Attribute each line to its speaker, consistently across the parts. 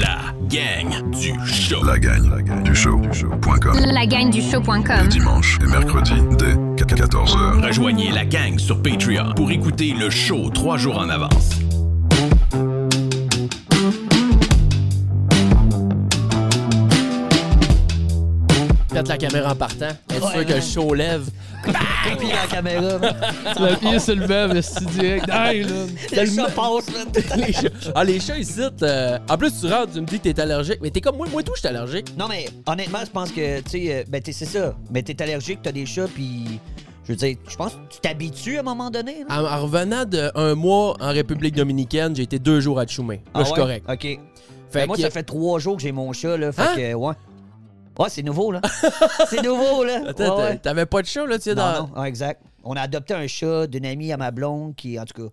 Speaker 1: La gang du show.
Speaker 2: La gagne du show, du show.com.
Speaker 3: La gagne du show.com.
Speaker 2: Dimanche et mercredi dès 14h.
Speaker 1: Rejoignez la gang sur Patreon pour écouter le show trois jours en avance.
Speaker 4: Pète la caméra en partant. Être sûr que le show lève.
Speaker 5: Puis la caméra, man.
Speaker 6: Le pied sur le meuble, c'est direct. Hey, là.
Speaker 5: Le chat passe, man.
Speaker 4: Les chats. Ah, les chats, ils citent. euh, En plus, tu rentres, tu me dis que t'es allergique. Mais t'es comme moi, moi tout, je suis allergique.
Speaker 5: Non, mais honnêtement, je pense que, tu sais, euh, ben, tu sais, c'est ça. Mais t'es allergique, t'as des chats, puis. Je veux dire, je pense que tu t'habitues à un moment donné, hein? là.
Speaker 4: En, en revenant d'un mois en République dominicaine, j'ai été deux jours à Tchoumé. Là,
Speaker 5: Ah
Speaker 4: je suis
Speaker 5: ouais?
Speaker 4: correct.
Speaker 5: OK. Ben,
Speaker 4: Fait
Speaker 5: moi,
Speaker 4: que-
Speaker 5: ça fait trois jours que j'ai mon chat, là. Fait
Speaker 4: Hein?
Speaker 5: que, ouais. Ouais, c'est nouveau, là. c'est nouveau, là.
Speaker 4: Attends,
Speaker 5: Ouais,
Speaker 4: t'as-
Speaker 5: ouais.
Speaker 4: T'avais pas de chat, là, tu sais, dans.
Speaker 5: Non, non, ouais, exact. On a adopté un chat d'une amie à ma blonde qui, en tout cas.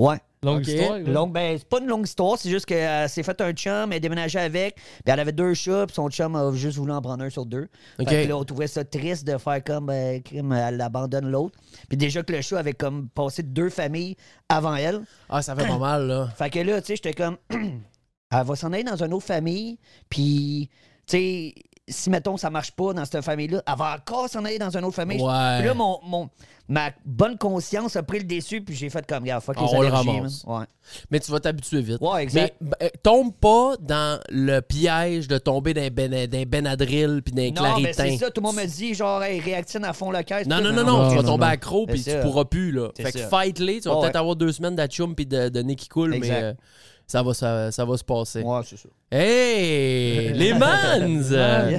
Speaker 5: Ouais.
Speaker 6: Longue
Speaker 4: Ok.
Speaker 6: histoire. ouais.
Speaker 5: Longue, ben, c'est pas une longue histoire, c'est juste qu'elle s'est fait un chum, elle a déménagé avec, puis elle avait deux chats, puis son chum a juste voulu en prendre un sur deux.
Speaker 4: Ok.
Speaker 5: Fait que là, on trouvait ça triste de faire comme, ben, crime, elle abandonne l'autre. Puis déjà que le chat avait comme passé deux familles avant elle.
Speaker 4: Ah, ça fait pas mal, là.
Speaker 5: Fait que là, tu sais, j'étais comme, elle va s'en aller dans une autre famille, puis, tu sais, si, mettons, ça marche pas dans cette famille-là, elle va encore s'en aller dans une autre famille.
Speaker 4: Ouais.
Speaker 5: Puis là, mon, mon- ma bonne conscience a pris le déçu, puis j'ai fait comme, regarde, fuck
Speaker 4: Ah,
Speaker 5: les
Speaker 4: on le
Speaker 5: allergies,
Speaker 4: ramasse.
Speaker 5: man. Ouais.
Speaker 4: Mais tu vas t'habituer vite.
Speaker 5: Ouais, exact.
Speaker 4: Mais ben, tombe pas dans le piège de tomber d'un ben, d'un Benadryl puis d'un
Speaker 5: Non, mais
Speaker 4: Claritin.
Speaker 5: c'est ça, tout le monde me dit, genre, hey, réactine à fond la caisse.
Speaker 4: Non,
Speaker 5: Tout,
Speaker 4: non, non, non, tu vas
Speaker 6: non,
Speaker 4: tomber
Speaker 6: non.
Speaker 4: accro puis
Speaker 5: C'est
Speaker 4: tu
Speaker 5: ça.
Speaker 4: pourras plus, là.
Speaker 5: C'est
Speaker 4: Fait que
Speaker 5: ça.
Speaker 4: fight-les, tu vas
Speaker 5: Ouais.
Speaker 4: peut-être avoir deux semaines d'achum puis de, de nez qui coule, mais
Speaker 5: Exact.
Speaker 4: euh, ça, va, ça, ça va se passer.
Speaker 5: Ouais, c'est ça.
Speaker 4: Hey! Les Mans! Euh,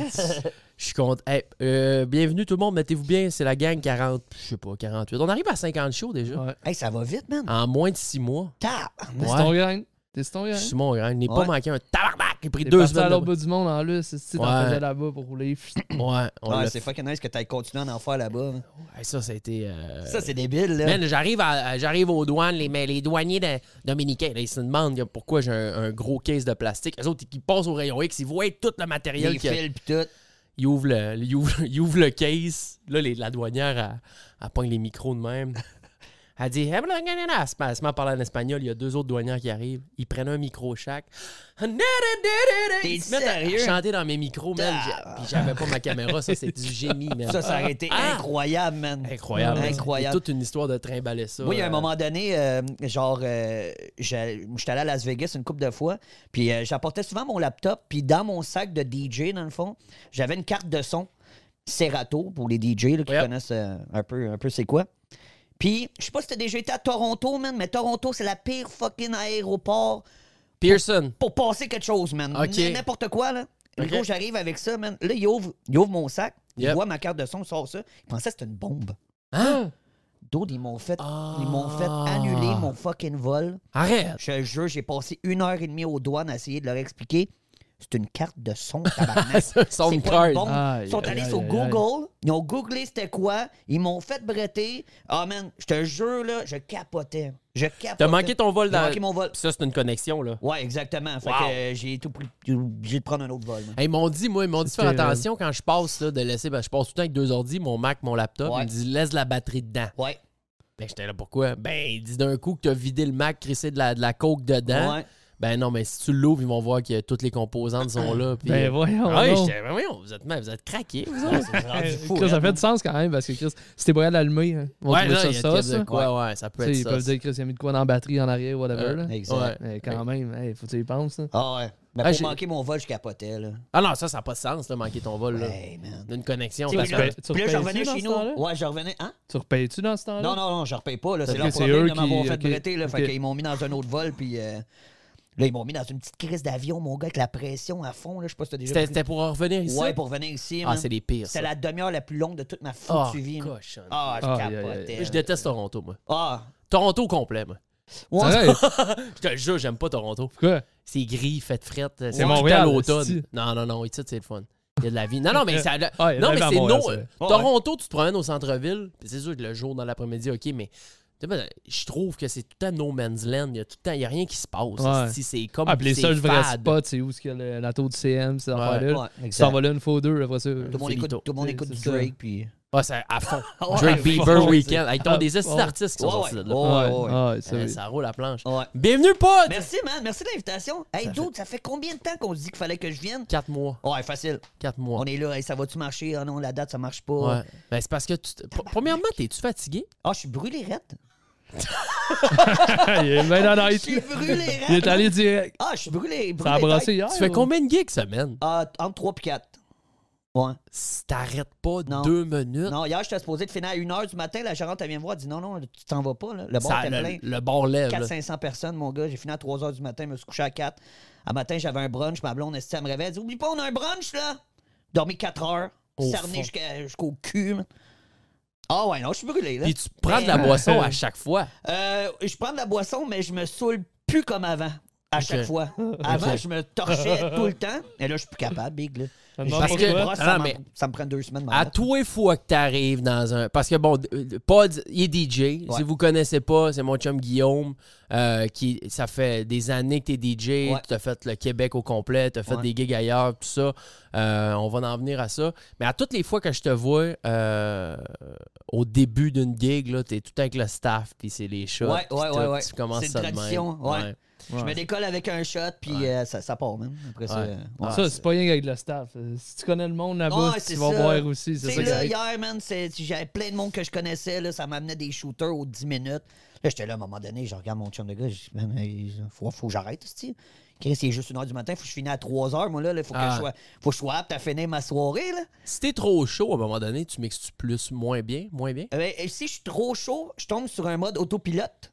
Speaker 4: Je suis content. Hey, euh, bienvenue tout le monde, mettez-vous bien, c'est la gang 40, je sais pas, 48. On arrive à 50 shows déjà.
Speaker 6: Ouais.
Speaker 5: Hey, ça va vite, man.
Speaker 4: En moins de 6 mois.
Speaker 5: Tap!
Speaker 6: T'es sur ton grain. T'es sur ton grain.
Speaker 4: Je suis hein? mon grand, il n'est pas
Speaker 5: Ouais.
Speaker 4: manqué un tabarnak. J'ai pris
Speaker 6: T'es
Speaker 4: deux
Speaker 6: parti à
Speaker 4: semaines.
Speaker 6: l'autre bout du monde en lus. Si
Speaker 4: Ouais.
Speaker 6: t'en faisais là-bas pour rouler.
Speaker 4: de- Ouais, on
Speaker 5: Ouais,
Speaker 4: l'a
Speaker 5: c'est fucking nice que t'ailles continuer à en faire là-bas. hein.
Speaker 4: Hey, ça, ça a été. euh,
Speaker 5: Ça, c'est débile, là.
Speaker 4: Man, j'arrive, à- à- j'arrive aux douanes, les, mais les douaniers de- dominicains, là, ils se demandent là, pourquoi j'ai un, un gros case de plastique. Les autres, ils passent au rayon X, ils voient tout le matériel.
Speaker 5: les
Speaker 4: qu'il y a.
Speaker 5: fils pis tout.
Speaker 4: Ils, ouvrent le, ils ouvrent- ils ouvrent le case. Là, les- la douanière, elle, elle pogne les micros de même. Elle dit, Eh, blablabla. elle se met- elle se met à parler en espagnol. Il y a deux autres douanières qui arrivent. Ils prennent un micro chaque.
Speaker 5: T'es
Speaker 4: Ils se mettent à- à
Speaker 5: sérieux? Ah.
Speaker 4: chanter dans mes micros, man. J'ai- Puis j'avais pas ma caméra, ça, c'est du génie, man.
Speaker 5: Ça, ça aurait été
Speaker 4: Ah!
Speaker 5: incroyable, man.
Speaker 4: Incroyable.
Speaker 5: Incroyable.
Speaker 4: C'est toute une histoire de trimballer ça.
Speaker 5: Moi, il y a un
Speaker 4: euh,
Speaker 5: moment donné, euh, genre, euh, j'a- j'étais allé à Las Vegas une couple de fois, puis euh, j'apportais souvent mon laptop, puis dans mon sac de DJ, dans le fond, j'avais une carte de son Serato pour les DJ là, qui
Speaker 4: Yep.
Speaker 5: connaissent euh, un peu, un peu c'est quoi. Puis, je sais pas si t'as déjà été à Toronto, man, mais Toronto, c'est la pire fucking aéroport
Speaker 4: Pearson.
Speaker 5: pour passer quelque chose, man.
Speaker 4: Ok.
Speaker 5: N- N'importe quoi, là. Le
Speaker 4: Ok.
Speaker 5: gros, j'arrive avec ça, man. Là, il ouvre, il ouvre mon sac,
Speaker 4: Yep.
Speaker 5: il voit ma carte de son, il sort ça. Il pensait que c'était une bombe.
Speaker 4: Hein?
Speaker 5: D'autres, ils m'ont fait,
Speaker 4: Ah.
Speaker 5: ils m'ont fait annuler mon fucking vol.
Speaker 4: Arrête!
Speaker 5: Je te jure, j'ai passé une heure et demie aux douanes à essayer de leur expliquer. C'est une carte de son, tabarnak.
Speaker 4: C'est un sound
Speaker 5: C'est pas
Speaker 4: card.
Speaker 5: une bombe.
Speaker 6: Aïe,
Speaker 5: Ils sont
Speaker 6: aïe,
Speaker 5: allés
Speaker 6: aïe,
Speaker 5: sur
Speaker 6: aïe.
Speaker 5: Google, ils ont googlé c'était quoi, ils m'ont fait bretter. Ah, man, je te jure, là, je capotais. Je capotais.
Speaker 4: T'as manqué ton vol
Speaker 5: J'ai
Speaker 4: dans.
Speaker 5: manqué mon vol.
Speaker 4: Puis Ça, c'est une connexion, là.
Speaker 5: Ouais, exactement. Fait
Speaker 4: Wow.
Speaker 5: que euh, j'ai tout pris. J'ai obligé de prendre un autre vol. man.
Speaker 4: Hey, ils m'ont dit, moi, ils m'ont dit de faire
Speaker 6: terrible.
Speaker 4: attention quand je passe, là, de laisser. ben, je passe tout le temps avec deux ordi, mon Mac, mon laptop. Ils
Speaker 5: Ouais.
Speaker 4: me disent, laisse la batterie dedans.
Speaker 5: Ouais.
Speaker 4: Ben, j'étais là, pourquoi? Ben, ils disent d'un coup que t'as vidé le Mac, crissé de la, de la coke dedans.
Speaker 5: Ouais.
Speaker 4: Ben non, mais si tu l'ouvres, ils vont voir que toutes les composantes sont là. puis-
Speaker 6: Ben voyons.
Speaker 4: Ah oui,
Speaker 6: donc.
Speaker 4: j'étais- ben voyons, vous êtes, mal- vous êtes craqués, vous autres. C'est rendu
Speaker 6: Hey,
Speaker 4: fou,
Speaker 6: Chris, ça
Speaker 4: hein.
Speaker 6: fait du sens quand même parce que Chris, si t'es pas à l'allumer, hein, ils vont
Speaker 4: Ouais,
Speaker 6: trouver
Speaker 4: là,
Speaker 6: ça
Speaker 4: il y a-
Speaker 6: sauce.
Speaker 4: il y a
Speaker 6: là.
Speaker 4: de quoi, ouais, ça peut
Speaker 6: Tu sais,
Speaker 4: être
Speaker 6: Ils
Speaker 4: ça.
Speaker 6: peuvent dire Chris, il a mis de quoi dans la batterie, en arrière, whatever.
Speaker 4: Euh,
Speaker 6: là.
Speaker 5: Exact.
Speaker 4: Ouais.
Speaker 6: Mais quand même, hey, faut que tu y penses. hein. là.
Speaker 5: Ah ouais. Mais
Speaker 4: Ah,
Speaker 5: pour
Speaker 4: j'ai-
Speaker 5: manquer mon vol, je capotais, là.
Speaker 4: Ah non, ça, ça n'a pas de sens, là, manquer ton vol. Là.
Speaker 5: Hey, man.
Speaker 4: D'une connexion.
Speaker 5: Tu
Speaker 4: parce
Speaker 5: sais,
Speaker 4: que-
Speaker 5: là,
Speaker 6: tu
Speaker 5: puis là, je
Speaker 6: repayes-tu
Speaker 5: revenais
Speaker 6: dans
Speaker 5: chez
Speaker 6: ce
Speaker 5: nous.
Speaker 6: temps-là?
Speaker 5: Ouais, je revenais. Hein?
Speaker 6: Tu repayes-tu dans ce temps-là?
Speaker 5: Non, non, non, je repaye pas. là. C'est
Speaker 6: Parce
Speaker 5: leur
Speaker 6: que c'est
Speaker 5: problème
Speaker 6: eux
Speaker 5: de m'avoir
Speaker 6: qui-
Speaker 5: fait
Speaker 6: ok.
Speaker 5: bretter. Là. Fait
Speaker 6: Ok.
Speaker 5: qu'ils m'ont mis dans un autre vol, puis euh, là, ils m'ont mis dans une petite crise d'avion, mon gars, avec la pression à fond. Là. Je sais pas si t'as déjà
Speaker 4: C'était
Speaker 5: pris-
Speaker 4: c'était pour en revenir ici.
Speaker 5: Ouais, pour venir ici.
Speaker 4: Ah,
Speaker 5: man.
Speaker 4: c'est les pires.
Speaker 5: C'était
Speaker 4: ça.
Speaker 5: la demi-heure la plus longue de toute ma
Speaker 4: Ah,
Speaker 5: foutue vie. man.
Speaker 4: cochonne.
Speaker 5: Ah, je
Speaker 6: Ah, aïe, aïe, aïe.
Speaker 5: capotais.
Speaker 4: Je déteste Toronto, moi.
Speaker 5: Ah,
Speaker 4: Toronto au complet, moi.
Speaker 5: ouais.
Speaker 6: Arrête,
Speaker 4: Je te le jure, j'aime pas Toronto.
Speaker 6: pourquoi?
Speaker 4: C'est gris, fait de fret. C'est tout le
Speaker 6: Montréal,
Speaker 4: temps l'automne.
Speaker 6: c'est-tu?
Speaker 4: Non, non, non, ici, c'est le fun. Il y a de la vie. Non, non, mais ça.
Speaker 6: Ah, il y a de
Speaker 4: non,
Speaker 6: la
Speaker 4: mais
Speaker 6: vie à
Speaker 4: c'est
Speaker 6: Montréal,
Speaker 4: non. euh,
Speaker 6: c'est vrai.
Speaker 5: Ouais,
Speaker 4: Toronto, tu te promènes au centre-ville. puis C'est sûr que le jour dans l'après-midi, OK, mais. tu sais pas, Je trouve que c'est tout le temps no man's land. Il y a tout le temps, il y a rien qui se
Speaker 6: Ouais.
Speaker 4: passe. Si C'est comme.
Speaker 6: Ah, puis les
Speaker 4: c'est
Speaker 6: seuls vrais
Speaker 4: fade.
Speaker 6: spots, c'est où est-ce qu'il y a le- la tour du CM, ces
Speaker 5: Oh, ouais,
Speaker 6: affaires-là. Tu
Speaker 5: exact.
Speaker 6: t'en vas là une fois ou deux, après ça.
Speaker 5: Tout le monde
Speaker 4: Finito.
Speaker 5: écoute, tout le monde
Speaker 6: C'est-
Speaker 5: écoute
Speaker 6: c'est
Speaker 5: du
Speaker 6: ça.
Speaker 5: Drake, puis.
Speaker 4: Ah, c'est à fond.
Speaker 5: Ouais,
Speaker 4: Drake
Speaker 5: à
Speaker 4: Bieber
Speaker 6: fond,
Speaker 4: Weekend. Hey, t'as
Speaker 6: Ah,
Speaker 4: des
Speaker 6: ouais.
Speaker 4: artistes qui sont
Speaker 5: Ouais,
Speaker 4: sortis de
Speaker 5: ouais.
Speaker 4: là.
Speaker 5: Ouais.
Speaker 6: ouais, ça,
Speaker 4: Eh,
Speaker 6: oui.
Speaker 4: Ça roule la planche.
Speaker 5: Ouais.
Speaker 4: Bienvenue, pote!
Speaker 5: Merci, man. Merci de l'invitation. Hey, dude, ça fait combien de temps qu'on se dit qu'il fallait que je vienne?
Speaker 4: 4 mois.
Speaker 5: Ouais, facile.
Speaker 4: 4 mois.
Speaker 5: On est là. Hey, ça va-tu marcher? Ah non, la date, ça marche pas.
Speaker 4: Ouais. Ben, c'est parce que, tu... pr- premièrement, t'es-tu fatigué?
Speaker 5: Ah, je suis brûlé, raide.
Speaker 6: Ah, il est bien dans la
Speaker 5: Je
Speaker 6: hit,
Speaker 5: suis
Speaker 6: là.
Speaker 5: brûlé,
Speaker 6: Il
Speaker 5: raide.
Speaker 6: est allé direct.
Speaker 5: Ah, je suis brûlé, brûlé.
Speaker 6: Ça a
Speaker 5: tête.
Speaker 6: brassé hein? hier.
Speaker 4: Tu fais
Speaker 6: ou-
Speaker 4: combien de gigs semaine?
Speaker 5: Ah, entre 3 et 4. Ouais.
Speaker 4: Si T'arrêtes pas
Speaker 5: Non.
Speaker 4: deux minutes.
Speaker 5: Non, hier, j'étais supposé de finir à 1h du matin. La gérante, elle vient me voir. Elle dit non, non, tu t'en vas pas. Là. Le bar
Speaker 4: ça-
Speaker 5: était plein.
Speaker 4: le, le bord lève. là.
Speaker 5: 400-500 personnes, mon gars. J'ai fini à 3h du matin. Je me suis couché à 4. À matin, j'avais un brunch. Ma blonde, elle me réveille. Elle dit Oublie pas, on a un brunch, là. Dormi 4 heures.
Speaker 4: Au fond.
Speaker 5: cerné jusqu'à- jusqu'au cul. man. Ah, ouais, non, je suis brûlé, là.
Speaker 4: Puis tu prends de la boisson à chaque fois.
Speaker 5: Euh, je prends de la boisson, mais je me saoule plus comme avant. À chaque fois. Avant, je me torchais tout le temps. Et là, je suis plus capable, Big. Là.
Speaker 6: Ça me
Speaker 5: Je
Speaker 6: demande
Speaker 4: Parce
Speaker 5: me
Speaker 6: pourquoi.
Speaker 4: que-
Speaker 5: brosse,
Speaker 4: Non,
Speaker 5: ça,
Speaker 4: non,
Speaker 5: m'en-
Speaker 4: mais-
Speaker 5: ça me prend deux semaines. de m'en
Speaker 4: À
Speaker 5: remettre.
Speaker 4: tous les fois que t'arrives dans un. Parce que bon, euh, Pod, il est DJ.
Speaker 5: Ouais.
Speaker 4: Si vous connaissez pas, c'est mon chum Guillaume. euh, qui, ça fait des années que t'es DJ.
Speaker 5: Ouais.
Speaker 4: Tu as fait le Québec au complet. Tu as fait
Speaker 5: Ouais.
Speaker 4: des gigs ailleurs, tout ça. Euh, on va en venir à ça. Mais à toutes les fois que je te vois euh, au début d'une gig, là, t'es tout avec le staff. Puis c'est les shots.
Speaker 5: Ouais,
Speaker 4: puis
Speaker 5: ouais,
Speaker 4: tout,
Speaker 5: ouais, ouais.
Speaker 4: Tu commences
Speaker 5: C'est une
Speaker 4: ça de même.
Speaker 5: tradition, ouais. Je me
Speaker 6: Ouais.
Speaker 5: décolle avec un shot, puis euh, ça, ça part, même. Après ça.
Speaker 4: Ouais.
Speaker 5: euh, ouais.
Speaker 6: Ça, c'est pas rien qu'avec le staff. Euh, Si tu connais le monde là-bas,
Speaker 5: Ouais,
Speaker 6: tu
Speaker 5: Ah, c'est
Speaker 6: vas
Speaker 5: ça.
Speaker 6: voir aussi. C'est
Speaker 5: Tu sais,
Speaker 6: ça qui
Speaker 5: là,
Speaker 6: arrive.
Speaker 5: hier, man, c'est- j'avais plein de monde que je connaissais, là, ça m'amenait des shooters aux 10 minutes. Là, j'étais là, à un moment donné, je regarde mon chum de gars, je dis, man, il faut, faut que j'arrête, cest Chris, il est juste 1h du matin, faut que je finisse à 3h, moi, là, il faut, que
Speaker 4: Ah.
Speaker 5: je sois- faut que je sois apte à finir ma soirée, là.
Speaker 4: Si t'es trop chaud, à un moment donné, tu mixes-tu plus, moins bien, moins bien?
Speaker 5: Eh ben, et si je suis trop chaud, je tombe sur un mode autopilote.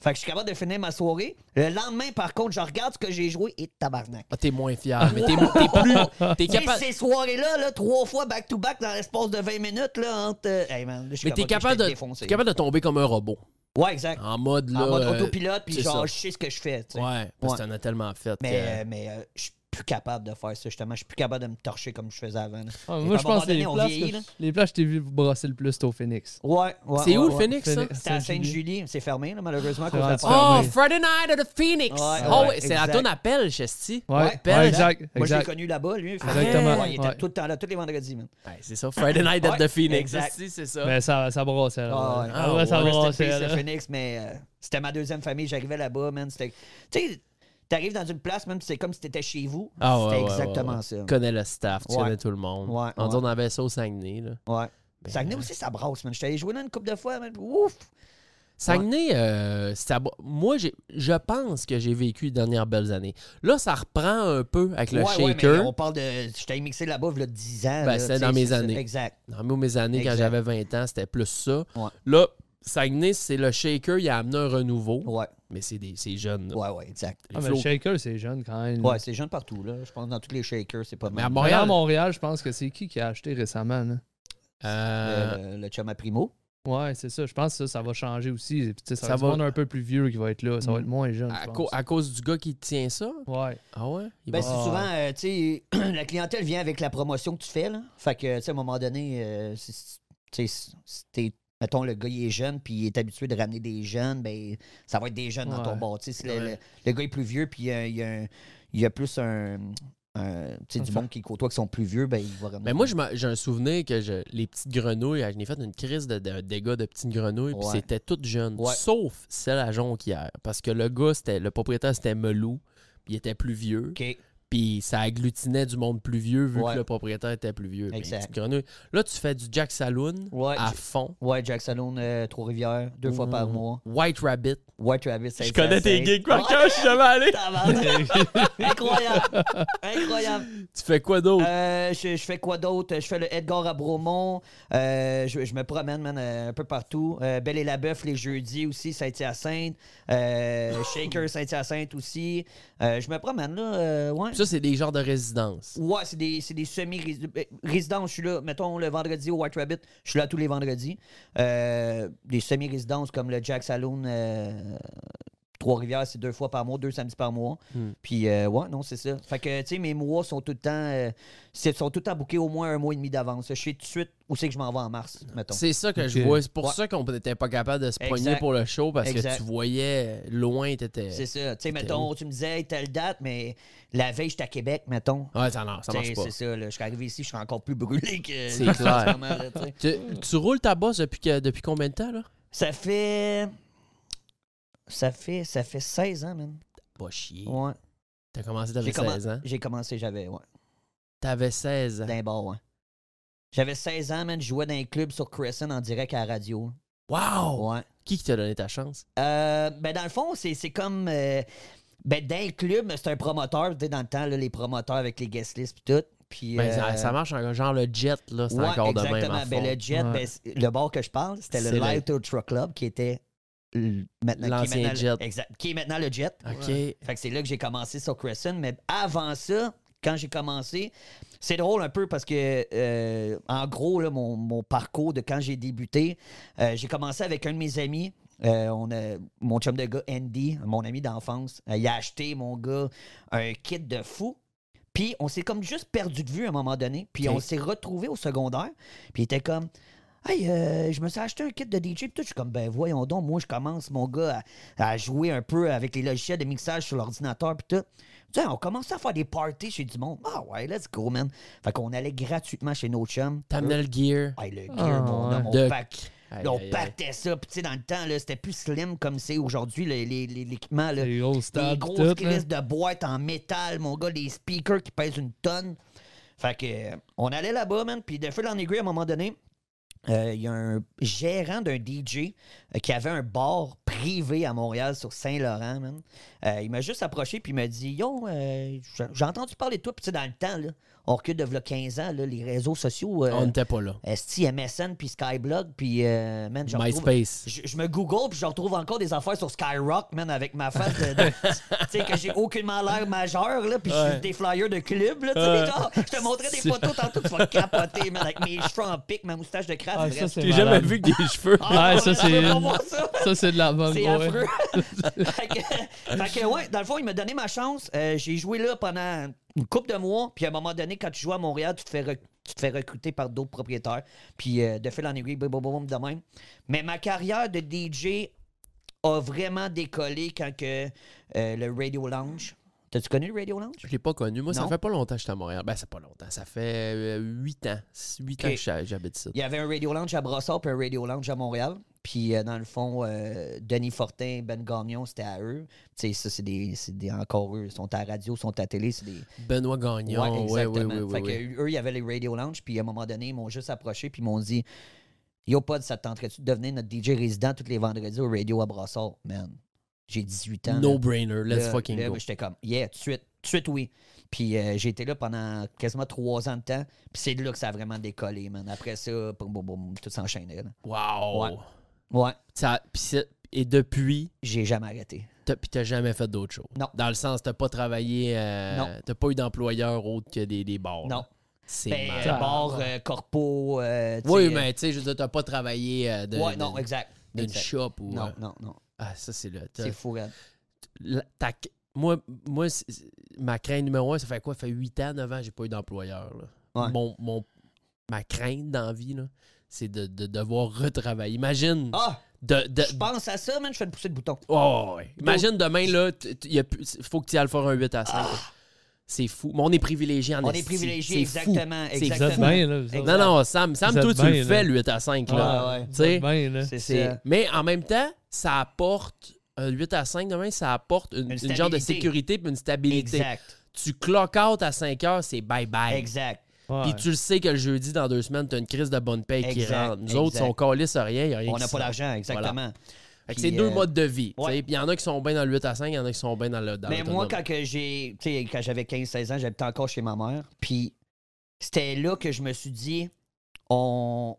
Speaker 5: Fait que je suis capable de finir ma soirée. Le lendemain, par contre, je regarde ce que j'ai joué et tabarnak.
Speaker 4: Ah, t'es moins fier, mais t'es t'es plus. T'es
Speaker 5: Tu sais,
Speaker 4: capable.
Speaker 5: ces soirées-là, là, trois fois back-to-back dans l'espace de 20 minutes, là, entre. euh, hey, man, là, je suis
Speaker 4: Mais t'es
Speaker 5: que
Speaker 4: capable,
Speaker 5: j'étais
Speaker 4: de- t'es
Speaker 5: défoncé.
Speaker 4: capable de tomber comme un robot.
Speaker 5: Ouais, exact.
Speaker 4: En mode là.
Speaker 5: en mode
Speaker 4: euh,
Speaker 5: autopilote, puis
Speaker 4: c'est
Speaker 5: genre,
Speaker 4: ça.
Speaker 5: je sais ce que je fais. tu sais.
Speaker 4: Ouais, parce
Speaker 5: Ouais.
Speaker 4: que t'en as tellement fait.
Speaker 5: Mais, euh,
Speaker 4: que-
Speaker 5: mais euh, je suis plus capable de faire ça, justement. Je suis plus capable de me torcher comme je faisais avant. là.
Speaker 6: Ah,
Speaker 5: Et à un
Speaker 6: Moi, je
Speaker 5: moment
Speaker 6: pense que les
Speaker 5: donné, on
Speaker 6: places,
Speaker 5: vieillit, là.
Speaker 6: que- les places, je t'ai vu brasser le plus, c'était au Phoenix.
Speaker 5: Ouais, ouais.
Speaker 4: c'est
Speaker 5: ouais,
Speaker 4: où le
Speaker 5: ouais.
Speaker 4: Phoenix, ça?
Speaker 6: Phoenix.
Speaker 5: C'était à Sainte-Julie. C'est fermé, là, malheureusement, à cause de la
Speaker 6: rendu
Speaker 5: pandémie.
Speaker 4: Oh,
Speaker 6: Ah, fermé.
Speaker 4: Friday Night at the Phoenix!
Speaker 5: Ouais, ouais,
Speaker 4: oh,
Speaker 5: ouais,
Speaker 4: c'est la
Speaker 5: exact.
Speaker 4: tonne à pelle, Chesti.
Speaker 6: Ouais,
Speaker 5: Ouais,
Speaker 6: ouais,
Speaker 4: ouais.
Speaker 6: exact.
Speaker 5: Moi, je l'ai
Speaker 6: exact.
Speaker 5: connu là-bas, lui. Fait-
Speaker 6: Exactement,
Speaker 5: Ouais, il était
Speaker 6: ouais.
Speaker 5: tout le temps là, tous les vendredis. man.
Speaker 4: Ouais, c'est ça, Friday Night at
Speaker 5: Ouais,
Speaker 4: the Phoenix.
Speaker 5: exact.
Speaker 4: Chesti, c'est ça.
Speaker 6: Mais ça, ça brassait. Là,
Speaker 5: Ah, ouais.
Speaker 6: Ah, ouais,
Speaker 4: Ah,
Speaker 6: ça
Speaker 5: Rest in
Speaker 6: brassait.
Speaker 5: peace, le
Speaker 6: là.
Speaker 5: Phoenix, mais euh, c'était ma deuxième famille. J'arrivais là-bas, man. C'était. Tu sais, t'arrives dans une place, même si c'est comme si t'étais chez vous.
Speaker 4: Ah, ouais,
Speaker 5: c'était
Speaker 4: ouais, ouais,
Speaker 5: exactement
Speaker 4: ouais.
Speaker 5: ça.
Speaker 4: Tu connais le staff, tu
Speaker 5: Ouais.
Speaker 4: connais tout le monde.
Speaker 5: Ouais,
Speaker 4: on dit
Speaker 5: ouais.
Speaker 4: on avait ça au Saguenay. Là.
Speaker 5: Ouais.
Speaker 4: Ben
Speaker 5: Saguenay aussi, ça brasse, man. J'étais allé jouer là une couple de fois, man. Ouf!
Speaker 4: Saguenay, euh, c'est à bo- moi, j'ai- je pense que j'ai vécu les dernières belles années. Là, ça reprend un peu avec le
Speaker 5: ouais, ouais, mais
Speaker 4: shaker.
Speaker 5: on parle de. J'étais allé mixer là-bas, il y a 10 ans.
Speaker 4: Ben,
Speaker 5: là,
Speaker 4: c'était
Speaker 5: tu sais,
Speaker 4: dans mes
Speaker 5: c'est ça.
Speaker 4: années.
Speaker 5: Exact.
Speaker 4: Dans mes- mes années, quand
Speaker 5: Exact.
Speaker 4: j'avais 20 ans, c'était plus ça.
Speaker 5: Ouais.
Speaker 4: Là, Saguenay, c'est le shaker, il a amené un renouveau.
Speaker 5: Ouais,
Speaker 4: Mais c'est des c'est jeune. là.
Speaker 5: ouais, ouais, exact.
Speaker 4: Les
Speaker 6: Ah, mais
Speaker 4: flots.
Speaker 6: le Shaker, c'est jeune quand même. là.
Speaker 5: Ouais, c'est jeune partout, là. Je pense que dans tous les shakers, c'est pas
Speaker 4: Mais
Speaker 5: mal.
Speaker 4: à
Speaker 6: Montréal,
Speaker 4: Montréal,
Speaker 6: Montréal, je pense que c'est qui qui a acheté récemment. là?
Speaker 4: euh,
Speaker 5: Le, le- le chum à primo.
Speaker 6: Ouais, c'est ça. Je pense que ça, ça va changer aussi. Et puis, tu sais, ça,
Speaker 4: Ça
Speaker 6: va être
Speaker 4: va-
Speaker 6: du monde un peu plus vieux qui va être là. Ça va être moins jeune.
Speaker 4: à,
Speaker 6: je
Speaker 4: co-
Speaker 6: pense.
Speaker 4: à cause du gars qui tient ça?
Speaker 6: Ouais.
Speaker 4: Ah ouais? Il
Speaker 5: Ben,
Speaker 4: va-
Speaker 5: c'est souvent, euh, tu sais, la clientèle vient avec la promotion que tu fais, là. Fait que, tu sais, à un moment donné, euh, si- si- tu sais, si- si t'es- mettons, le gars, il est jeune, puis il est habitué de ramener des jeunes, ben, ça va être des jeunes dans ton
Speaker 6: Ouais.
Speaker 5: bar. Tu sais, si le,
Speaker 4: Ouais.
Speaker 5: le- le gars est plus vieux, puis euh, il y a, un- il y a plus un. un- tu sais, du monde qui côtoie qui sont plus vieux, ben, il va ramener.
Speaker 4: Mais moi, je me- j'ai un souvenir que je- les petites grenouilles, je n'ai fait une crise de, de dégâts de petites grenouilles, puis
Speaker 5: Ouais.
Speaker 4: c'était toutes jeunes,
Speaker 5: Ouais.
Speaker 4: sauf celle à Jonquière. Parce que le gars, c'était le propriétaire, c'était Melou. il était plus vieux.
Speaker 5: OK.
Speaker 4: Puis ça agglutinait du monde plus vieux vu
Speaker 5: Ouais.
Speaker 4: que le propriétaire était plus vieux. Mais
Speaker 5: Exact.
Speaker 4: petite grenouille. Là, tu fais du Jack Saloon
Speaker 5: Ouais,
Speaker 4: à
Speaker 5: j-
Speaker 4: fond.
Speaker 5: Ouais, Jack Saloon, euh, Trois-Rivières, deux fois par mois.
Speaker 4: White Rabbit.
Speaker 5: Ouais, Travis, c'est
Speaker 4: Mmh. Je connais tes gigs,
Speaker 5: gigs,
Speaker 4: par cœur, je suis jamais allé.
Speaker 5: Incroyable! Incroyable!
Speaker 4: Tu fais quoi d'autre?
Speaker 5: Euh, je, je fais quoi d'autre? Je fais le Edgar à Bromont. Euh, je, je me promène, man, euh, un peu partout. Euh, Belle et la Bœuf les jeudis aussi, Saint-Hyacinthe. Euh, Shaker Saint-Hyacinthe aussi. Euh, je me promène, là. euh, ouais.
Speaker 4: Ça, c'est des genres de résidences.
Speaker 5: Ouais, c'est des, c'est des semi-résidences. Je suis là, mettons, le vendredi au White Rabbit, je suis là tous les vendredis. Euh, des semi-résidences comme le Jack Saloon euh, Trois-Rivières, c'est deux fois par mois, deux samedis par mois.
Speaker 4: Hmm.
Speaker 5: Puis, euh, ouais, non, c'est ça. Fait que, tu sais, mes mois sont tout le temps, euh, c'est- sont tout le temps bookés au moins un mois et demi d'avance. Je sais tout de suite où c'est que je m'en vais en mars, mettons.
Speaker 4: C'est ça que je
Speaker 6: Ok.
Speaker 4: vois. C'est pour
Speaker 5: Ouais.
Speaker 4: ça qu'on n'était pas capable de se
Speaker 5: Exact.
Speaker 4: poigner pour le show parce
Speaker 5: Exact.
Speaker 4: que tu voyais loin, t'étais.
Speaker 5: C'est ça. Tu sais, mettons, tu me disais hey, telle date, mais la veille, j'étais à Québec, mettons.
Speaker 4: Ouais, ça, non, ça
Speaker 5: Tu
Speaker 4: marche
Speaker 5: sais,
Speaker 4: pas.
Speaker 5: C'est ça, là. Je suis arrivé ici, je suis encore plus brûlé que.
Speaker 4: C'est clair.
Speaker 5: Vraiment, là, tu sais.
Speaker 4: Tu, tu roules ta bosse depuis, que- depuis combien de temps, là?
Speaker 5: Ça fait. Ça fait, ça fait 16 ans, man.
Speaker 4: Pas chier.
Speaker 5: Ouais.
Speaker 4: T'as commencé, t'avais
Speaker 5: J'ai commen-
Speaker 4: 16 ans. Hein?
Speaker 5: J'ai commencé, j'avais, ouais.
Speaker 4: T'avais 16 ans.
Speaker 5: D'un bar, ouais. J'avais 16 ans, man. Je jouais dans un club sur Crescent en direct à la radio.
Speaker 4: Wow!
Speaker 5: Ouais.
Speaker 4: Qui qui t'a donné ta chance?
Speaker 5: Euh, ben, dans le fond, c'est c'est comme. euh, ben, dans le club, c'est un promoteur. Tu sais, dans le temps, là, les promoteurs avec les guest lists et tout. Puis.
Speaker 4: Ben,
Speaker 5: euh,
Speaker 4: ça, ça marche en- genre le jet, là, c'est
Speaker 5: ouais,
Speaker 4: encore de même.
Speaker 5: exactement.
Speaker 4: à
Speaker 5: Ben,
Speaker 4: fond.
Speaker 5: le jet,
Speaker 6: Ouais.
Speaker 5: ben, c'est- le bar que je parle, c'était le
Speaker 4: C'est le-
Speaker 5: Live to Truck Club qui était. l- maintenant- qui est
Speaker 4: L'ancien
Speaker 5: maintenant-
Speaker 4: jet.
Speaker 5: Exact. Qui est maintenant le jet.
Speaker 4: OK.
Speaker 5: Fait que c'est là que j'ai commencé sur Crescent. Mais avant ça, quand j'ai commencé, c'est drôle un peu parce que, euh, en gros, là, mon, mon parcours de quand j'ai débuté, euh, j'ai commencé avec un de mes amis. Euh, on a, mon chum de gars, Andy, mon ami d'enfance, euh, il a acheté, mon gars, un kit de fou. Puis on s'est comme juste perdu de vue à un moment donné. Puis
Speaker 4: Ok.
Speaker 5: on s'est retrouvé au secondaire. Puis il était comme. Hey, euh, je me suis acheté un kit de DJ. Puis tout, je suis comme, ben voyons donc, moi, je commence, mon gars, à, à jouer un peu avec les logiciels de mixage sur l'ordinateur. Puis tout. Tu sais, on commençait à faire des parties chez du monde. Ah ouais, let's go, man. Fait qu'on allait gratuitement chez nos chums.
Speaker 4: T'amenais le gear.
Speaker 5: Hey, le gear,
Speaker 6: Ah,
Speaker 5: mon
Speaker 6: ouais.
Speaker 5: homme, on
Speaker 4: De-
Speaker 5: pack-
Speaker 4: Aïe,
Speaker 5: on
Speaker 4: aïe, aïe.
Speaker 5: pactait ça. Puis, tu sais, dans le temps, là, c'était plus slim comme c'est aujourd'hui, le- les- les- l'équipement. là.
Speaker 6: Les grosses
Speaker 5: Des
Speaker 6: tables,
Speaker 5: grosses
Speaker 6: tout, là.
Speaker 5: crises de boîtes en métal, mon gars, des speakers qui pèsent une tonne. Fait que, euh, on allait là-bas, man. Puis, de feu en aiguille, à un moment donné, euh, il y a un gérant d'un DJ euh, qui avait un bar privé à Montréal sur Saint-Laurent, man. Euh, il m'a juste approché puis il m'a dit Yo, euh, j'ai- j'ai entendu parler de toi. Puis, tu sais, dans le temps, là, on recule de v'là 15 ans, là, les réseaux sociaux. euh,
Speaker 4: On n'était pas là.
Speaker 5: ST, MSN, puis Skyblog, puis euh, man, je retrouve-
Speaker 4: MySpace.
Speaker 5: Je, je me Google, puis je retrouve encore des affaires sur Skyrock, man, avec ma face de. de- tu sais, que j'ai aucunement l'air majeur, là, puis je suis des flyers de club, là, tu sais, genre, je te montrais des photos tantôt, tu vas capoter, man, avec mes cheveux en pic, ma moustache de crabe,
Speaker 6: Ah,
Speaker 5: bref.
Speaker 6: ça, c'est
Speaker 4: J'ai jamais
Speaker 6: malade.
Speaker 4: vu que des cheveux.
Speaker 5: Ah,
Speaker 6: Ouais, ça,
Speaker 5: ouais,
Speaker 6: c'est-
Speaker 5: je veux pas voir ça.
Speaker 6: Ça, c'est de la bonne
Speaker 5: C'est
Speaker 6: ouais.
Speaker 5: affreux. fait, que, fait que, ouais, dans le fond, il m'a donné ma chance. Euh, j'ai joué là pendant une couple de mois. Puis à un moment donné, quand tu joues à Montréal, tu te fais, rec- tu te fais recruter par d'autres propriétaires. Puis euh, de fil en aiguille, boum, boum, boum, de même. Mais ma carrière de DJ a vraiment décollé quand que, euh, le Radio Lounge. T'as-tu connu le Radio Lounge?
Speaker 4: Je l'ai pas connu. Moi,
Speaker 5: Non.
Speaker 4: ça fait pas longtemps que j'étais à Montréal. Ben, c'est pas longtemps. Ça fait 8 ans. 8
Speaker 5: Ok.
Speaker 4: ans que j'ha- j'habite ça.
Speaker 5: Il y avait un Radio Lounge à Brossard puis un Radio Lounge à Montréal. Puis, euh, dans le fond, euh, Denis Fortin, Ben Gagnon, c'était à eux. Tu sais, ça, c'est des, c'est des- encore eux. Ils sont à la radio, ils sont à la télé. C'est des.
Speaker 4: Benoît Gagnon. Ouais, ouais, ouais, ouais,
Speaker 5: fait
Speaker 4: ouais.
Speaker 5: que eux, il y avait les Radio Lounge. Puis, à un moment donné, ils m'ont juste approché. Puis, ils m'ont dit Yo, Pod, ça te tenterait-tu de devenir notre DJ résident tous les vendredis au Radio à Brossard? Man, j'ai 18 ans.
Speaker 4: No
Speaker 5: là.
Speaker 4: brainer. Let's
Speaker 5: Là,
Speaker 4: fucking
Speaker 5: là,
Speaker 4: go.
Speaker 5: moi, J'étais comme, yeah, tout de suite, tout de suite, oui. Puis euh, j'ai été là pendant quasiment trois ans de temps. Puis c'est de là que ça a vraiment décollé, man. Après ça, boum, boum, boum, tout s'enchaînait. là.
Speaker 4: Wow.
Speaker 5: Ouais. Ouais,
Speaker 4: Ça- pis c'est- et depuis,
Speaker 5: j'ai jamais arrêté.
Speaker 4: t'as, pis t'as jamais fait d'autre chose.
Speaker 5: Non.
Speaker 4: Dans le sens, t'as pas travaillé. euh,
Speaker 5: Non.
Speaker 4: T'as pas eu d'employeur autre que des, des bars.
Speaker 5: Non.
Speaker 4: là. C'est
Speaker 5: Ben, euh,
Speaker 4: malade.
Speaker 5: bar, euh, corpo. euh, tu
Speaker 4: Oui,
Speaker 5: sais,
Speaker 4: mais tu sais, je veux dire, t'as pas travaillé euh, de,
Speaker 5: euh, Ouais,
Speaker 4: de-
Speaker 5: non, exact.
Speaker 4: d'une
Speaker 5: Exact.
Speaker 4: shop ou. euh,
Speaker 5: Non, non, non.
Speaker 4: Ah, ça, c'est le. t'as-
Speaker 5: C'est fou, raide.
Speaker 4: la- ta- moi, moi c'est- c'est- ma crainte numéro un, ça fait quoi? Ça fait 8 ans, 9 ans, j'ai pas eu d'employeur. là.
Speaker 5: Ouais.
Speaker 4: Mon, mon- ma crainte dans la vie, là, c'est de, de devoir retravailler. Imagine.
Speaker 5: Ah!
Speaker 4: de, de-
Speaker 5: Je pense à ça, man, je fais une poussée de bouton.
Speaker 4: Oh, ouais. Imagine demain, là, tu- tu- y a plus- faut que tu ailles faire un 8 à 5. là. C'est fou. Mais on est privilégié en
Speaker 5: Ah! On
Speaker 4: esti.
Speaker 5: est privilégié,
Speaker 4: C'est fou.
Speaker 5: exactement.
Speaker 4: C'est fou.
Speaker 6: Vous êtes
Speaker 5: exactement.
Speaker 6: bien, là. vous autres.
Speaker 4: Non, non, Sam, Sam
Speaker 6: Vous
Speaker 4: toi,
Speaker 6: êtes
Speaker 4: tu
Speaker 6: bien,
Speaker 4: le
Speaker 6: là.
Speaker 4: fais, le 8 à 5. Là.
Speaker 5: Ouais, ouais.
Speaker 4: Tu
Speaker 6: Vous êtes
Speaker 4: sais,
Speaker 6: bien, là.
Speaker 5: C'est
Speaker 4: c'est-
Speaker 5: ça.
Speaker 4: Mais en même temps, ça apporte un 8 à 5 demain, ça apporte une,
Speaker 5: Une
Speaker 4: une genre de
Speaker 5: stabilité.
Speaker 4: sécurité puis une stabilité.
Speaker 5: Exact.
Speaker 4: Tu clock out à 5 heures, c'est bye-bye.
Speaker 5: Exact.
Speaker 4: Puis tu le sais que le jeudi, dans deux semaines, tu as une crise de bonne paye qui
Speaker 5: Exact,
Speaker 4: rentre. Nous autres,
Speaker 5: exact.
Speaker 4: on calisse à rien. y a rien
Speaker 5: On
Speaker 4: qui
Speaker 5: n'a
Speaker 4: se
Speaker 5: pas
Speaker 4: rend.
Speaker 5: d'argent, exactement.
Speaker 4: Voilà. Fait que
Speaker 5: Puis,
Speaker 4: c'est deux
Speaker 5: euh,
Speaker 4: modes de vie. tu
Speaker 5: ouais.
Speaker 4: sais. Puis il y en a qui sont bien dans le 8 à 5, il y en a qui sont bien dans le. Dans
Speaker 5: Mais moi,
Speaker 4: l'autonome.
Speaker 5: quand que j'ai. Tu sais, quand j'avais 15-16 ans, j'habitais encore chez ma mère. Puis c'était là que je me suis dit on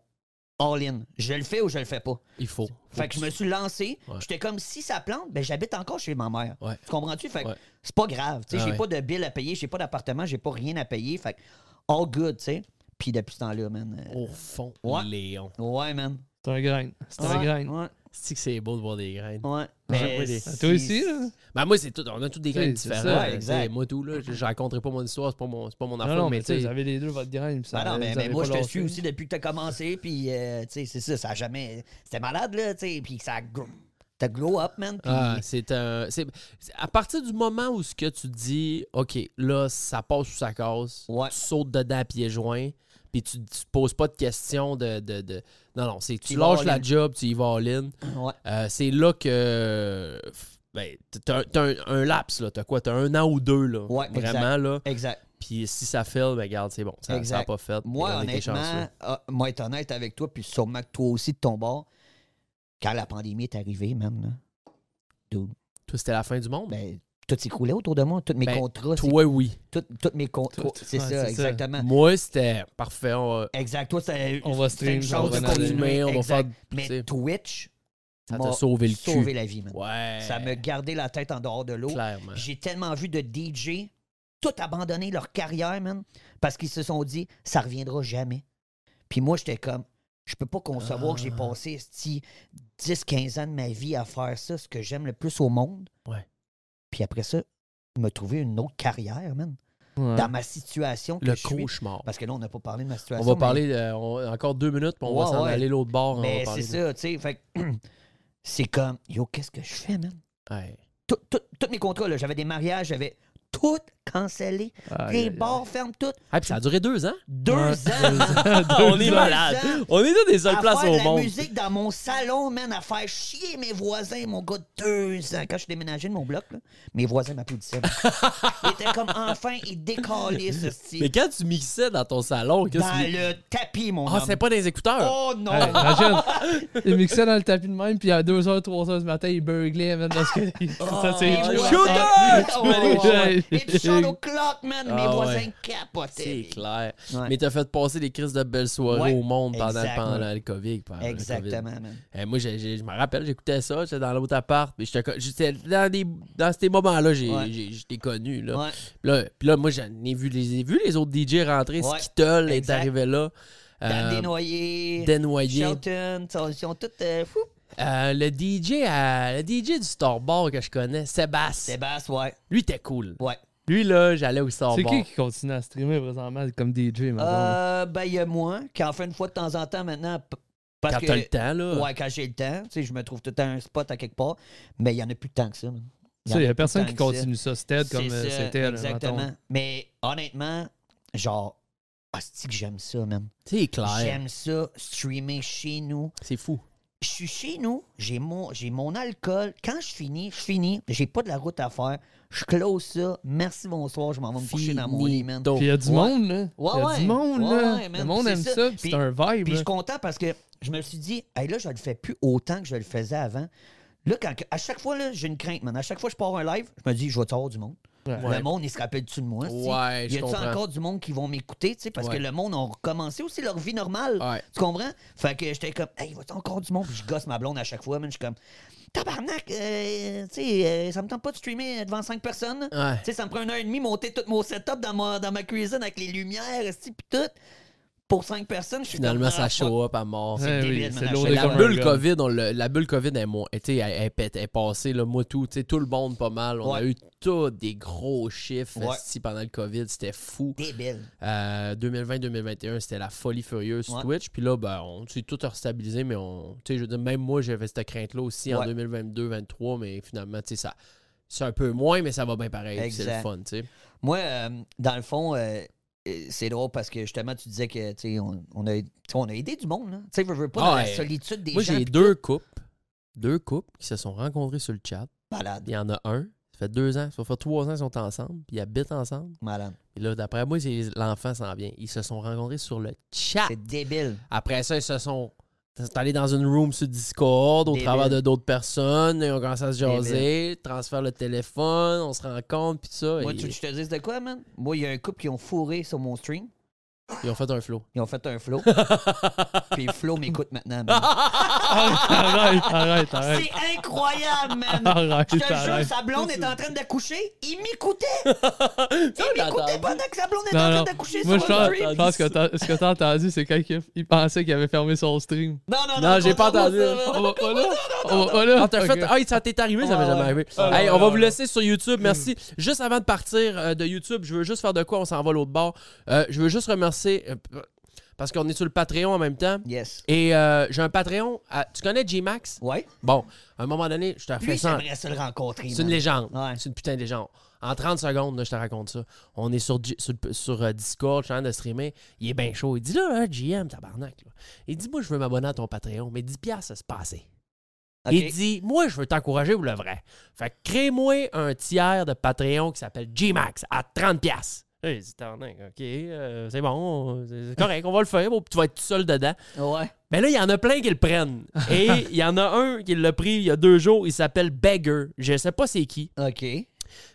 Speaker 5: all in. Je le fais ou je le fais pas.
Speaker 4: Il faut.
Speaker 5: Fait que je me suis lancé.
Speaker 4: Ouais.
Speaker 5: J'étais comme si ça plante, ben j'habite encore chez ma mère.
Speaker 4: Ouais.
Speaker 5: Tu comprends-tu? Fait que
Speaker 4: Ouais.
Speaker 5: c'est pas grave. Tu sais,
Speaker 4: Ah
Speaker 5: j'ai
Speaker 4: ouais.
Speaker 5: pas de bill à payer, j'ai pas d'appartement, j'ai pas rien à payer. Fait que all good, tu sais. Puis depuis ce temps-là, man. euh,
Speaker 4: Au fond,
Speaker 5: Ouais.
Speaker 4: Léon.
Speaker 5: Ouais, man.
Speaker 6: C'est un grain. C'est un
Speaker 5: Ouais,
Speaker 6: grain.
Speaker 5: Ouais,
Speaker 4: C'est que c'est beau de voir des graines.
Speaker 5: ouais.
Speaker 4: Ouais, ouais, des-
Speaker 5: si-
Speaker 6: Toi aussi, là?
Speaker 4: Ben moi, c'est tout. On a tous des graines
Speaker 6: Oui, c'est
Speaker 4: différentes.
Speaker 6: ça.
Speaker 5: Ouais, exact.
Speaker 4: Tu sais, Moi, tout, là, je, je raconterai pas mon histoire, c'est pas mon, c'est pas mon affaire.
Speaker 6: non, non,
Speaker 4: mais,
Speaker 6: mais tu sais,
Speaker 4: tu
Speaker 6: vous
Speaker 4: sais,
Speaker 6: avez les deux votre grain. puis ça-
Speaker 5: Ben non, mais,
Speaker 6: Euh, vous
Speaker 5: mais
Speaker 6: avez
Speaker 5: moi,
Speaker 6: pas
Speaker 5: je te
Speaker 6: lâché.
Speaker 5: suis aussi depuis que t'as commencé, puis, euh, tu sais, c'est ça, ça a jamais... C'était malade, là, tu sais, puis ça... gr- T'as glow up, man, puis...
Speaker 4: Ah, c'est un. c'est- c'est- à partir du moment où ce que tu dis, OK, là, ça passe ou ça casse,
Speaker 5: Ouais.
Speaker 4: tu sautes dedans à pieds joints, puis tu tu te poses pas de questions de. de, de- Non, non, c'est tu
Speaker 5: y vas
Speaker 4: lâches la
Speaker 5: all-in.
Speaker 4: job, tu y vas all-in.
Speaker 5: Ouais.
Speaker 4: Euh, c'est là que. Ben, t'as t'as un, un laps, là. T'as quoi? T'as un an ou deux, là.
Speaker 5: Ouais, exact.
Speaker 4: vraiment, là.
Speaker 5: Exact.
Speaker 4: Puis si ça fait, ben, regarde, c'est bon. Ça
Speaker 5: Exact.
Speaker 4: n'a pas fait.
Speaker 5: Moi,
Speaker 4: On était chanceux.
Speaker 5: honnêtement, ah, moi, être honnête avec toi, puis sûrement que toi aussi, de ton bord, quand la pandémie est arrivée, man, là, dude,
Speaker 4: Toi, c'était la fin du monde?
Speaker 5: ben, tout s'écroulait autour de moi, tous mes
Speaker 4: Ben,
Speaker 5: contrats,
Speaker 4: Toi, oui.
Speaker 5: c'est- tout- tous mes contrats,
Speaker 6: Tout-
Speaker 5: c'est
Speaker 6: ouais,
Speaker 5: ça,
Speaker 6: c'est ça.
Speaker 5: exactement.
Speaker 4: Moi, c'était parfait. on va-
Speaker 5: Exact, toi, c'est
Speaker 6: On va
Speaker 5: c'est une
Speaker 6: stream,
Speaker 5: chance
Speaker 6: on va
Speaker 5: de
Speaker 6: en
Speaker 5: continuer,
Speaker 4: aller. On va
Speaker 5: exact.
Speaker 4: faire- tu
Speaker 5: Mais
Speaker 4: sais.
Speaker 5: Twitch
Speaker 4: Ça
Speaker 5: m'a
Speaker 4: t'a sauvé le cul.
Speaker 5: sauvé la vie, man.
Speaker 4: Ouais.
Speaker 5: Ça me gardait la tête en dehors de l'eau.
Speaker 4: Clairement.
Speaker 5: Oh, J'ai tellement vu de DJ tout abandonner leur carrière, man, parce qu'ils se sont dit, ça reviendra jamais. Puis moi, j'étais comme, je peux pas concevoir que j'ai
Speaker 4: Ah.
Speaker 5: passé esti, 10-15 ans de ma vie à faire ça, ce que j'aime le plus au monde.
Speaker 4: Ouais.
Speaker 5: Puis après ça, me trouver une autre carrière, man,
Speaker 6: Ouais.
Speaker 5: dans ma situation. Que
Speaker 4: Le
Speaker 5: je suis.
Speaker 4: cauchemar.
Speaker 5: Parce que là, on n'a pas parlé de ma
Speaker 4: On
Speaker 5: situation.
Speaker 4: va
Speaker 5: mais-
Speaker 4: parler euh, on- encore deux minutes, puis on va
Speaker 5: Ouais,
Speaker 4: s'en
Speaker 5: ouais.
Speaker 4: aller l'autre bord. on va
Speaker 5: Mais
Speaker 4: parler
Speaker 5: c'est
Speaker 4: de-
Speaker 5: ça, tu sais. Fait que, c'est comme, yo, qu'est-ce que je fais, man?
Speaker 4: Ouais.
Speaker 5: Tout- tout- Tous mes contrats, là, j'avais des mariages, j'avais tout cancellé.
Speaker 6: Aïe,
Speaker 5: les
Speaker 6: aïe, aïe.
Speaker 5: bars ferment tout.
Speaker 4: Ah, puis ça a duré deux ans.
Speaker 5: Deux
Speaker 6: Ouais.
Speaker 5: ans.
Speaker 4: on est
Speaker 5: ans.
Speaker 4: malade. On est dans des seules
Speaker 5: à
Speaker 4: places
Speaker 5: faire
Speaker 4: au
Speaker 5: la
Speaker 4: monde.
Speaker 5: musique dans mon salon, man, à faire chier mes voisins, mon gars, deux ans. Quand je suis déménagé de mon bloc, là, mes voisins m'applaudissaient. ils étaient comme, enfin, ils décallaient ce
Speaker 4: Mais
Speaker 5: style.
Speaker 4: quand tu mixais dans ton salon, qu'est-ce
Speaker 5: Dans
Speaker 4: que tu-
Speaker 5: le tapis, mon
Speaker 4: Ah,
Speaker 5: homme.
Speaker 4: c'est pas des écouteurs.
Speaker 5: Oh non!
Speaker 6: Hey, imagine, il mixait dans le tapis de même, puis à 2h, 3h du matin, il burglait, man, parce que.
Speaker 5: Oh,
Speaker 6: ça, c'est.
Speaker 4: Shooter!
Speaker 5: Mes voisins- Oh, ouais, ouais.
Speaker 6: Ouais.
Speaker 5: It's shadow clock, man. Mes
Speaker 4: Ah,
Speaker 5: voisins
Speaker 4: ouais. C'est
Speaker 5: capotaient.
Speaker 4: clair.
Speaker 5: Ouais.
Speaker 4: Mais t'as fait passer des crises de belles soirées
Speaker 5: Ouais.
Speaker 4: au monde pendant,
Speaker 5: Exact.
Speaker 4: pendant le COVID. pendant le
Speaker 5: Exactement,
Speaker 4: COVID.
Speaker 5: man.
Speaker 4: Eh, moi, j'ai- j'ai- je me rappelle, j'écoutais ça, j'étais dans l'autre appart. puis j'étais co- J'étais dans, des- dans ces moments-là, j'ai
Speaker 5: Ouais.
Speaker 4: j'ai- je t'ai connu. Là.
Speaker 5: Ouais.
Speaker 4: Puis là, puis là, moi, j'en ai vu, les, j'ai vu les autres DJ rentrer.
Speaker 5: Ouais.
Speaker 4: Skittle est
Speaker 5: Exact.
Speaker 4: arrivé là.
Speaker 5: Dan
Speaker 4: Euh,
Speaker 5: Desnoyers.
Speaker 4: Desnoyers.
Speaker 5: Shelton. Ils sont tous. euh, fou.
Speaker 4: euh, le DJ à- le DJ du Star Bar que je connais, Sébastien.
Speaker 5: Sébastien, ouais.
Speaker 4: Lui, était cool.
Speaker 5: Ouais.
Speaker 4: Lui, là, j'allais au Star
Speaker 6: C'est
Speaker 4: Bar.
Speaker 6: qui qui continue à streamer présentement comme DJ, maintenant?
Speaker 5: Euh, ben, il y a moi qui en fait une fois de temps en temps maintenant. p- Parce
Speaker 4: Quand
Speaker 5: que,
Speaker 4: t'as le temps, là.
Speaker 5: Ouais, quand j'ai le temps. Tu sais, je me trouve tout le temps un spot à quelque part. Mais il y en a plus tant que ça. man.
Speaker 6: Ça, il n'y
Speaker 5: en
Speaker 6: a personne
Speaker 5: plus
Speaker 6: qui
Speaker 5: tant que ça.
Speaker 6: continue ça. C'était comme euh,
Speaker 5: Ah, C'est ça,
Speaker 6: c'était. là,
Speaker 5: Exactement.
Speaker 6: mettons.
Speaker 5: Mais honnêtement, genre, hostie que j'aime ça, man.
Speaker 4: C'est clair.
Speaker 5: J'aime ça, streamer chez nous.
Speaker 4: C'est fou.
Speaker 5: Je suis chez nous, j'ai mon, j'ai mon alcool. Quand je finis, je finis. J'ai pas de la route à faire. Je close ça. Merci, bonsoir. Je m'en vais me coucher dans mon lit, man.
Speaker 4: Finito.
Speaker 6: Puis il y a du
Speaker 5: Ouais.
Speaker 6: monde, là.
Speaker 5: Ouais,
Speaker 6: il y a
Speaker 5: ouais.
Speaker 6: du monde, là.
Speaker 5: Ouais, ouais, man.
Speaker 6: le monde
Speaker 5: C'est
Speaker 6: aime
Speaker 5: ça.
Speaker 6: ça, puis
Speaker 5: Puis-
Speaker 6: c'est un
Speaker 5: Puis
Speaker 6: vibe.
Speaker 5: je
Speaker 6: là.
Speaker 5: suis content parce que je me suis dit, hey, là, je le fais plus autant que je le faisais avant. Là, quand, à chaque fois, là, j'ai une crainte, man. À chaque fois que je pars un live, je me dis, je vais avoir du monde.
Speaker 4: Ouais.
Speaker 5: Le monde, il se rappelle-tu de moi? si?
Speaker 4: Ouais, je
Speaker 5: y a-tu
Speaker 4: comprends.
Speaker 5: encore du monde qui vont m'écouter, tu sais, parce
Speaker 4: Ouais.
Speaker 5: que le monde a recommencé aussi leur vie normale.
Speaker 4: Ouais.
Speaker 5: Tu comprends? Fait que j'étais comme, hey, va encore du monde? Puis je gosse ma blonde à chaque fois, man. Je suis comme, tabarnak, euh, tu sais, euh, ça me tente pas de streamer devant cinq personnes.
Speaker 4: Ouais.
Speaker 5: Tu sais, ça me prend une heure et demie monter tout mon setup dans ma, dans ma cuisine avec les lumières, esti, puis tout. Pour cinq personnes, je suis
Speaker 4: Finalement,
Speaker 5: comme,
Speaker 4: ça
Speaker 5: Ah, fuck.
Speaker 4: show up à mort.
Speaker 6: Ouais,
Speaker 5: débile,
Speaker 6: oui,
Speaker 5: man,
Speaker 6: c'est
Speaker 5: la
Speaker 6: lourd
Speaker 5: chaîne.
Speaker 6: de
Speaker 4: La
Speaker 6: comme un
Speaker 4: bulle,
Speaker 6: gars.
Speaker 4: COVID, on l'a- la bulle COVID, elle, mon- tu sais, elle, elle pète- elle est passée. Là, moi, tout, tu sais, tout le monde pas mal. On a
Speaker 5: Ouais.
Speaker 4: eu tous des gros chiffres
Speaker 5: Ouais.
Speaker 4: esti, pendant le COVID. C'était fou.
Speaker 5: Débile.
Speaker 4: Euh, 2020-2021, c'était la folie furieuse sur
Speaker 5: Ouais.
Speaker 4: Twitch. Puis là, ben, on s'est tout restabilisé, mais on, tu sais, je veux dire, même moi, j'avais cette crainte-là aussi en
Speaker 5: Ouais.
Speaker 4: 2022-2023, mais finalement, tu sais, ça. C'est un peu moins, mais ça va bien pareil. puis C'est le
Speaker 5: Exact.
Speaker 4: fun, tu sais.
Speaker 5: Moi, euh, dans le fond, euh, euh, c'est drôle parce que justement, tu disais que tu sais, on, on a, tu sais, on a aidé du monde. là. Tu sais, veux, veux pas dans
Speaker 4: Ah,
Speaker 5: la
Speaker 4: ouais.
Speaker 5: solitude des
Speaker 4: Moi,
Speaker 5: gens.
Speaker 4: j'ai
Speaker 5: puis-
Speaker 4: deux couples. deux couples qui se sont rencontrés sur le chat.
Speaker 5: Malade.
Speaker 4: Il y en a un, ça fait deux ans, ça va faire trois ans qu'ils sont ensemble, puis ils habitent ensemble.
Speaker 5: Malade.
Speaker 4: Et là, d'après moi, c'est- l'enfant s'en vient. Ils se sont rencontrés sur le chat.
Speaker 5: C'est débile.
Speaker 4: Après ça, ils se sont installés dans une room sur Discord, au
Speaker 5: Débile.
Speaker 4: travers de d'autres personnes. Ils ont commencé à se jaser,
Speaker 5: Débile.
Speaker 4: transfère le téléphone, on se rencontre, puis tout ça.
Speaker 5: Moi,
Speaker 4: et-
Speaker 5: tu, je te dis de quoi, man? Moi, il y a un couple qui ont fourré sur mon stream.
Speaker 4: Ils ont fait un flow.
Speaker 5: Ils ont fait un flow. Puis flow m'écoute maintenant, man.
Speaker 6: Arrête, arrête, arrête.
Speaker 5: C'est incroyable, man!
Speaker 6: Arrête,
Speaker 5: Je te jure,
Speaker 6: arrête.
Speaker 5: sa blonde est en train d'accoucher. Il m'écoutait! Il m'écoutait pendant que sa blonde est en train d'accoucher sur
Speaker 6: Moi,
Speaker 5: mon
Speaker 6: je pense,
Speaker 5: stream.
Speaker 6: je pense que t'as- ce que t'as entendu, c'est quand il, il pensait qu'il avait fermé son stream.
Speaker 5: Non, non, non.
Speaker 4: Non, j'ai pas
Speaker 5: compte-moi
Speaker 4: entendu.
Speaker 5: ça, là.
Speaker 6: On va pas là. On va pas Oh, là.
Speaker 4: Ah, t'as
Speaker 6: Ok.
Speaker 4: fait. Ah, ça t'est arrivé, ça m'est
Speaker 6: Ouais,
Speaker 4: jamais
Speaker 6: ouais.
Speaker 4: arrivé.
Speaker 6: Ah,
Speaker 4: Hey,
Speaker 6: ouais,
Speaker 4: on va
Speaker 6: ouais,
Speaker 4: vous
Speaker 6: ouais.
Speaker 4: laisser sur YouTube. Merci.
Speaker 6: Hmm.
Speaker 4: Juste avant de partir euh, de YouTube, je veux juste faire de quoi On s'en va l'autre bord. Euh, je veux juste remercier. euh, parce qu'on est sur le Patreon en même temps.
Speaker 5: Yes.
Speaker 4: Et euh, j'ai un Patreon. à- tu connais J-Max
Speaker 5: Ouais.
Speaker 4: Bon, à un moment donné, je te
Speaker 5: Lui,
Speaker 4: refais ça. en-
Speaker 5: j'aimerais se le rencontrer.
Speaker 4: C'est une
Speaker 5: man.
Speaker 4: légende.
Speaker 5: Ouais.
Speaker 4: C'est une putain de légende. En 30 secondes, là, je te raconte ça. On est sur, G- sur, le- sur, euh, Discord, je suis en train de streamer. Il est bien chaud. Il dit là, hein, GM, tabarnak. là. Il dit, moi, je veux m'abonner à ton Patreon, mais 10$, piastres, ça se passait.
Speaker 5: Ok.
Speaker 4: Il dit Moi, je veux t'encourager pour le vrai. Fait que crée-moi un tiers de Patreon qui s'appelle G-Max à 30$. Là, il dit Tabarnak, OK, euh, c'est bon, euh, c'est c'est correct, on va le faire, bon, puis tu vas être tout seul dedans.
Speaker 5: Ouais.
Speaker 4: Mais là, il y en a plein qui le prennent. Et il y en a un qui l'a pris il y a deux jours, il s'appelle Beggar. Je sais pas c'est qui,
Speaker 5: OK.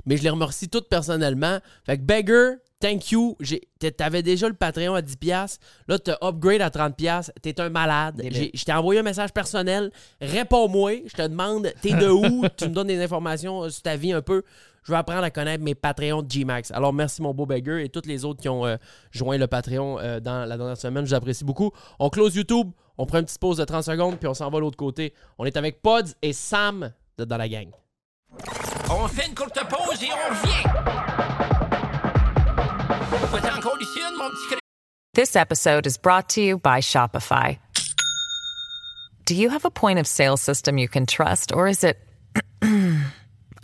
Speaker 4: mais je les remercie toutes personnellement. Fait que Beggar, thank you. J'ai- t'a- T'avais déjà le Patreon à 10$. Là, t'as upgrade à 30$. T'es un malade.
Speaker 5: Débile.
Speaker 4: J'ai- Je t'ai envoyé un message personnel. Réponds-moi. Je te demande, t'es de où? tu me donnes des informations euh, sur ta vie un peu. Je veux apprendre à connaître mes Patreons de G-Max. Alors, merci, mon beau Beggar, et toutes les autres qui ont euh, joint le Patreon euh, dans la dernière semaine. Je vous apprécie beaucoup. On close YouTube. On prend une petite pause de 30 secondes, puis on s'en va de l'autre côté. On est avec Pods et Sam de dans la gang.
Speaker 3: On fait une courte pause et on revient. Faut être encore ici, mon petit cri-
Speaker 7: This episode is brought to you by Shopify. Do you have a point of sale system you can trust, or is it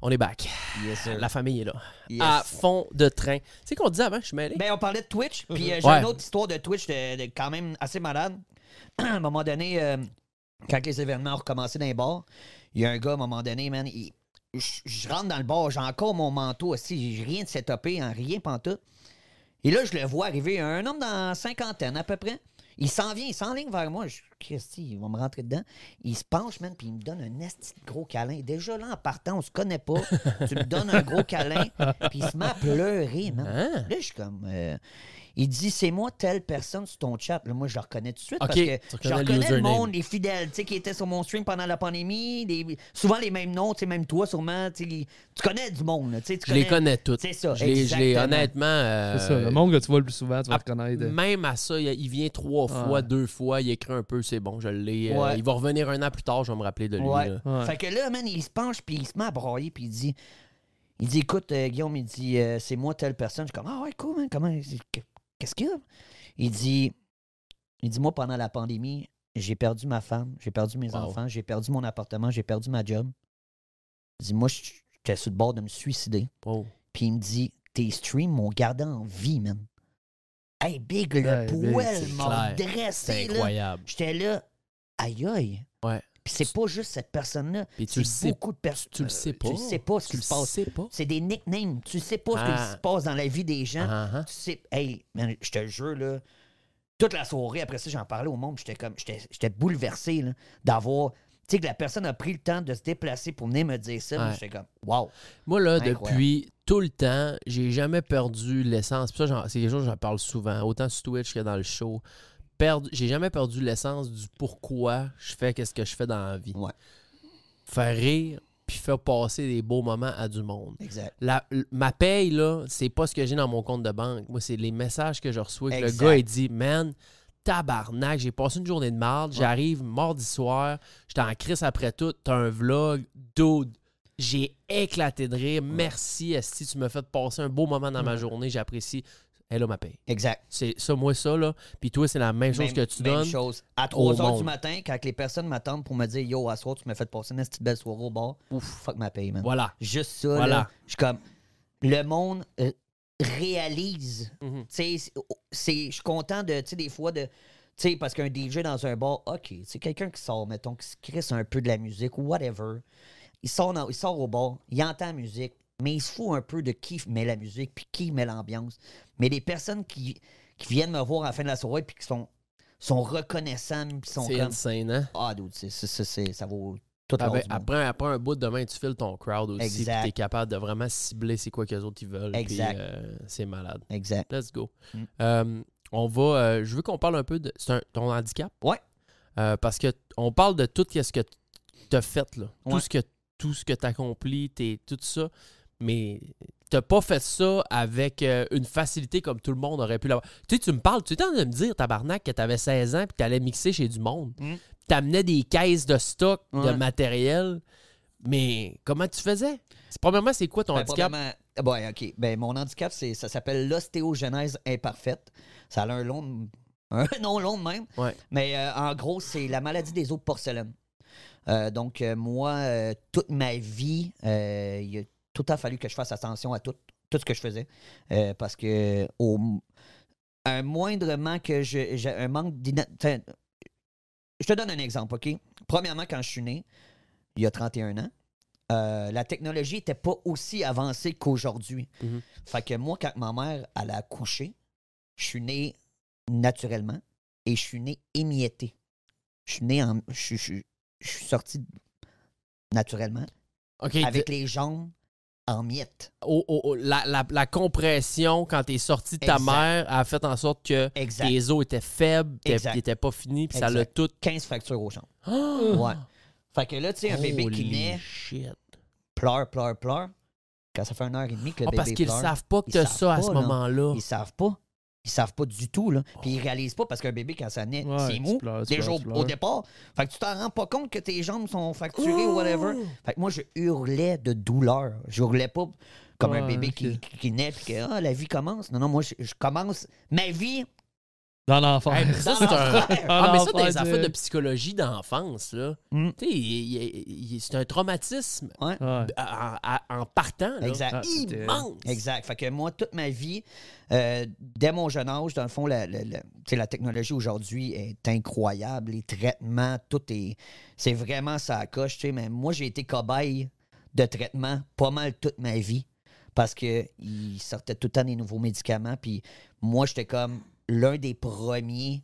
Speaker 4: On est back.
Speaker 5: Yes, sir.
Speaker 4: La famille est là.
Speaker 5: Yes.
Speaker 4: À fond de train. Tu sais qu'on disait avant, je suis mêlé.
Speaker 5: Ben, on parlait de Twitch, puis euh, j'ai
Speaker 4: Ouais.
Speaker 5: une autre histoire de Twitch de, de quand même assez malade. à un moment donné, euh, quand les événements ont recommencé dans les bars, il y a un gars, à un moment donné, man, il- je je rentre dans le bar, j'ai encore mon manteau aussi, j'ai rien de setupé, en rien pantoute. Et là, je le vois arriver, un homme dans la cinquantaine à peu près. Il s'en vient, il s'enligne vers moi. Je Christy, il va me rentrer dedans. Il se penche, man, puis il me donne un esti de gros câlin. Déjà là, en partant, on se connaît pas. tu me donnes un gros câlin, puis il se met à pleurer, man.
Speaker 4: Hein?
Speaker 5: Là, je suis comme. euh, il dit, c'est moi telle personne sur ton chat. Là, moi, je le reconnais tout de suite
Speaker 4: Ok, tu
Speaker 5: parce
Speaker 4: reconnais
Speaker 5: que je
Speaker 4: le
Speaker 5: reconnais le
Speaker 4: username.
Speaker 5: monde, les fidèles, tu sais, qui étaient sur mon stream pendant la pandémie. des- souvent les mêmes noms, tu sais, même toi, sûrement. tu sais, Tu connais du monde, là, tu sais. tu
Speaker 4: Je les connais toutes.
Speaker 5: C'est ça,
Speaker 4: Je les, je les-
Speaker 5: exactement.
Speaker 4: honnêtement. euh,
Speaker 6: C'est ça, le monde que tu vois le plus souvent, tu vas euh. reconnaître.
Speaker 4: Même à ça, il il vient trois
Speaker 6: Ah.
Speaker 4: fois, deux fois, il écrit un peu, c'est bon, je l'ai. euh,
Speaker 5: Ouais.
Speaker 4: il va revenir un an plus tard, je vais me rappeler de lui.
Speaker 5: Ouais.
Speaker 4: là.
Speaker 6: Ouais.
Speaker 5: Fait que là, man, il se penche, puis il se met à broyer, puis il dit, il dit, écoute, euh, Guillaume, il dit, euh, c'est moi telle personne. Je suis comme, ah ouais, cool, man, comment, qu'est-ce qu'il y a? Il dit, il dit, moi, pendant la pandémie, j'ai perdu ma femme, j'ai perdu mes
Speaker 4: Wow.
Speaker 5: enfants, j'ai perdu mon appartement, j'ai perdu ma job. Il dit, moi, j'étais sur le bord de me suicider.
Speaker 4: Oh.
Speaker 5: Puis il me dit, tes streams m'ont gardé en vie, man. Hey, Big, le
Speaker 6: Ouais, Big,
Speaker 5: poêle
Speaker 4: c'est
Speaker 5: m'a
Speaker 4: clair. C'est
Speaker 5: dressé, là.
Speaker 4: incroyable.
Speaker 5: J'étais là, aïe aïe.
Speaker 4: Ouais.
Speaker 5: Puis c'est pas juste cette personne-là.
Speaker 4: Puis tu le
Speaker 5: c'est
Speaker 4: sais-
Speaker 5: beaucoup de personnes.
Speaker 4: tu le sais pas.
Speaker 5: Tu le sais pas ce
Speaker 4: Tu
Speaker 5: qui
Speaker 4: le
Speaker 5: se passe.
Speaker 4: sais pas.
Speaker 5: C'est des nicknames. Tu sais pas ce
Speaker 4: Ah.
Speaker 5: qui se passe dans la vie des gens.
Speaker 4: Ah, ah.
Speaker 5: Tu sais. Hey, man, je te jure, là. Toute la soirée, après ça, j'en parlais au monde. J'étais comme. J'étais j'étais bouleversé, là, d'avoir. Tu sais, que la personne a pris le temps de se déplacer pour venir me dire ça.
Speaker 4: Ouais.
Speaker 5: J'étais comme, wow.
Speaker 4: Moi, là,
Speaker 5: Incroyable.
Speaker 4: depuis tout le temps, j'ai jamais perdu l'essence. Puis ça, j'en- c'est quelque chose que j'en parle souvent, autant sur Twitch que dans le show. Perdu- J'ai jamais perdu l'essence du pourquoi je fais qu'est-ce que je fais dans la vie.
Speaker 5: Ouais.
Speaker 4: Faire rire, puis faire passer des beaux moments à du monde.
Speaker 5: Exact.
Speaker 4: La- l- ma paye, là, c'est pas ce que j'ai dans mon compte de banque. Moi, c'est les messages que je reçois. Que le
Speaker 5: Exact.
Speaker 4: gars, il dit, man, tabarnak, j'ai passé une journée de marde, j'arrive mardi soir, j'étais en crise après tout, t'as un vlog, dude, j'ai éclaté de rire, merci, Esti, tu m'as fait passer un beau moment dans ma journée, j'apprécie. Hello, ma paye.
Speaker 5: Exact.
Speaker 4: C'est ça, moi, ça, là. Puis toi, c'est la même chose
Speaker 5: Même-
Speaker 4: que tu
Speaker 5: même
Speaker 4: donnes.
Speaker 5: chose. À
Speaker 4: au
Speaker 5: 3 h
Speaker 4: monde.
Speaker 5: du matin, quand les personnes m'attendent pour me dire Yo, à soir, tu m'as fait passer une petite belle soirée au bar. Ouf, fuck ma paye, man.
Speaker 4: Voilà.
Speaker 5: Juste ça, là,
Speaker 4: Voilà.
Speaker 5: je suis comme. Le monde euh, réalise.
Speaker 4: Mhm.
Speaker 5: Tu sais, c'est- oh, c'est- je suis content de, tu sais, des fois, de. Tu sais, parce qu'un DJ dans un bar, OK, c'est quelqu'un qui sort, mettons, qui se crisse un peu de la musique ou whatever. Il sort, dans- il sort au bar, il entend la musique, mais il se fout un peu de qui met la musique puis qui met l'ambiance. Mais les personnes qui, qui viennent me voir à la fin de la soirée puis qui sont, sont reconnaissantes puis sont
Speaker 4: C'est
Speaker 5: comme
Speaker 4: insane, hein?
Speaker 5: Ah, dude, c'est- c'est- c'est- c'est- ça vaut tout
Speaker 4: Ah ben,
Speaker 5: le monde.
Speaker 4: après, après un bout, demain, tu files ton crowd aussi. Tu
Speaker 5: Exact.
Speaker 4: es capable de vraiment cibler c'est quoi que les autres ils veulent. puis,
Speaker 5: Exact.
Speaker 4: euh, c'est malade.
Speaker 5: Exact.
Speaker 4: Let's go.
Speaker 5: Mm.
Speaker 4: Euh, on va. euh, je veux qu'on parle un peu de c'est un- ton handicap.
Speaker 5: Ouais.
Speaker 4: Euh, parce que t- on parle de tout ce que tu as fait, là. Tout
Speaker 5: Ouais.
Speaker 4: ce que tout ce que tu accomplis, tout ça. Mais t'as pas fait ça avec euh, une facilité comme tout le monde aurait pu l'avoir. Tu sais, tu me parles, tu es en train de me dire, tabarnak, que tu avais 16 ans et que tu allais mixer chez du monde.
Speaker 5: Mm.
Speaker 4: Tu amenais des caisses de stock, de
Speaker 5: Ouais.
Speaker 4: matériel. Mais comment tu faisais? C'est- Premièrement, c'est quoi ton
Speaker 5: Ben,
Speaker 4: handicap?
Speaker 5: probablement- Ah, ouais, OK. Ben, mon handicap, c'est, ça s'appelle l'ostéogenèse imparfaite. Ça a un long, un nom long de même.
Speaker 4: Ouais.
Speaker 5: Mais euh, en gros, c'est la maladie des os de porcelaine. Euh, donc, euh, moi, euh, toute ma vie, euh, il a tout le temps fallu que je fasse attention à tout, tout ce que je faisais. Euh, parce que au, un moindrement que je, j'ai un manque d'ident- enfin, Je te donne un exemple, OK? Premièrement, quand je suis né, il y a 31 ans, euh, la technologie n'était pas aussi avancée qu'aujourd'hui.
Speaker 4: Mhm.
Speaker 5: Fait que moi, quand ma mère elle a accouché, je suis né naturellement et je suis né émietté. Je suis né en. Je, je- je suis sorti naturellement
Speaker 4: Ok,
Speaker 5: avec les jambes en miettes.
Speaker 4: au- au- au- la, la- la compression quand t'es sorti de ta
Speaker 5: Exact.
Speaker 4: mère a fait en sorte que
Speaker 5: Exact.
Speaker 4: tes os étaient faibles, t'es-
Speaker 5: Exact.
Speaker 4: ils étaient pas finis, puis ça l'a
Speaker 5: Exact.
Speaker 4: tout.
Speaker 5: 15 fractures aux jambes. ouais. Fait que là, tu sais, un
Speaker 4: Ah!
Speaker 5: bébé qui
Speaker 4: Holy
Speaker 5: naît,
Speaker 4: shit.
Speaker 5: pleure, pleure, pleure. Quand ça fait une heure et demie que le
Speaker 4: Ah,
Speaker 5: bébé
Speaker 4: parce qu'ils
Speaker 5: pleure,
Speaker 4: savent pas que
Speaker 5: ils
Speaker 4: t'as
Speaker 5: savent
Speaker 4: ça à
Speaker 5: pas,
Speaker 4: ce
Speaker 5: là.
Speaker 4: moment-là.
Speaker 5: Ils savent pas. Ils savent pas du tout, là. Puis ils réalisent pas parce qu'un bébé, quand ça naît,
Speaker 6: Ouais,
Speaker 5: c'est
Speaker 6: tu
Speaker 5: mou.
Speaker 6: pleures, tu
Speaker 5: Déjà
Speaker 6: pleures,
Speaker 5: au,
Speaker 6: tu
Speaker 5: au
Speaker 6: pleures.
Speaker 5: départ. Fait que tu t'en rends pas compte que tes jambes sont fracturées ou whatever.
Speaker 6: Oh!
Speaker 5: Fait que moi, je hurlais de douleur. Je hurlais pas comme un
Speaker 6: Ouais,
Speaker 5: bébé
Speaker 6: ok.
Speaker 5: qui, qui, qui naît puis que ah, la vie commence. Non, non, moi, je, je commence ma vie.
Speaker 6: Dans l'enfer.
Speaker 4: Hey, mais ça, c'est un.
Speaker 5: l'enfer.
Speaker 4: Ah, mais ça,
Speaker 6: Dans l'enfer,
Speaker 4: des affaires de
Speaker 6: direct.
Speaker 4: psychologie d'enfance, là.
Speaker 5: Mm.
Speaker 4: Tu sais, il- il- il- c'est un traumatisme
Speaker 5: Ouais.
Speaker 4: Ah,
Speaker 6: Ouais.
Speaker 4: à- à- en partant, là.
Speaker 5: Exact.
Speaker 6: Ah, c'était-
Speaker 4: Immense.
Speaker 5: Exact. Fait que moi, toute ma vie, euh, dès mon jeune âge, dans le fond, la, la- la- tu sais, la technologie aujourd'hui est incroyable. Les traitements, tout est. C'est vraiment ça à coche. tu sais, Mais moi, j'ai été cobaye de traitement pas mal toute ma vie parce qu'ils sortaient tout le temps des nouveaux médicaments. Puis moi, j'étais comme l'un des premiers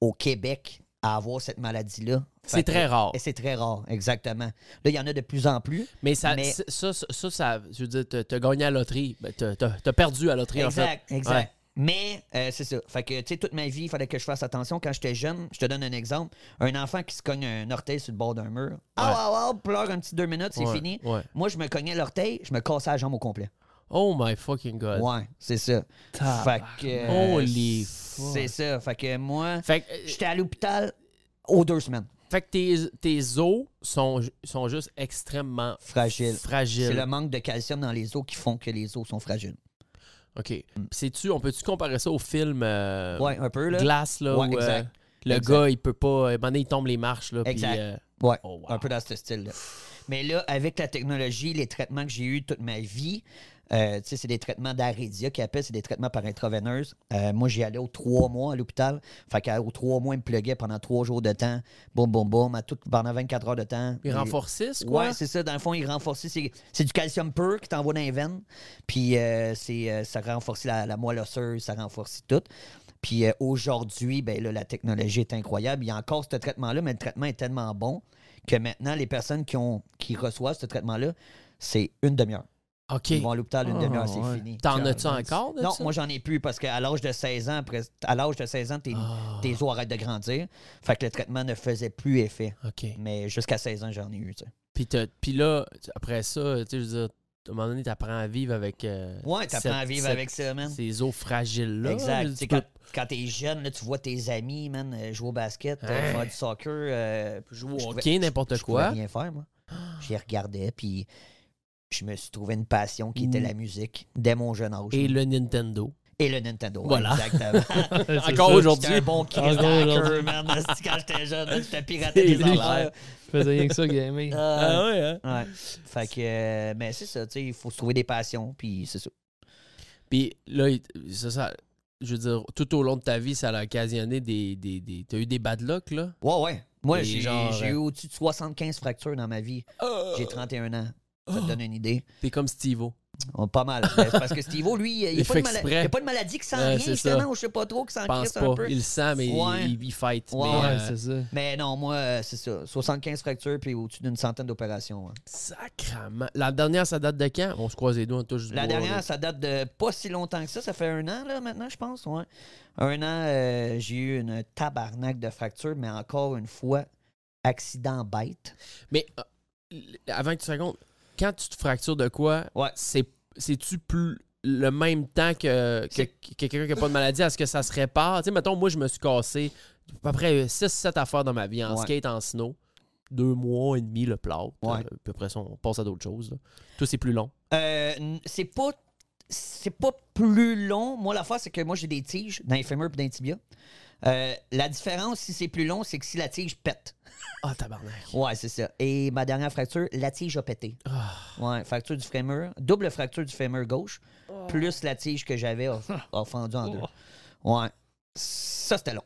Speaker 5: au Québec à avoir cette maladie-là. Fait
Speaker 4: C'est
Speaker 5: que-
Speaker 4: très rare.
Speaker 5: Et c'est très rare, exactement. Là, il y en a de plus en plus.
Speaker 4: Mais ça,
Speaker 5: Mais-
Speaker 4: ça, ça, ça, ça- je veux dire, t'as- t'as gagné à la loterie. Ben, t'as- T'as t'as perdu à la loterie, en fait.
Speaker 5: Exact, exact.
Speaker 4: Ouais.
Speaker 5: Mais euh, c'est ça. Fait que, tu sais, toute ma vie, il fallait que je fasse attention. Quand j'étais jeune, je te donne un exemple. Un enfant qui se cogne un orteil sur le bord d'un mur. Ah, ah, ah, pleure un petit deux minutes, c'est
Speaker 4: Ouais,
Speaker 5: fini.
Speaker 4: ouais.
Speaker 5: Moi, je me cognais l'orteil, je me cassais la jambe au complet.
Speaker 4: Oh my fucking god.
Speaker 5: Ouais, c'est ça. Fait
Speaker 6: Tabarnak.
Speaker 5: que. euh,
Speaker 4: Holy
Speaker 5: C'est ça. Fait que moi,
Speaker 4: Fait que, euh,
Speaker 5: j'étais à l'hôpital aux deux semaines.
Speaker 4: fait que tes, tes os sont, ju- sont juste extrêmement
Speaker 5: Fragile. C'est
Speaker 4: fragiles.
Speaker 5: le manque de calcium dans les os qui font que les os sont fragiles.
Speaker 4: OK. Puis Sais-tu, on peut-tu comparer ça au film euh,
Speaker 5: Mm. Ouais, un peu, là.
Speaker 4: Glass, là,
Speaker 5: Ouais,
Speaker 4: où euh,
Speaker 5: exact.
Speaker 4: le
Speaker 5: Exact.
Speaker 4: gars, il peut pas... À un moment donné, il tombe les marches, là, puis,
Speaker 5: Exact.
Speaker 4: euh,
Speaker 5: Ouais,
Speaker 4: Oh, wow.
Speaker 5: un peu dans ce style-là. Mais là, avec la technologie, les traitements que j'ai eus toute ma vie, euh, tu sais, c'est des traitements d'arédia qu'ils appellent, c'est des traitements par intraveineuse. Euh, moi, j'y allais aux trois mois à l'hôpital. Fait qu'aux trois mois, ils me pluguaient pendant trois jours de temps. Boum, boum, boum, à tout, pendant 24 heures de temps.
Speaker 4: ils
Speaker 5: Et-
Speaker 4: renforcissent, quoi?
Speaker 5: Ouais, c'est ça. Dans le fond, ils renforcent. C'est c'est du calcium pur qui t'envoie dans les veines. Puis euh, c'est, euh, ça renforce la, la moelle osseuse, ça renforce tout. Puis euh, aujourd'hui, ben, là, la technologie est incroyable. Il y a encore ce traitement-là, mais le traitement est tellement bon que maintenant, les personnes qui, ont, qui reçoivent ce traitement-là, c'est une demi-heure.
Speaker 4: OK.
Speaker 5: Ils vont à l'hôpital une
Speaker 6: Ah,
Speaker 5: demi-heure, c'est
Speaker 6: ouais.
Speaker 5: fini.
Speaker 4: T'en as-tu encore de
Speaker 5: Non,
Speaker 4: ça?
Speaker 5: moi j'en ai plus parce qu'à l'âge de 16 ans, après, à l'âge de 16 ans, tes, tes os arrêtent de grandir. Fait que le traitement ne faisait plus effet.
Speaker 4: OK.
Speaker 5: Mais jusqu'à 16 ans, j'en ai eu. tu sais.
Speaker 4: Puis, t'as- puis là, tu- après ça, tu sais, je veux dire, à un moment donné, t'apprends à vivre avec... euh,
Speaker 5: Ouais, t'apprends
Speaker 4: cette-
Speaker 5: à vivre
Speaker 4: cette-
Speaker 5: avec ça, man.
Speaker 4: Ces os fragiles-là.
Speaker 5: Exact.
Speaker 4: Je
Speaker 5: Tu
Speaker 4: veux
Speaker 5: sais,
Speaker 4: dire,
Speaker 5: quand
Speaker 4: tu
Speaker 5: quand t'es jeune, là, tu vois tes amis, man, euh, jouer au basket, euh,
Speaker 4: Hein?
Speaker 5: faire du soccer. euh,
Speaker 4: peux jouer
Speaker 5: je
Speaker 4: au
Speaker 5: pouvais-
Speaker 4: hockey,
Speaker 5: je-
Speaker 4: n'importe
Speaker 5: je
Speaker 4: quoi. Ah!
Speaker 5: pouvais rien faire, moi. J'y regardais, puis je me suis trouvé une passion qui était la musique dès mon jeune âge.
Speaker 4: Et
Speaker 5: man.
Speaker 4: le Nintendo.
Speaker 5: et le Nintendo.
Speaker 4: Voilà.
Speaker 5: Exactement.
Speaker 4: Encore
Speaker 5: J'étais un
Speaker 4: aujourd'hui. Ah,
Speaker 5: bon Chris
Speaker 6: Encore
Speaker 5: hacker,
Speaker 6: aujourd'hui.
Speaker 5: man. Asti, Quand j'étais jeune, j'étais piraté
Speaker 6: C'est
Speaker 5: des
Speaker 6: lui.
Speaker 5: affaires.
Speaker 6: Je faisais rien que ça, gamer.
Speaker 5: Euh,
Speaker 4: Ah ouais, hein?
Speaker 5: ouais. Fait que, euh, mais c'est ça, tu sais, il faut se trouver des passions, puis c'est ça.
Speaker 4: Puis là, il- ça, ça, je veux dire, tout au long de ta vie, ça a occasionné des. des, des T'as eu des bad luck, là?
Speaker 5: Ouais, ouais. Moi,
Speaker 4: Et
Speaker 5: j'ai
Speaker 4: genre,
Speaker 5: j'ai
Speaker 4: euh,
Speaker 5: eu au-dessus de 75 fractures dans ma vie. J'ai 31 ans. Ça
Speaker 4: Oh.
Speaker 5: te donne une idée.
Speaker 4: T'es comme Steve-O.
Speaker 5: Oh, pas mal. Ben, c'est parce que Steve-O, lui, il n'y
Speaker 4: Il
Speaker 5: a, pas
Speaker 4: fait
Speaker 5: de mala-
Speaker 4: exprès.
Speaker 5: il y a pas de maladie qui s'en
Speaker 4: Ouais,
Speaker 5: rien,
Speaker 4: c'est ça.
Speaker 5: justement, ou je sais pas trop, qui s'en
Speaker 4: Pense
Speaker 5: crisse
Speaker 4: pas.
Speaker 5: un peu.
Speaker 4: Il le sent, mais
Speaker 5: Ouais.
Speaker 4: il, il fight.
Speaker 5: Ouais.
Speaker 4: mais,
Speaker 6: Ouais,
Speaker 4: euh,
Speaker 6: c'est ça.
Speaker 5: Mais non, moi, euh, c'est ça. 75 fractures, puis au-dessus d'une centaine d'opérations. hein.
Speaker 4: Sacrement. La dernière, ça date de quand? On se croise les doigts, on touche du
Speaker 5: La
Speaker 4: bois,
Speaker 5: dernière,
Speaker 4: là.
Speaker 5: ça date de pas si longtemps que ça. Ça fait un an, là, maintenant, je pense. ouais. Un an, euh, j'ai eu une tabarnak de fractures, mais encore une fois, accident bête.
Speaker 4: Mais euh, l- avant que tu racontes, quand tu te fractures de quoi,
Speaker 5: Ouais.
Speaker 4: c'est- c'est-tu plus le même temps que, que, que quelqu'un qui n'a pas de maladie? Est-ce que ça se répare? Tu sais, mettons, moi, je me suis cassé à peu près 6-7 affaires dans ma vie en
Speaker 5: Ouais.
Speaker 4: skate, en snow. Deux mois et demi le plâtre.
Speaker 5: Ouais.
Speaker 4: Euh, puis après ça, on passe à d'autres choses. là. Toi, c'est plus long.
Speaker 5: Euh, n- c'est pas c'est pas plus long. Moi, la fois, c'est que moi, j'ai des tiges dans les fémurs et dans les tibias. Euh, la différence, si c'est plus long, c'est que si la tige pète.
Speaker 4: Ah, tabarnak.
Speaker 5: Ouais, c'est ça. Et ma dernière fracture, la tige a pété.
Speaker 4: Ah.
Speaker 5: Ouais, fracture du fémur, double fracture du fémur gauche,
Speaker 4: Oh.
Speaker 5: plus la tige que j'avais a, a fendu en deux. Ouais. Ça, c'était long.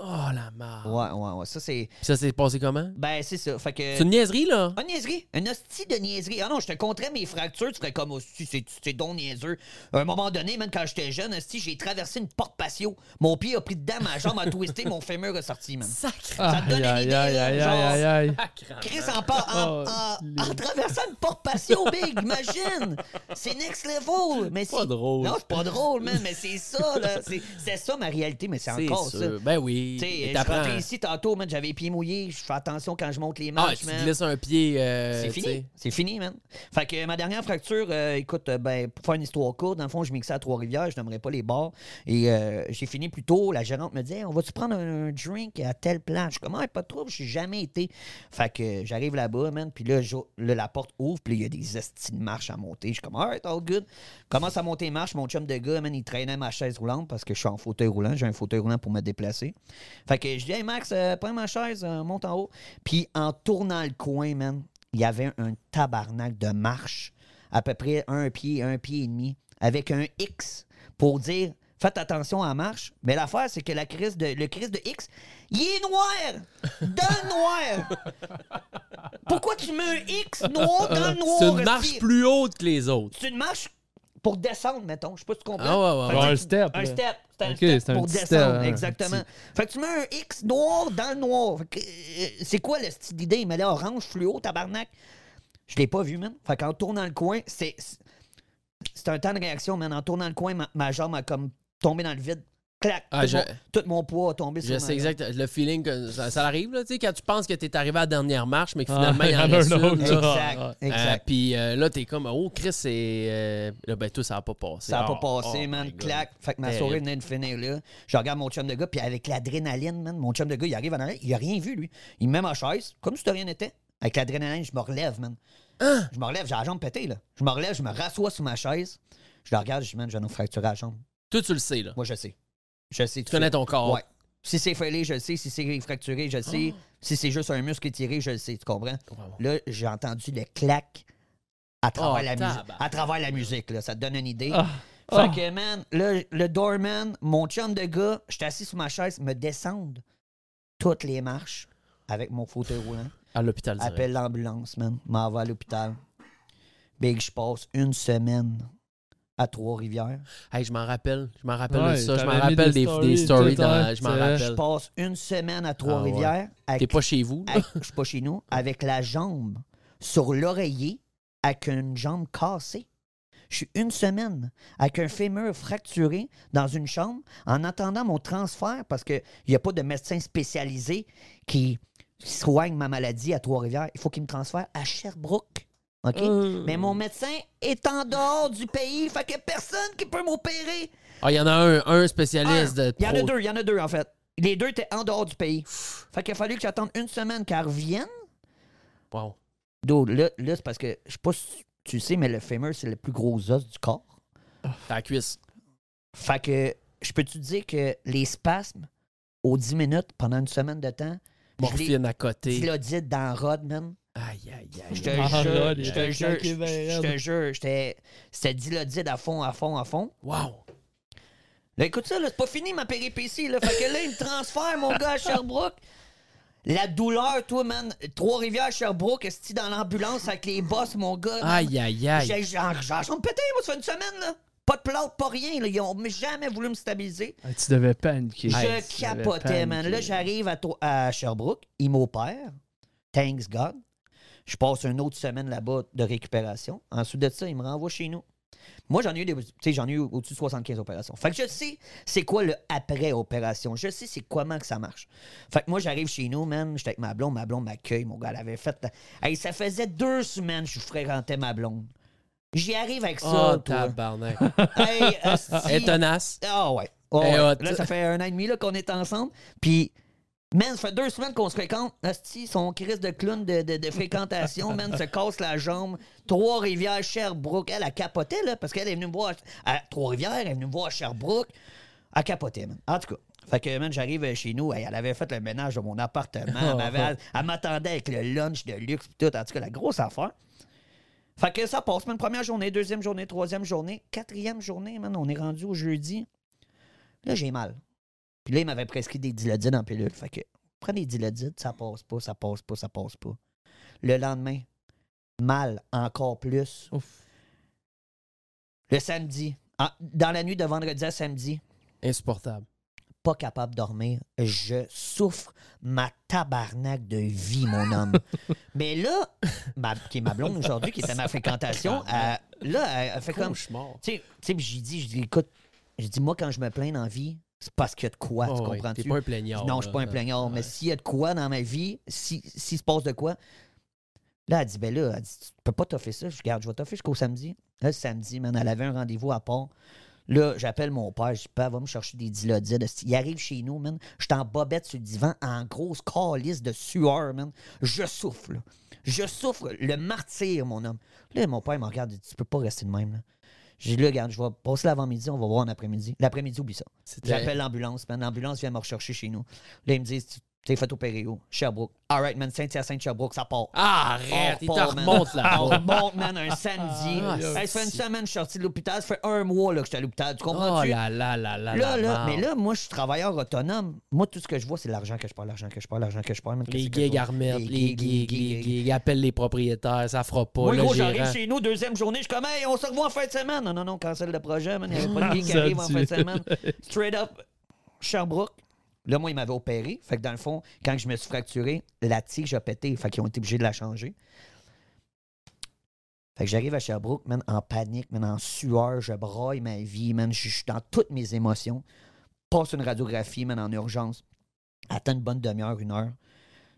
Speaker 4: Oh, la merde.
Speaker 5: Ouais, ouais, ouais. Ça, c'est.
Speaker 4: Puis ça s'est passé comment?
Speaker 5: Ben, c'est ça. Fait que.
Speaker 4: C'est une niaiserie, là?
Speaker 5: Ah, niaiserie. Une hostie de niaiserie. Ah non, je te compterais mes fractures. Tu serais comme, hostie, c'est, c'est donc niaiseux. À un moment donné, même quand j'étais jeune, hostie, j'ai traversé une porte patio. Mon pied a pris dedans, ma jambe a twisté, mon fémur est sorti, man.
Speaker 4: Sacre.
Speaker 5: Ça te donne
Speaker 6: Aïe,
Speaker 5: une idée,
Speaker 6: aïe, aïe,
Speaker 5: là,
Speaker 6: aïe,
Speaker 5: genre-
Speaker 6: aïe, aïe.
Speaker 5: Chris, en, par- en-
Speaker 4: Oh,
Speaker 5: en- en traversant une porte patio, big, imagine! C'est next level! Mais c'est
Speaker 4: Pas drôle.
Speaker 5: Non, c'est pas drôle, man, mais c'est ça, là. C'est, c'est ça ma réalité, mais c'est, encore ça.
Speaker 4: sûr. Ben oui.
Speaker 5: Tu sais,
Speaker 4: Et
Speaker 5: je
Speaker 4: t'apprends.
Speaker 5: rentrais ici tantôt, man, j'avais les pieds mouillés, je fais attention quand je monte les
Speaker 4: Ah,
Speaker 5: marches,
Speaker 4: tu
Speaker 5: man.
Speaker 4: te laisses un pied. euh,
Speaker 5: C'est
Speaker 4: tu
Speaker 5: fini.
Speaker 4: sais.
Speaker 5: C'est fini, man. Fait que euh, ma dernière fracture, euh, écoute, euh, ben, pour faire une histoire courte, dans le fond, je mixais à Trois-Rivières, je n'aimerais pas les bars. Et euh, j'ai fini plus tôt. La gérante me dit Hey, On va-tu prendre un, un drink à telle place Je suis comme Ah, Pas de trouble, j'ai jamais été. Fait que euh, j'arrive là-bas, man. Puis là, j'o- là, la porte ouvre, puis là, il y a des estis de marche à monter. Je suis comme Alright, all good. Commence à monter les marches. Mon chum de gars, man, il traînait ma chaise roulante parce que je suis en fauteuil roulant. J'ai un fauteuil roulant pour me déplacer. Fait que je dis Hey, Max, euh, prends ma chaise, euh, monte en haut. Puis en tournant le coin, man, il y avait un tabarnak de marche, à peu près un pied, un pied et demi, avec un X pour dire faites attention à la marche. Mais l'affaire, c'est que la crise de, le crise de X, il est noir! Dans le noir! Pourquoi tu mets un X noir dans le noir?
Speaker 4: Euh, C'est une
Speaker 5: hostie?
Speaker 4: marche plus haute que les autres.
Speaker 5: C'est une marche pour descendre, mettons. Je sais pas si tu comprends.
Speaker 4: Ah ouais, ouais,
Speaker 5: Fait que
Speaker 4: ouais.
Speaker 5: tu-
Speaker 6: Un step,
Speaker 5: Un
Speaker 6: là.
Speaker 5: step. C'est un
Speaker 6: Ok, c'est
Speaker 5: step
Speaker 6: un
Speaker 5: pour
Speaker 6: petit step,
Speaker 5: descendre,
Speaker 6: hein,
Speaker 5: exactement.
Speaker 6: un
Speaker 5: Fait que tu mets un X noir dans le noir. Fait que, euh, C'est quoi le style d'idée? Il met là orange fluo, tabarnak. Je l'ai pas vu, man. Fait qu'en tournant le coin, c'est... c'est- C'est un temps de réaction, man. En tournant le coin, ma, ma jambe a comme tombé dans le vide. Clac!
Speaker 4: Ah,
Speaker 5: tout,
Speaker 4: je-
Speaker 5: mon, tout mon poids a tombé sur
Speaker 4: Je
Speaker 5: ma
Speaker 4: sais
Speaker 5: jambe.
Speaker 4: exact le feeling que ça, ça arrive, là, tu sais, quand tu penses que t'es arrivé à la dernière marche, mais que finalement, il y
Speaker 6: Ah,
Speaker 4: en
Speaker 6: un
Speaker 4: reste
Speaker 6: autre,
Speaker 4: une,
Speaker 6: là.
Speaker 4: là.
Speaker 5: Exact,
Speaker 6: Ah,
Speaker 4: Euh,
Speaker 5: exact.
Speaker 4: Puis euh, là, t'es comme, oh, Chris, c'est. euh, là, ben, tout, ça n'a pas passé.
Speaker 5: Ça n'a
Speaker 4: Oh,
Speaker 5: pas passé,
Speaker 4: oh my
Speaker 5: man.
Speaker 4: God.
Speaker 5: Clac. Fait que ma
Speaker 4: Terrible.
Speaker 5: souris venait de finir là. Je regarde mon chum de gars, puis avec l'adrénaline, man, mon chum de gars, il arrive en arrière, il a rien vu, lui. Il me met ma chaise, comme si de rien n'était. Avec l'adrénaline, je me relève, man. Je me relève, j'ai la jambe pétée, là. Je me relève, je me rassois sur ma chaise. Je le regarde, je dis, man, je vais nous fracturer la jambe.
Speaker 4: Toi, tu le sais, là.
Speaker 5: Moi, je sais. Je sais.
Speaker 4: Tu connais ton corps. Ah.
Speaker 5: Ouais. Si c'est fêlé, je le sais. Si c'est fracturé, je le sais. Si c'est juste un muscle étiré, je le sais. Tu comprends?
Speaker 4: Wow.
Speaker 5: Là, j'ai entendu le clac à travers,
Speaker 4: Oh,
Speaker 5: la, musique.
Speaker 4: tabarnak. Ah.
Speaker 5: à travers la musique. Là. Ça te donne une idée. Fait que, man, le, le doorman, mon chum de gars, j'étais assis sur ma chaise, me descendent toutes les marches avec mon fauteuil roulant.
Speaker 4: À l'hôpital. direct.
Speaker 5: Appelle l'ambulance, man. M'en va à l'hôpital. Big, je passe une semaine à Trois-Rivières.
Speaker 4: Hey, je m'en rappelle. Je m'en rappelle
Speaker 6: Ouais,
Speaker 4: de ça. Je m'en
Speaker 6: t'avais mis
Speaker 4: rappelle
Speaker 6: des
Speaker 4: des,
Speaker 6: stories,
Speaker 4: des stories.
Speaker 6: tout,
Speaker 4: dans,
Speaker 6: hein,
Speaker 4: je m'en
Speaker 6: tu sais.
Speaker 5: Je
Speaker 4: rappelle.
Speaker 5: passe une semaine à Trois-Rivières. avec-
Speaker 4: Ah T'es pas chez vous, là.
Speaker 5: avec- Je suis pas chez nous. Avec la jambe sur l'oreiller, avec une jambe cassée. Je suis une semaine avec un fémur fracturé dans une chambre en attendant mon transfert parce qu'il n'y a pas de médecin spécialisé qui soigne ma maladie à Trois-Rivières. Il faut qu'il me transfère à Sherbrooke. OK?
Speaker 4: Euh.
Speaker 5: Mais mon médecin est en dehors du pays, fait que personne qui peut m'opérer.
Speaker 4: Ah, il y en a un, un spécialiste de.
Speaker 5: Ah, Il y en a
Speaker 4: pro-
Speaker 5: deux, il y en a deux, en fait. Les deux étaient en dehors du pays. Fait qu'il a fallu que j'attende une semaine qu'elle revienne.
Speaker 4: Wow.
Speaker 5: Dude, là, là, c'est parce que, je sais pas si tu le sais, mais le fémur, c'est le plus gros os du corps.
Speaker 4: Ta cuisse.
Speaker 5: Fait que je peux-tu te dire que les spasmes, aux 10 minutes, pendant une semaine de temps, je
Speaker 4: Morphine à
Speaker 5: l'ai
Speaker 4: côté.
Speaker 5: dilodite dans Rod, man.
Speaker 4: Aïe, aïe,
Speaker 5: Je
Speaker 4: aïe.
Speaker 5: te
Speaker 6: Ah,
Speaker 5: jure,
Speaker 6: là,
Speaker 5: je
Speaker 6: il
Speaker 5: te
Speaker 6: a
Speaker 5: jure,
Speaker 6: claqué
Speaker 5: je
Speaker 6: bien
Speaker 5: je te
Speaker 6: raide.
Speaker 5: jure, j'étais c'était dilodite à fond, à fond, à fond.
Speaker 4: Wow.
Speaker 5: Là, écoute ça, là, c'est pas fini ma péripétie. Là. Fait que là, il me transfère, mon gars, à Sherbrooke. La douleur, toi, man. Trois-Rivières, Sherbrooke, est dans l'ambulance avec les boss, mon gars? man.
Speaker 4: Aïe, aïe, aïe.
Speaker 5: J'ai- J'en j'en jambe pété, moi, ça fait une semaine, là. Pas de plâtre, pas rien, là. Ils ont jamais voulu me stabiliser.
Speaker 6: Ah, tu devais paniquer.
Speaker 4: Hey,
Speaker 5: Je capotais, man. Là, j'arrive à, to- à Sherbrooke. Ils m'opèrent. Thanks God. Je passe une autre semaine là-bas de récupération. Ensuite de ça, ils me renvoient chez nous. Moi, j'en ai eu, des- tu sais, j'en ai eu au-dessus de 75 opérations. Fait que je sais c'est quoi le après-opération. Je sais c'est comment que ça marche. Fait que moi, j'arrive chez nous, man. J'étais avec ma blonde. Ma blonde m'accueille. Mon gars, elle avait fait... Hey, ça faisait deux semaines que je fréquentais ma blonde. J'y arrive avec ça,
Speaker 4: Oh,
Speaker 5: toi.
Speaker 4: tabarnak.
Speaker 5: Hey, hostie.
Speaker 4: Et tenace.
Speaker 5: Ah ouais. Oh,
Speaker 4: Eh,
Speaker 5: ouais.
Speaker 4: hot.
Speaker 5: Là, ça fait un an et demi là, qu'on est ensemble. Puis, man, ça fait deux semaines qu'on se fréquente. Asti, son crise de clown de, de- de fréquentation, man, se casse la jambe. Trois-Rivières, Sherbrooke. Elle a capoté, là, parce qu'elle est venue me voir à, à Trois-Rivières, elle est venue me voir à Sherbrooke. Elle capoté, man. En tout cas. Fait que, man, j'arrive chez nous. hey, elle avait fait le ménage de mon appartement. Elle m'avait- Elle m'attendait avec le lunch de luxe et tout. En tout cas, la grosse affaire. Fait que ça passe, man. Première journée, deuxième journée, troisième journée, quatrième journée, man. On est rendu au jeudi. Là, j'ai mal. Puis là, il m'avait prescrit des dilodides en pilule. Fait que, prends des dilodides, ça passe pas, ça passe pas, ça passe pas. Le lendemain, mal encore plus.
Speaker 6: Ouf.
Speaker 5: Le samedi, en- dans la nuit de vendredi à samedi,
Speaker 4: Insupportable.
Speaker 5: pas capable de dormir. Je souffre ma tabarnak de vie, mon homme. Mais là, ma- qui est ma blonde aujourd'hui, qui était ma fréquentation, elle- là, elle, elle fait comme...
Speaker 4: Cauchemar.
Speaker 5: Tu sais, tu sais, puis j'ai dit, je dis, écoute, je dis, moi, quand je me plains dans la vie, c'est parce qu'il y a de quoi,
Speaker 4: Oh,
Speaker 5: tu
Speaker 4: ouais,
Speaker 5: comprends-tu?
Speaker 4: T'es pas un plaignard.
Speaker 5: non, je suis pas un
Speaker 4: là.
Speaker 5: plaignard, mais
Speaker 4: Ouais.
Speaker 5: s'il y a de quoi dans ma vie, si- s'il se passe de quoi, là, elle dit, ben là, elle dit, tu peux pas t'offrir ça, je garde, je vais t'offrir jusqu'au samedi. Là, le samedi, man, elle avait un rendez-vous à part. Là, j'appelle mon père, je dis, père, va me chercher des dilodides. Il arrive chez nous, man, je suis en bobette sur le divan, en grosse calice de sueur, man. Je souffle. Je souffre le martyr, mon homme. Là, mon père il me regarde, il dit, tu peux pas rester de même, là. J'ai dit, là, regarde, je vais passer l'avant-midi, on va voir en après-midi. L'après-midi, oublie ça.
Speaker 4: C'était-
Speaker 5: J'appelle l'ambulance, man. L'ambulance vient me rechercher chez nous. Là, ils me disent, tu t'es fait opérer où? Sherbrooke. All right, man, Saint-Hyacinthe, Sherbrooke, ça part.
Speaker 4: Ah, arrête,
Speaker 5: On
Speaker 4: il te
Speaker 5: repart, man.
Speaker 4: remonte
Speaker 5: On
Speaker 4: là.
Speaker 5: remonte, man, un samedi.
Speaker 4: Ah,
Speaker 5: Hey, ça fait une
Speaker 4: si.
Speaker 5: semaine que je suis sorti de l'hôpital. Ça fait un mois là, que j'étais à l'hôpital. Tu
Speaker 4: Oh
Speaker 5: comprends-tu?
Speaker 4: là là là là. la
Speaker 5: là, là,
Speaker 4: marde.
Speaker 5: mais là, moi, je suis travailleur autonome. Moi, tout ce que je vois, c'est l'argent que je perds, l'argent que je perds, l'argent que je perds. man. Qu'est-ce
Speaker 4: Les
Speaker 5: que je
Speaker 4: gigs
Speaker 5: vois?
Speaker 4: armettes, les
Speaker 5: gigs,
Speaker 4: gigs, les gigs, appelle les propriétaires, ça fera pas.
Speaker 5: Moi,
Speaker 4: le
Speaker 5: gros,
Speaker 4: gérant.
Speaker 5: j'arrive chez nous, deuxième journée, je suis comme, hey, on se revoit en fin de semaine. Non, non, non, cancel le projet, man. Il n'y avait pas de gig qui
Speaker 6: Ça
Speaker 5: arrive en fin de
Speaker 6: tue.
Speaker 5: semaine. Straight up, Sherbrooke. Là, moi, ils m'avaient opéré. Fait que dans le fond, quand je me suis fracturé, la tige a pété. Fait qu'ils ont été obligés de la changer. Fait que j'arrive à Sherbrooke, man, en panique, man, en sueur, je braille ma vie, man, je je suis dans toutes mes émotions. Passe une radiographie, man, en urgence. Attends une bonne demi-heure, une heure.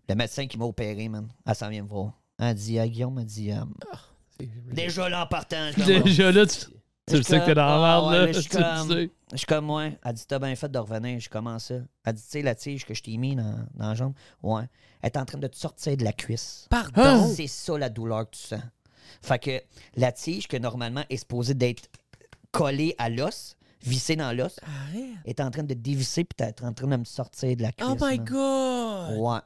Speaker 5: Le médecin qui m'a opéré, man, elle s'en vient me voir. Elle dit, à Guillaume, elle dit, euh, Déjà là en partant, je suis comme,
Speaker 6: Déjà là, Ah, tu, tu le sais que t'es dans la
Speaker 5: Ah
Speaker 6: merde,
Speaker 5: ouais,
Speaker 6: là.
Speaker 5: mais je suis
Speaker 6: tu le
Speaker 5: comme-
Speaker 6: sais.
Speaker 5: je suis comme ouais. Elle dit t'as bien fait de revenir, je commence ça. Elle dit tu sais la tige que je t'ai mis dans, dans la jambe, ouais. Elle est en train de te sortir de la cuisse. Ah!
Speaker 4: Pardon?
Speaker 5: C'est ça la douleur que tu sens. Fait que la tige que normalement est supposée d'être collée à l'os, vissée dans l'os, est en train de dévisser puis t'es en train de me sortir de la cuisse.
Speaker 4: Oh my
Speaker 5: man.
Speaker 4: god!
Speaker 5: Ouais.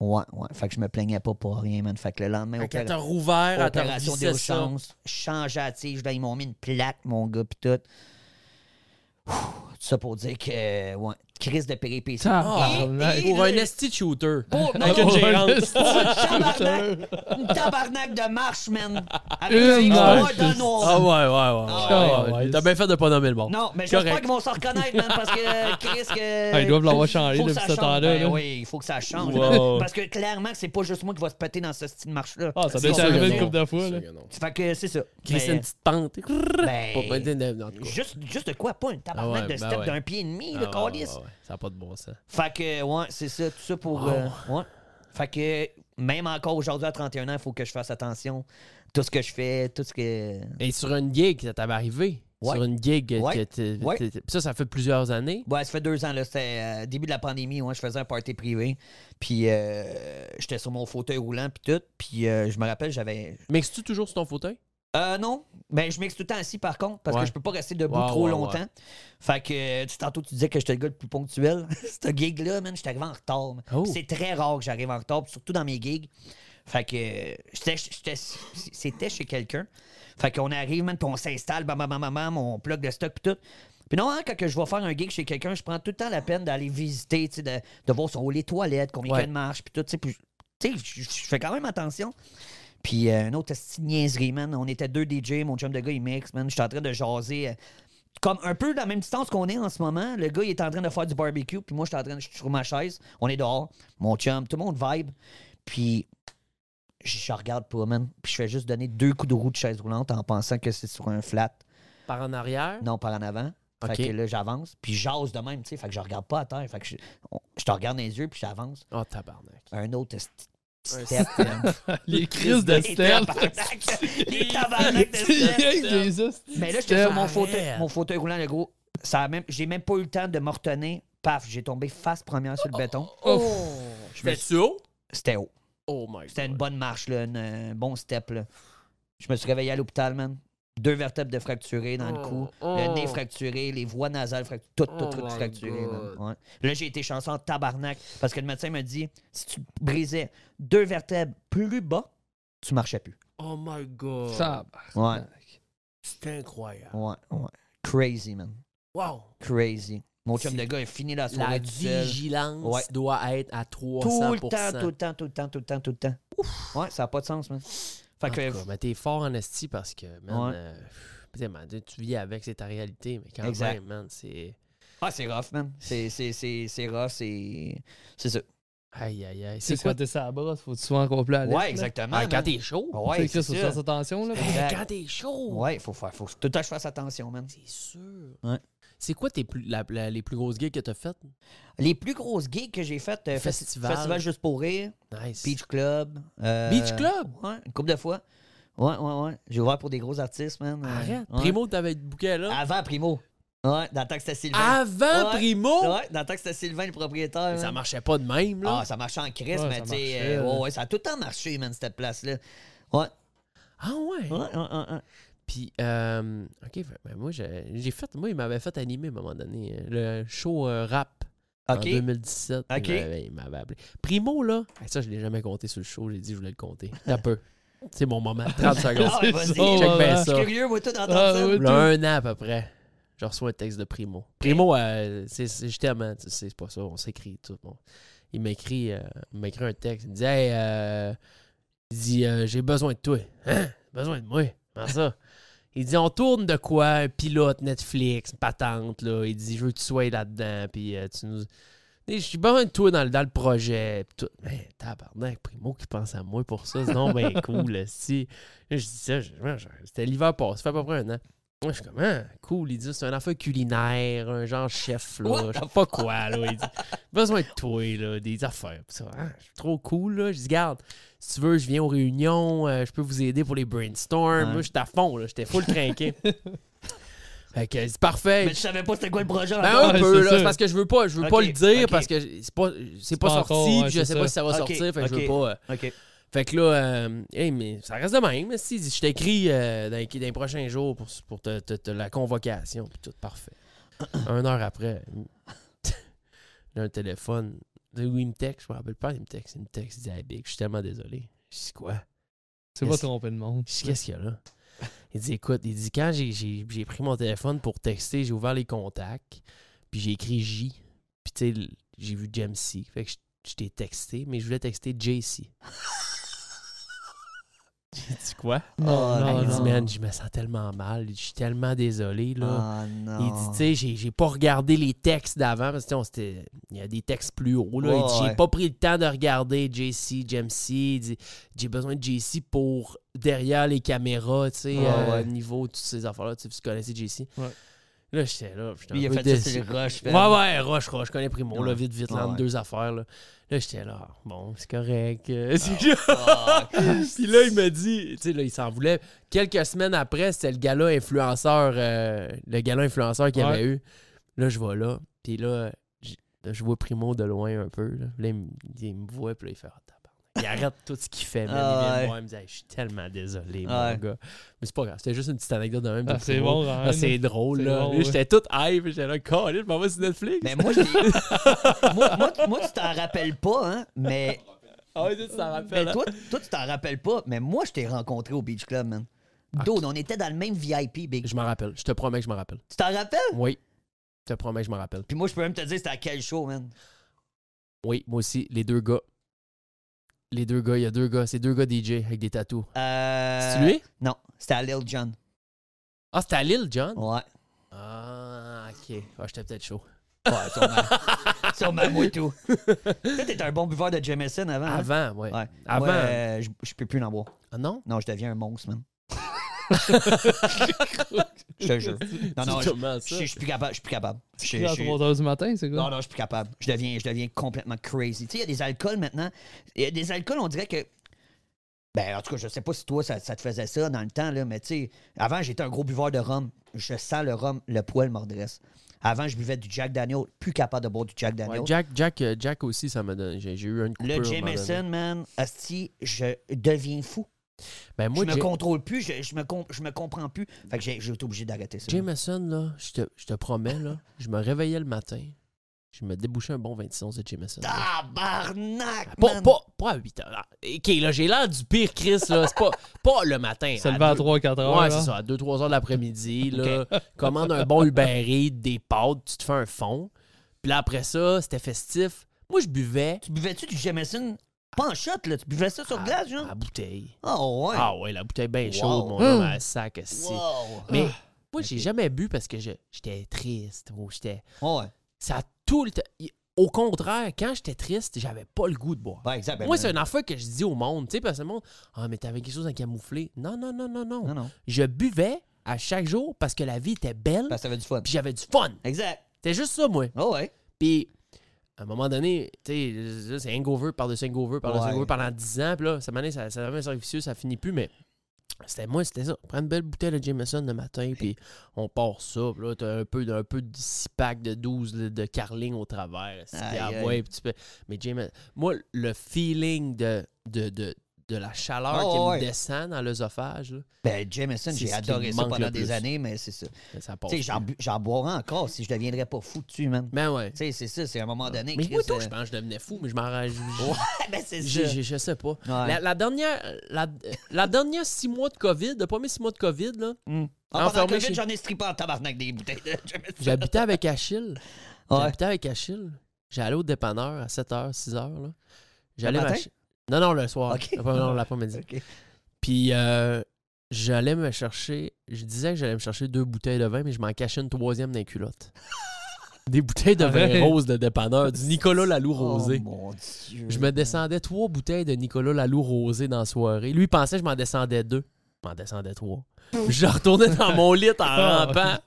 Speaker 5: Ouais, ouais. Fait que je me plaignais pas pour rien, man. Fait que le lendemain,
Speaker 4: Fait qu'elle
Speaker 5: opéra-
Speaker 4: t'a rouvert, elle t'a
Speaker 5: opération
Speaker 4: redissé ça.
Speaker 5: d'urgence, changer la tige, là, ils m'ont mis une plaque, mon gars, pis tout. Ouh, tout ça pour dire que, euh, ouais, crise de péripétie.
Speaker 6: Ah, Tabarnak.
Speaker 4: Euh,
Speaker 6: Oh,
Speaker 4: Pour un esti de shooter. Avec
Speaker 5: Oh, non,
Speaker 4: une
Speaker 5: non,
Speaker 4: gérante.
Speaker 5: tabarnak, une tabarnaque de marche, man. Avec
Speaker 6: Une
Speaker 5: des
Speaker 6: marche.
Speaker 5: trois de noir.
Speaker 4: Ah ouais, ouais, ouais, ouais, ouais.
Speaker 6: ouais.
Speaker 4: T'as bien fait de pas nommer le bon.
Speaker 5: Ah, Non, mais
Speaker 4: Correct.
Speaker 5: j'espère qu'ils vont s'en reconnaître, man, parce que euh, Chris, que.
Speaker 6: Ah, ils doivent l'avoir changé
Speaker 5: Faut que
Speaker 6: depuis
Speaker 5: ça
Speaker 6: ce
Speaker 5: change.
Speaker 6: temps-là,
Speaker 5: Ben
Speaker 6: là.
Speaker 5: oui, il faut que ça change.
Speaker 6: Wow.
Speaker 5: Parce que clairement, c'est pas juste moi qui va se péter dans ce style de marche-là.
Speaker 6: Ah, ça
Speaker 5: C'est
Speaker 6: doit
Speaker 5: sûr
Speaker 6: t'arriver
Speaker 5: que non.
Speaker 6: une couple de fois, là.
Speaker 5: Fait que c'est ça.
Speaker 4: Chris, c'est
Speaker 5: Mais-
Speaker 4: une petite pente.
Speaker 5: Ben,
Speaker 4: Pas bien d'indemne, en tout cas.
Speaker 5: Juste, juste de quoi? Pas une tabarnak
Speaker 4: Ah ouais,
Speaker 5: de
Speaker 4: ben
Speaker 5: step
Speaker 4: ouais.
Speaker 5: d'un pied et demi,
Speaker 4: Ah
Speaker 5: le
Speaker 4: ouais,
Speaker 5: calice.
Speaker 4: ouais, ouais. Ça n'a pas de bon sens.
Speaker 5: Fait que, ouais, c'est ça, tout ça pour. euh, ouais. Fait que, même encore aujourd'hui à 31 ans, il faut que je fasse attention. Tout ce que je fais, tout ce que.
Speaker 4: Et sur une gig, ça t'avait arrivé.
Speaker 5: Ouais.
Speaker 4: Sur une gig que
Speaker 5: Ouais.
Speaker 4: t'es-
Speaker 5: Ouais.
Speaker 4: t'es- t'es- Ça, ça fait plusieurs années.
Speaker 5: Ouais, ça fait deux ans, là, c'était euh, début de la pandémie, ouais, je faisais un party privé. Puis, euh, j'étais sur mon fauteuil roulant, puis tout. Puis, euh, je me rappelle, j'avais.
Speaker 4: Mais es-tu toujours sur ton fauteuil?
Speaker 5: Euh, non. Ben, je mixe tout le temps assis, par contre, parce
Speaker 4: Ouais.
Speaker 5: que je peux pas rester debout
Speaker 4: Ouais,
Speaker 5: trop
Speaker 4: ouais,
Speaker 5: longtemps. Fait que, euh, tu- tantôt, tu disais que j'étais le gars le plus ponctuel. Ce gig-là, man, j'étais arrivé en retard. man.
Speaker 4: Oh.
Speaker 5: C'est très rare que j'arrive en retard, surtout dans mes gigs. Fait que, euh, j'étais- j'étais- c'était chez quelqu'un. Fait qu'on arrive, man, puis on s'installe, bam, bam, bam, bam, bam, on plug le stock, puis tout. Puis non, hein, quand que je vais faire un gig chez quelqu'un, je prends tout le temps la peine d'aller visiter, tu sais, de, de voir son les toilettes, combien
Speaker 4: Ouais.
Speaker 5: il y a de marche, puis tout, tu sais, puis tu sais, je je fais quand même attention. Puis euh, une autre petite niaiserie, man. On était deux DJ, mon chum de gars, il mixe, man. J'étais en train de jaser. euh, comme un peu dans la même distance qu'on est en ce moment. Le gars, il est en train de faire du barbecue, puis moi, je suis en train de. Je suis sur ma chaise. On est dehors. Mon chum, tout le monde vibe. Puis je je regarde pas, man. Puis je fais juste donner deux coups de roue de chaise roulante en pensant que c'est sur un flat,
Speaker 4: Par en arrière.
Speaker 5: non par en avant. Fait
Speaker 4: Ok.
Speaker 5: que là, j'avance, puis j'ose de même, tu sais. Fait que je regarde pas à terre. Fait que je, on- je te regarde dans les yeux, puis j'avance.
Speaker 4: Oh, tabarnak.
Speaker 5: Un autre esti-
Speaker 4: Un
Speaker 5: step, man.
Speaker 6: Les crises de
Speaker 5: Les
Speaker 6: stealth.
Speaker 5: tabarnak. Les tabarnak de stealth. Mais là, j'étais sur mon fauteuil, mon fauteuil roulant, le gros. Ça a même, j'ai même pas eu le temps de me retenir. Paf, j'ai tombé face première sur le béton.
Speaker 4: Je fais tu haut?
Speaker 5: C'était haut.
Speaker 4: Oh my god.
Speaker 5: C'était une bonne marche, là, une- un bon step. Là. Je me suis réveillé à l'hôpital, man. Deux vertèbres de fracturées dans le cou, le nez fracturé, les voies nasales fracturées, tout, tout, tout fracturé. man. Ouais. Là, j'ai été chanceux en tabarnak parce que le médecin m'a dit si tu brisais deux vertèbres plus bas, tu marchais plus.
Speaker 4: Oh my god.
Speaker 6: Ça.
Speaker 5: Ouais,
Speaker 4: C'est incroyable.
Speaker 5: ouais, ouais. Crazy, man.
Speaker 4: Wow.
Speaker 5: Crazy. Mon chum de gars, il finit la soirée
Speaker 4: La
Speaker 5: tout seul.
Speaker 4: vigilance
Speaker 5: Ouais.
Speaker 4: doit être à 300%.
Speaker 5: Tout le temps, tout le temps, tout le temps, tout le temps, tout le temps. Ouais, ça n'a pas de sens, man. Fait
Speaker 4: En
Speaker 5: que,
Speaker 4: tout cas, mais t'es fort en esti parce que, man,
Speaker 5: Ouais.
Speaker 4: euh, putain, man, tu vis avec, c'est ta réalité, mais quand
Speaker 5: Exact.
Speaker 4: même, man, c'est...
Speaker 5: ah, c'est rough, man. C'est, c'est, c'est, c'est rough, c'est... C'est ça.
Speaker 4: Aïe, aïe, aïe.
Speaker 6: C'est
Speaker 4: C'est
Speaker 6: quoi
Speaker 4: quoi?
Speaker 6: t'es sur la brosse, faut que tu sois encore plus à l'aise.
Speaker 5: Ouais, exactement.
Speaker 4: Ah, quand
Speaker 5: man.
Speaker 4: t'es chaud?
Speaker 5: Ouais,
Speaker 6: c'est
Speaker 5: c'est
Speaker 6: ça, faut
Speaker 5: ça.
Speaker 6: faire attention là.
Speaker 4: Hey,
Speaker 5: Exact.
Speaker 4: quand t'es chaud?
Speaker 5: Ouais, faut faire, faut tout le temps que je fasse attention, man.
Speaker 4: C'est sûr.
Speaker 5: Ouais.
Speaker 4: C'est quoi tes plus, la- la- les plus grosses gigs que t'as faites?
Speaker 5: Les plus grosses gigs que j'ai faites, euh, festi-
Speaker 4: Festival.
Speaker 5: Festival Juste pour Rire,
Speaker 4: Nice.
Speaker 5: Beach Club. euh,
Speaker 4: Beach Club?
Speaker 5: Ouais, une couple de fois. Ouais, ouais, ouais. J'ai ouvert pour des gros artistes, man. Euh,
Speaker 4: Arrête.
Speaker 5: ouais.
Speaker 4: Primo, t'avais le bouquet, là?
Speaker 5: Avant Primo. Ouais, dans le temps que c'était Sylvain.
Speaker 4: Hein? Avant
Speaker 5: Ouais.
Speaker 4: Primo?
Speaker 5: Ouais, dans le temps que c'était Sylvain le propriétaire.
Speaker 4: Ah, Ça
Speaker 5: man.
Speaker 4: marchait pas de même, là.
Speaker 5: Ah, ça marchait en crise,
Speaker 6: Ouais,
Speaker 5: mais
Speaker 6: ça
Speaker 5: tu sais,
Speaker 6: marchait,
Speaker 5: euh,
Speaker 6: là.
Speaker 5: ouais, ouais, ça a tout le temps marché, man, cette place-là. Ouais.
Speaker 4: Ah ouais?
Speaker 5: Ouais, ouais, ouais, ouais.
Speaker 4: Puis, euh, OK, ben, ben, moi, j'ai j'ai fait... Moi, il m'avait fait animer, à un moment donné, euh, le show euh, rap. En
Speaker 5: Ok.
Speaker 4: 2017, il
Speaker 5: Ok.
Speaker 4: m'avait- il m'avait appelé. Primo, là, hey, ça, je l'ai jamais compté sur le show. J'ai dit, je voulais le compter. Un peu. C'est mon moment. 30 secondes.
Speaker 5: Ah, ouais, vas-y.
Speaker 6: ça,
Speaker 4: Check bien
Speaker 6: ouais.
Speaker 5: Je
Speaker 4: ça.
Speaker 5: suis curieux, moi, tout d'entendre
Speaker 6: Ah,
Speaker 5: ça.
Speaker 6: ouais.
Speaker 4: Là, un an à peu près, je reçois un texte de Primo. Primo, euh, c'est- c'est- je t'aime, hein, tu sais, c'est pas ça, on s'écrit tout. bon. Il m'écrit euh, il m'écrit un texte, il me dit Hey, euh, il dit, euh, j'ai besoin de toi. Hein Besoin de moi Comment ça Il dit, on tourne de quoi Un pilote, Netflix, une patente, là. Il dit, je veux que tu sois là-dedans, puis euh, tu nous. Je suis besoin de toi dans le, dans le projet. Pis tout. Mais tabarnak, Primo qui pense à moi pour ça. Non, ben cool, si. Je dis ça, je- je- c'était l'hiver passé, ça fait à peu près un an. Moi, je suis comme, ah, cool, il dit, c'est un affaire culinaire, un genre chef, là, je sais pas quoi, là. Il dit, besoin de toi, là, des affaires. Pis ça, Ah, je suis trop cool, là. Je dis, garde, si tu veux, je viens aux réunions, euh, je peux vous aider pour les brainstorms. Moi, j'étais à fond, là, j'étais full craqué. fait que, c'est parfait.
Speaker 5: Mais je savais pas c'était quoi le projet.
Speaker 4: Ben,
Speaker 5: encore.
Speaker 4: un
Speaker 6: Ouais,
Speaker 4: peu,
Speaker 6: c'est
Speaker 4: là.
Speaker 6: ça.
Speaker 4: C'est parce que je veux pas, je veux pas
Speaker 5: Ok,
Speaker 4: le dire
Speaker 5: ok.
Speaker 4: parce que j- c'est pas, c'est pas,
Speaker 6: pas
Speaker 4: sorti,
Speaker 6: encore, ouais,
Speaker 4: puis je
Speaker 6: c'est
Speaker 4: sais
Speaker 6: ça.
Speaker 4: pas si ça va
Speaker 5: Ok,
Speaker 4: sortir, fait que je
Speaker 5: ok.
Speaker 4: veux pas. euh,
Speaker 5: OK.
Speaker 4: fait que là, euh, hey, mais ça reste de même. Si je t'écris euh, dans, les- dans les prochains jours pour, pour te, te- te- la convocation, puis tout parfait. Un heure après, j'ai un téléphone. Ou il me texte, je me rappelle pas, il me texte, il me texte, il dit Hey, Big, je suis tellement désolé. Je dis quoi
Speaker 6: C'est pas tromper le monde.
Speaker 4: je dis, qu'est-ce qu'il y a là? Il dit, écoute, il dit, quand j'ai- j'ai j'ai pris mon téléphone pour texter, j'ai ouvert les contacts, puis j'ai écrit J, puis tu sais, l- j'ai vu James C. Fait que je, je t'ai texté, mais je voulais texter JC. J'ai dit quoi?
Speaker 6: Non, non,
Speaker 4: il dit,
Speaker 6: Oh non.
Speaker 4: man, je me sens tellement mal, je suis tellement désolé, là.
Speaker 5: Ah, non.
Speaker 4: Il dit, tu sais, j'ai- j'ai pas regardé les textes d'avant parce que tu sais, on s'était- il y a des textes plus hauts. Là.
Speaker 5: Ouais,
Speaker 4: il dit, j'ai
Speaker 5: ouais.
Speaker 4: pas pris le temps de regarder JC, JMC. Il dit, j'ai besoin de JC pour derrière les caméras, tu sais,
Speaker 5: Ouais,
Speaker 4: euh,
Speaker 5: ouais.
Speaker 4: niveau, toutes ces affaires-là. Tu sais, vous connaissez JC.
Speaker 6: Ouais.
Speaker 4: Là, j'étais là. j'étais un
Speaker 5: Lui, il a
Speaker 4: peu
Speaker 5: fait ça,
Speaker 4: déçu.
Speaker 5: c'est le rush.
Speaker 4: Ouais,
Speaker 5: fait.
Speaker 4: ouais, rush, rush, je connais Primo, là,
Speaker 5: Ouais.
Speaker 4: vite, vite,
Speaker 5: Ouais,
Speaker 4: là, entre
Speaker 5: ouais.
Speaker 4: deux affaires, là. Là, j'étais là, ah, bon, c'est correct. euh, c'est-
Speaker 5: Ah,
Speaker 4: puis là, il me dit, tu sais, là, il s'en voulait. Quelques semaines après, c'était le gala influenceur, euh, le gala influenceur qu'il avait
Speaker 6: Ouais.
Speaker 4: eu. Là, je vois là, puis là, j- là, je vois Primo de loin un peu. Là, Là, il, me- il me voit, puis là, il fait, ah, tabarnak. Il arrête tout ce qu'il fait, man.
Speaker 5: Ah,
Speaker 4: il vient me
Speaker 5: ouais.
Speaker 4: voir, il me dit Hey, Je suis tellement désolé,
Speaker 5: Ah,
Speaker 4: mon
Speaker 5: ouais.
Speaker 4: gars. Mais c'est pas grave, c'était juste une petite anecdote de même. de
Speaker 6: Ah, c'est
Speaker 4: plus haut.
Speaker 6: bon, Ryan.
Speaker 4: Ah, C'est drôle,
Speaker 6: C'est
Speaker 4: là.
Speaker 6: bon,
Speaker 4: Lui,
Speaker 6: ouais.
Speaker 4: J'étais tout hype, j'étais là, calé, je m'en vais sur Netflix.
Speaker 5: Mais moi, je t'ai- moi, moi, tu- moi, tu t'en rappelles pas, hein, mais,
Speaker 4: Ah, ouais, tu t'en
Speaker 5: mais
Speaker 4: rappelles. hein?
Speaker 5: toi, toi, tu t'en rappelles pas, mais moi, je t'ai rencontré au Beach Club, man. Dude, on était dans le même VIP, Big.
Speaker 4: Je m'en rappelle, je te promets que je m'en rappelle.
Speaker 5: Tu t'en rappelles?
Speaker 4: Oui, je te promets que je m'en rappelle.
Speaker 5: Puis moi, je peux même te dire c'était à quel show, man.
Speaker 4: Oui, moi aussi, les deux gars. Les deux gars, il y a deux gars, c'est deux gars DJ avec des tatous.
Speaker 5: Euh...
Speaker 4: C'est lui?
Speaker 5: Non, c'était à Lil John.
Speaker 4: Ah, c'était à Lille, John?
Speaker 5: Ouais.
Speaker 4: Ah, ok. Ah, j'étais peut-être chaud.
Speaker 5: Ouais, sûrement. sûrement, moi et tout. Toi, t'es un bon buveur de Jameson avant. hein?
Speaker 4: Avant, Ah. ouais.
Speaker 5: Ouais.
Speaker 4: Avant.
Speaker 5: Moi, euh, je- je peux plus en boire.
Speaker 4: Ah non?
Speaker 5: Non, je deviens un monstre, man. je te jure. Non, non, je,
Speaker 4: comment
Speaker 5: je-
Speaker 4: ça?
Speaker 5: je suis plus capable. Je suis plus capable. Je-
Speaker 6: Tu à
Speaker 5: je-
Speaker 6: 3 heures du matin, c'est quoi?
Speaker 5: non, non, je suis plus capable. Je deviens, je deviens complètement crazy. Tu sais, il y a des alcools maintenant. Il y a des alcools, on dirait que. Ben, en tout cas, je sais pas si toi, ça, ça te faisait ça dans le temps, là, mais tu sais, avant, j'étais un gros buveur de rhum. Je sens le rhum, le poil m'ordresse. Avant, je buvais du Jack Daniel, plus capable de boire du Jack Daniel.
Speaker 4: Ouais, Jack, Jack, euh, Jack aussi, ça m'a donné. J'ai j'ai eu une coupure. à
Speaker 5: le
Speaker 4: un moment donné.
Speaker 5: Jameson, man, asti, je deviens fou.
Speaker 4: Ben moi,
Speaker 5: je me
Speaker 4: Ja-
Speaker 5: contrôle plus, je, je me com- je me comprends plus. Fait que j'ai j'ai été obligé d'arrêter ça.
Speaker 4: Jameson, là, je te, je te promets, là, je me réveillais le matin, je me débouchais un bon 26 onces de Jameson. là.
Speaker 5: Tabarnak!
Speaker 4: Pas,
Speaker 5: man.
Speaker 4: pas, pas à 8 heures. là. OK, là, j'ai l'air du pire Chris, là. C'est pas, pas le matin.
Speaker 6: Se lever à
Speaker 4: deux-
Speaker 6: 3-4 heures.
Speaker 4: Ouais,
Speaker 6: là.
Speaker 4: c'est ça. À 2-3 heures de l'après-midi, là, commande un bon Uber Eats, des pâtes, tu te fais un fond. Puis là, après ça, c'était festif. Moi, je buvais
Speaker 5: Tu buvais-tu du Jameson? Pas en shot, là. Tu buvais ça
Speaker 4: Ah,
Speaker 5: sur glace, genre?
Speaker 4: à bouteille.
Speaker 5: Oh, ouais.
Speaker 4: Ah ouais, la bouteille bien chaude, mon homme, à sac, si.
Speaker 5: Wow.
Speaker 4: Mais moi, j'ai jamais bu parce que je- j'étais triste ou j'étais...
Speaker 5: Ah, Ouais.
Speaker 4: Ça a tout le temps... y- Au contraire, quand j'étais triste, j'avais pas le goût de boire.
Speaker 5: Ben, exact. ben,
Speaker 4: Moi,
Speaker 5: ben,
Speaker 4: c'est une affaire que je dis au monde, tu sais, parce que le monde, ah, mais t'avais quelque chose à camoufler. Non, non, non, non, non.
Speaker 5: Non, non.
Speaker 4: Je buvais à chaque jour parce que la vie était belle,
Speaker 5: Parce que Ben, ça avait du fun.
Speaker 4: puis j'avais du fun.
Speaker 5: Exact.
Speaker 4: C'était juste ça, moi.
Speaker 5: Oh, ouais.
Speaker 4: Puis, à un moment donné, tu sais, là, c'est hangover par-dessus hangover par-dessus
Speaker 5: Ouais.
Speaker 4: hangover pendant 10 ans. Puis là, cette année, ça, ça devient un cercle vicieux, ça finit plus, mais c'était moi, c'était ça. Prends une belle bouteille de Jameson le matin, puis on part ça. Puis là, t'as un peu, d'un peu de 6 packs de 12 là, de Carling au travers. c'est-
Speaker 5: Aïe,
Speaker 4: ah
Speaker 5: aïe.
Speaker 4: ouais, puis tu peux- Mais Jameson, moi, le feeling de, de, de, de la chaleur
Speaker 5: Oh,
Speaker 4: qui
Speaker 5: ouais.
Speaker 4: me descend dans l'œsophage, là,
Speaker 5: Ben, Jameson,
Speaker 4: C'est
Speaker 5: j'ai
Speaker 4: ce qui
Speaker 5: adoré
Speaker 4: me
Speaker 5: ça
Speaker 4: manque
Speaker 5: pendant
Speaker 4: le
Speaker 5: des
Speaker 4: plus.
Speaker 5: années, mais c'est ça.
Speaker 4: ça passe.
Speaker 5: Tu sais, j'en
Speaker 4: plus.
Speaker 5: bu- j'en boirais encore si je deviendrais pas fou dessus, man.
Speaker 4: Ben ouais.
Speaker 5: Tu sais, c'est ça. C'est à un moment donné.
Speaker 4: Ah. Mais
Speaker 5: Chris,
Speaker 4: moi, tout,
Speaker 5: euh,
Speaker 4: je pense que je devenais fou, mais je m'en réjouis.
Speaker 5: ben, c'est
Speaker 4: Je,
Speaker 5: ça. Ah,
Speaker 4: je, je sais pas. La, la dernière, la, la dernière six mois de COVID, le premier six mois de COVID, là,
Speaker 5: Ah, pendant
Speaker 4: enfermé
Speaker 5: le COVID,
Speaker 4: chez-
Speaker 5: j'en ai strippé en tabarnak des bouteilles de Jameson.
Speaker 4: j'habitais avec Achille.
Speaker 5: Ouais.
Speaker 4: J'habitais avec Achille. J'allais au dépanneur à 7h, 6h. Là. J'allais
Speaker 5: Le matin?
Speaker 4: m'ach- Non, non, le soir.
Speaker 5: Ok.
Speaker 4: Après, non, l'après-midi.
Speaker 5: Ok.
Speaker 4: Puis euh, j'allais me chercher. Je disais que j'allais me chercher deux bouteilles de vin, mais je m'en cachais une troisième dans les culottes. Des bouteilles de vin
Speaker 6: Arrête.
Speaker 4: rose de dépanneur, du Nicolas Lalou rosé.
Speaker 5: Oh, mon Dieu.
Speaker 4: Je me descendais trois bouteilles de Nicolas Lalou rosé dans la soirée. Lui, il pensait que je m'en descendais deux. Je m'en descendais trois. Je
Speaker 5: Oh.
Speaker 4: retournais dans mon lit
Speaker 5: Ah,
Speaker 4: en rampant.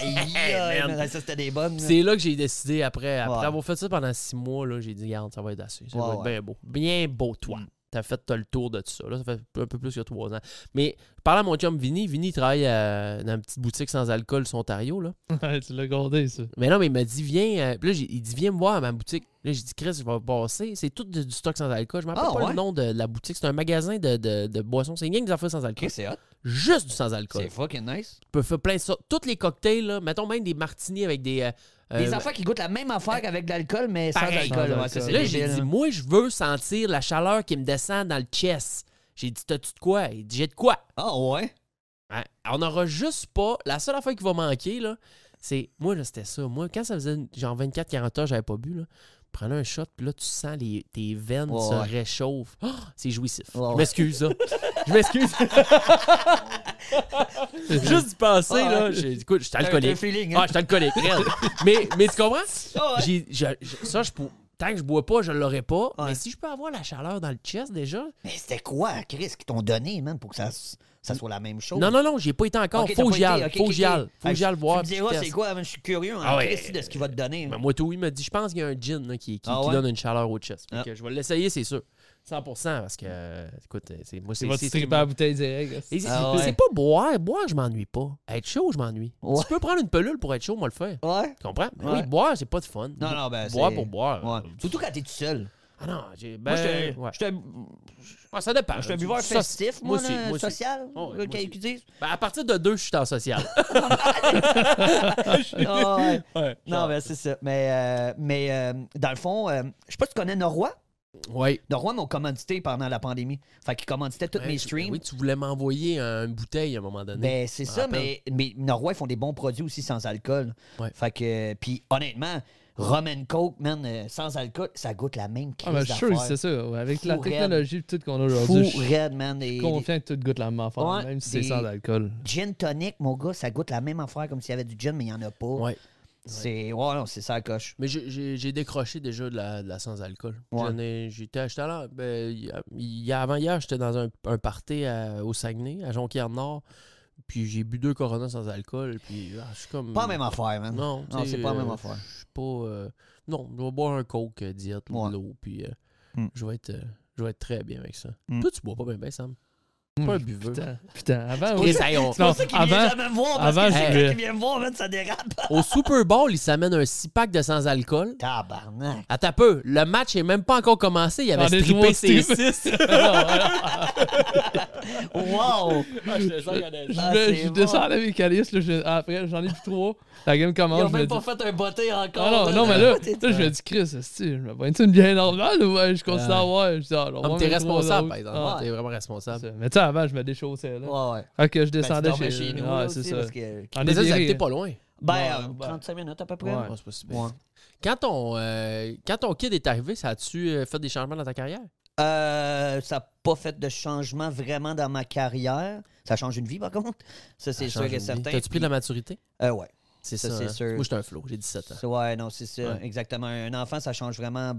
Speaker 5: Aïe, aïe,
Speaker 4: man.
Speaker 5: man, Ça, c'était des bonnes.
Speaker 4: Puis
Speaker 5: là.
Speaker 4: C'est là que j'ai décidé, après, après
Speaker 5: Ouais.
Speaker 4: avoir fait ça pendant six mois, là, j'ai dit, regarde, ça va être assez. Ça
Speaker 5: Ouais,
Speaker 4: va être
Speaker 5: ouais. Mm.
Speaker 4: bien beau. Bien beau, toi. T'as fait t'as le tour de tout ça. Là, ça fait un peu plus que trois ans. Mais je parlais à mon chum Vinny. Vinny il travaille euh, dans une petite boutique sans alcool, son Ontario. Là.
Speaker 6: Ouais, tu l'as gardé, ça.
Speaker 4: Mais non, mais il m'a dit, viens. euh, puis là, j'ai- il dit, viens me voir à ma boutique. Là, j'ai dit, Chris, je vais passer. C'est tout de- du stock sans alcool. Je m'en rappelle
Speaker 5: Ah,
Speaker 4: pas
Speaker 5: ouais?
Speaker 4: le nom de, de la boutique. C'est un magasin de, de- de boissons. C'est une gang des affaires sans alcool.
Speaker 5: Chris, c'est hot.
Speaker 4: Juste du sans alcool.
Speaker 5: C'est fucking nice.
Speaker 4: Tu peux faire plein de sortes. Tous les cocktails, là, mettons même des martinis avec des. euh,
Speaker 5: Des
Speaker 4: euh,
Speaker 5: affaires qui goûtent la même affaire qu'avec de l'alcool, mais sans
Speaker 4: Pareil.
Speaker 5: alcool.
Speaker 6: Sans
Speaker 5: ouais, ça, c'est
Speaker 4: là,
Speaker 5: débile,
Speaker 4: j'ai dit,
Speaker 5: hein.
Speaker 4: moi, je veux sentir la chaleur qui me descend dans le chest. J'ai dit, t'as-tu de quoi? Il dit, j'ai de quoi?
Speaker 5: Ah ouais?
Speaker 4: Hein? On n'aura juste pas. La seule affaire qui va manquer, là, c'est. Moi, là, c'était ça. Moi, quand ça faisait une- genre 24-40 heures, j'avais pas bu, là. Prenais un shot, puis là, tu sens les, tes veines
Speaker 5: Ouais,
Speaker 4: se
Speaker 5: ouais.
Speaker 4: réchauffent. Ah, c'est jouissif.
Speaker 5: Ouais, ouais.
Speaker 4: Je m'excuse, là. Je m'excuse. Juste du penser,
Speaker 5: Ouais,
Speaker 4: là.
Speaker 5: ouais.
Speaker 4: j'ai- Écoute, je suis
Speaker 5: Un
Speaker 4: alcoolique.
Speaker 5: feeling, hein?
Speaker 4: Ah, je suis alcoolique, raide. mais, mais tu comprends?
Speaker 5: Ah ouais.
Speaker 4: J'ai- je- je- ça, je pour- tant que je bois pas, je l'aurais pas.
Speaker 5: Ouais.
Speaker 4: Mais si je peux avoir la chaleur dans le chest déjà.
Speaker 5: Mais c'était quoi, Chris, qu'ils t'ont donné, man, pour que ça, s- ça soit la même chose?
Speaker 4: Non, non, non, j'ai pas été encore.
Speaker 5: Oh. Ok, t'as
Speaker 4: faut
Speaker 5: pas
Speaker 4: que j'y
Speaker 5: été,
Speaker 4: aille.
Speaker 5: ok,
Speaker 4: faut
Speaker 5: ok,
Speaker 4: que j'y
Speaker 5: ok.
Speaker 4: aille. Faut
Speaker 5: Ah,
Speaker 4: que j'y aille voir.
Speaker 5: Tu
Speaker 4: puis
Speaker 5: me
Speaker 4: je
Speaker 5: diras,
Speaker 4: teste.
Speaker 5: c'est quoi, man? Je suis curieux, en
Speaker 4: Ah ouais.
Speaker 5: Chris, de ce qu'il va te donner. hein.
Speaker 4: Ben, moi, tout, il m'a dit, je pense qu'il y a un gin là, qui, qui-
Speaker 5: Ah
Speaker 4: qui
Speaker 5: ouais?
Speaker 4: donne une chaleur au chest. Fait
Speaker 5: Ah.
Speaker 4: que je vais l'essayer, c'est sûr. 100%, parce que, euh, écoute, euh, c'est, moi, c'est.
Speaker 6: Tu vas te
Speaker 4: c'est-
Speaker 6: stripper à la bouteille directe.
Speaker 4: Et c'est-
Speaker 5: Ah ouais.
Speaker 4: c'est pas boire. Boire, je m'ennuie pas. Être chaud, je m'ennuie.
Speaker 5: Ouais.
Speaker 4: Tu peux prendre une pelule pour être chaud, moi, le faire.
Speaker 5: Ouais?
Speaker 4: Tu comprends? Mais
Speaker 5: Ouais.
Speaker 4: Oui, boire, c'est pas de fun.
Speaker 5: Non, non, ben,
Speaker 4: Boire
Speaker 5: c'est-
Speaker 4: pour boire.
Speaker 5: Ouais. Surtout quand t'es tout seul.
Speaker 4: Ah non, j'ai. Ben,
Speaker 5: Moi, j'étais
Speaker 4: ouais.
Speaker 5: j'étais-
Speaker 4: Ouais, ça dépend.
Speaker 5: j'étais un
Speaker 4: là.
Speaker 5: buveur
Speaker 4: Soci-
Speaker 5: festif, moi,
Speaker 4: aussi,
Speaker 5: là,
Speaker 4: moi aussi.
Speaker 5: social.
Speaker 4: Oh, ouais,
Speaker 5: là,
Speaker 4: moi
Speaker 5: qu'ils
Speaker 4: aussi.
Speaker 5: disent.
Speaker 4: Ben, à partir de deux, je suis en social.
Speaker 5: Ah, ouais.
Speaker 4: ouais.
Speaker 5: Non, mais c'est ça. Mais, euh, mais euh, dans le fond, euh, je sais pas si tu connais Norrois.
Speaker 4: Ouais.
Speaker 5: Norrois m'ont commandité pendant la pandémie. Fait qu'ils commanditaient tous
Speaker 4: Ouais,
Speaker 5: mes
Speaker 4: tu-
Speaker 5: streams.
Speaker 4: Ben Oui, tu voulais m'envoyer une bouteille à un moment donné.
Speaker 5: Ben, c'est
Speaker 4: Mm. Je me
Speaker 5: ça,
Speaker 4: rappelle.
Speaker 5: mais, mais Norrois, ils font des bons produits aussi sans alcool.
Speaker 4: Ouais.
Speaker 5: Fait que, puis honnêtement, rum and coke, man, euh, sans alcool, ça goûte la même crise
Speaker 6: Ah, ben, je suis sûr que
Speaker 5: d'affaires.
Speaker 6: c'est ça. ouais. Avec la
Speaker 5: Fou raide.
Speaker 6: technologie et tout qu'on a
Speaker 5: Fou
Speaker 6: aujourd'hui, je suis
Speaker 5: raide, man. et-
Speaker 6: confiant que tout goûte la même affaire,
Speaker 5: Ouais,
Speaker 6: même si c'est
Speaker 5: des-
Speaker 6: sans alcool.
Speaker 5: Gin tonic, mon gars, ça goûte la même affaire comme s'il y avait du gin, mais il n'y en a pas.
Speaker 4: Ouais. Mm.
Speaker 5: C'est. Ouais, non, c'est ça la coche.
Speaker 4: Mais j'ai- j'ai j'ai décroché déjà de la, de la sans-alcool.
Speaker 5: Ouais.
Speaker 4: J'en ai- J'étais acheté à l'heure. Ben, il y a- il y a- Avant-hier, j'étais dans un, un party à- au Saguenay, à Jonquière-Nord. Puis j'ai bu deux Corona sans alcool. Puis ah, je suis comme.
Speaker 5: Pas la même affaire, man.
Speaker 4: Non, tu
Speaker 5: non
Speaker 4: sais,
Speaker 5: c'est pas la même
Speaker 4: euh,
Speaker 5: affaire.
Speaker 4: Je suis pas. euh, non, je vais boire un Coke euh, diète ou
Speaker 5: Ouais.
Speaker 4: de l'eau. Puis euh,
Speaker 5: Hmm.
Speaker 4: je, vais être, euh, je vais être très bien avec ça.
Speaker 5: Hmm.
Speaker 4: Toi, tu bois pas bien, bien, Sam.
Speaker 6: Hmm,
Speaker 4: Pas un buveur.
Speaker 6: Putain, putain, avant,
Speaker 4: Et
Speaker 6: oui.
Speaker 4: ça, on-
Speaker 6: Non,
Speaker 5: C'est pour ça qu'il vient
Speaker 6: avant,
Speaker 5: jamais me voir, parce
Speaker 6: avant,
Speaker 5: que
Speaker 6: je
Speaker 5: chaque fois
Speaker 6: vais-
Speaker 5: qu'il vient me voir, man, ça dérape.
Speaker 4: Au Super Bowl, il s'amène un 6-pack de sans-alcool.
Speaker 5: Tabarnak.
Speaker 4: Attends un peu, le match est même pas encore commencé, il avait
Speaker 6: Ah, des
Speaker 4: strippé
Speaker 6: trois
Speaker 4: ses
Speaker 6: strippers.
Speaker 4: six.
Speaker 5: Wow! Ah,
Speaker 6: je,
Speaker 5: c'est
Speaker 6: je
Speaker 5: bon.
Speaker 6: descendais mes calices, là, je- ah, après j'en ai plus trois. La game
Speaker 5: Ils
Speaker 6: commence,
Speaker 5: ont
Speaker 6: je me
Speaker 5: même
Speaker 6: dis.
Speaker 5: pas fait un botté encore.
Speaker 6: Ah non,
Speaker 5: là,
Speaker 6: non,
Speaker 5: là.
Speaker 6: mais là,
Speaker 5: T'es-
Speaker 6: là, je me dis, Chris, esti, je me vois une bien normale ou ouais, je continue à avoir. Je dis, ah,
Speaker 4: Ah, mais T'es responsable, par exemple.
Speaker 6: exemple.
Speaker 4: T'es vraiment responsable.
Speaker 6: Mais tu sais, avant, je me déchaussais. Là.
Speaker 5: Ouais, ouais.
Speaker 6: Fait que je
Speaker 5: Ben, tu
Speaker 6: descendais
Speaker 5: dormais
Speaker 6: chez,
Speaker 5: chez nous.
Speaker 6: Ouais,
Speaker 5: là,
Speaker 6: c'est
Speaker 5: aussi,
Speaker 6: ça.
Speaker 5: parce que-
Speaker 6: En
Speaker 4: Mais ça, vous
Speaker 6: Ibérie,
Speaker 4: habitez
Speaker 6: hein.
Speaker 4: pas loin.
Speaker 5: Ben, euh,
Speaker 6: ben.
Speaker 5: 35 minutes à peu près.
Speaker 6: Ouais.
Speaker 4: Ah, c'est pas si pire.
Speaker 5: Ouais.
Speaker 4: Quand ton, euh, quand ton kid est arrivé, ça a-tu euh, fait des changements dans ta carrière?
Speaker 5: Euh, ça n'a pas fait de changement vraiment dans ma carrière. Ça change une vie, par contre. Ça, c'est sûr et certain.
Speaker 4: T'as-tu pris de la maturité?
Speaker 5: Euh, ouais.
Speaker 4: C'est
Speaker 5: Ça,
Speaker 4: ça,
Speaker 5: c'est
Speaker 4: hein?
Speaker 5: sûr.
Speaker 4: Moi, j'étais un flow, j'ai 17 ans.
Speaker 5: Ça, Ouais, non, c'est ça,
Speaker 4: Ouais.
Speaker 5: exactement. Un enfant, ça change vraiment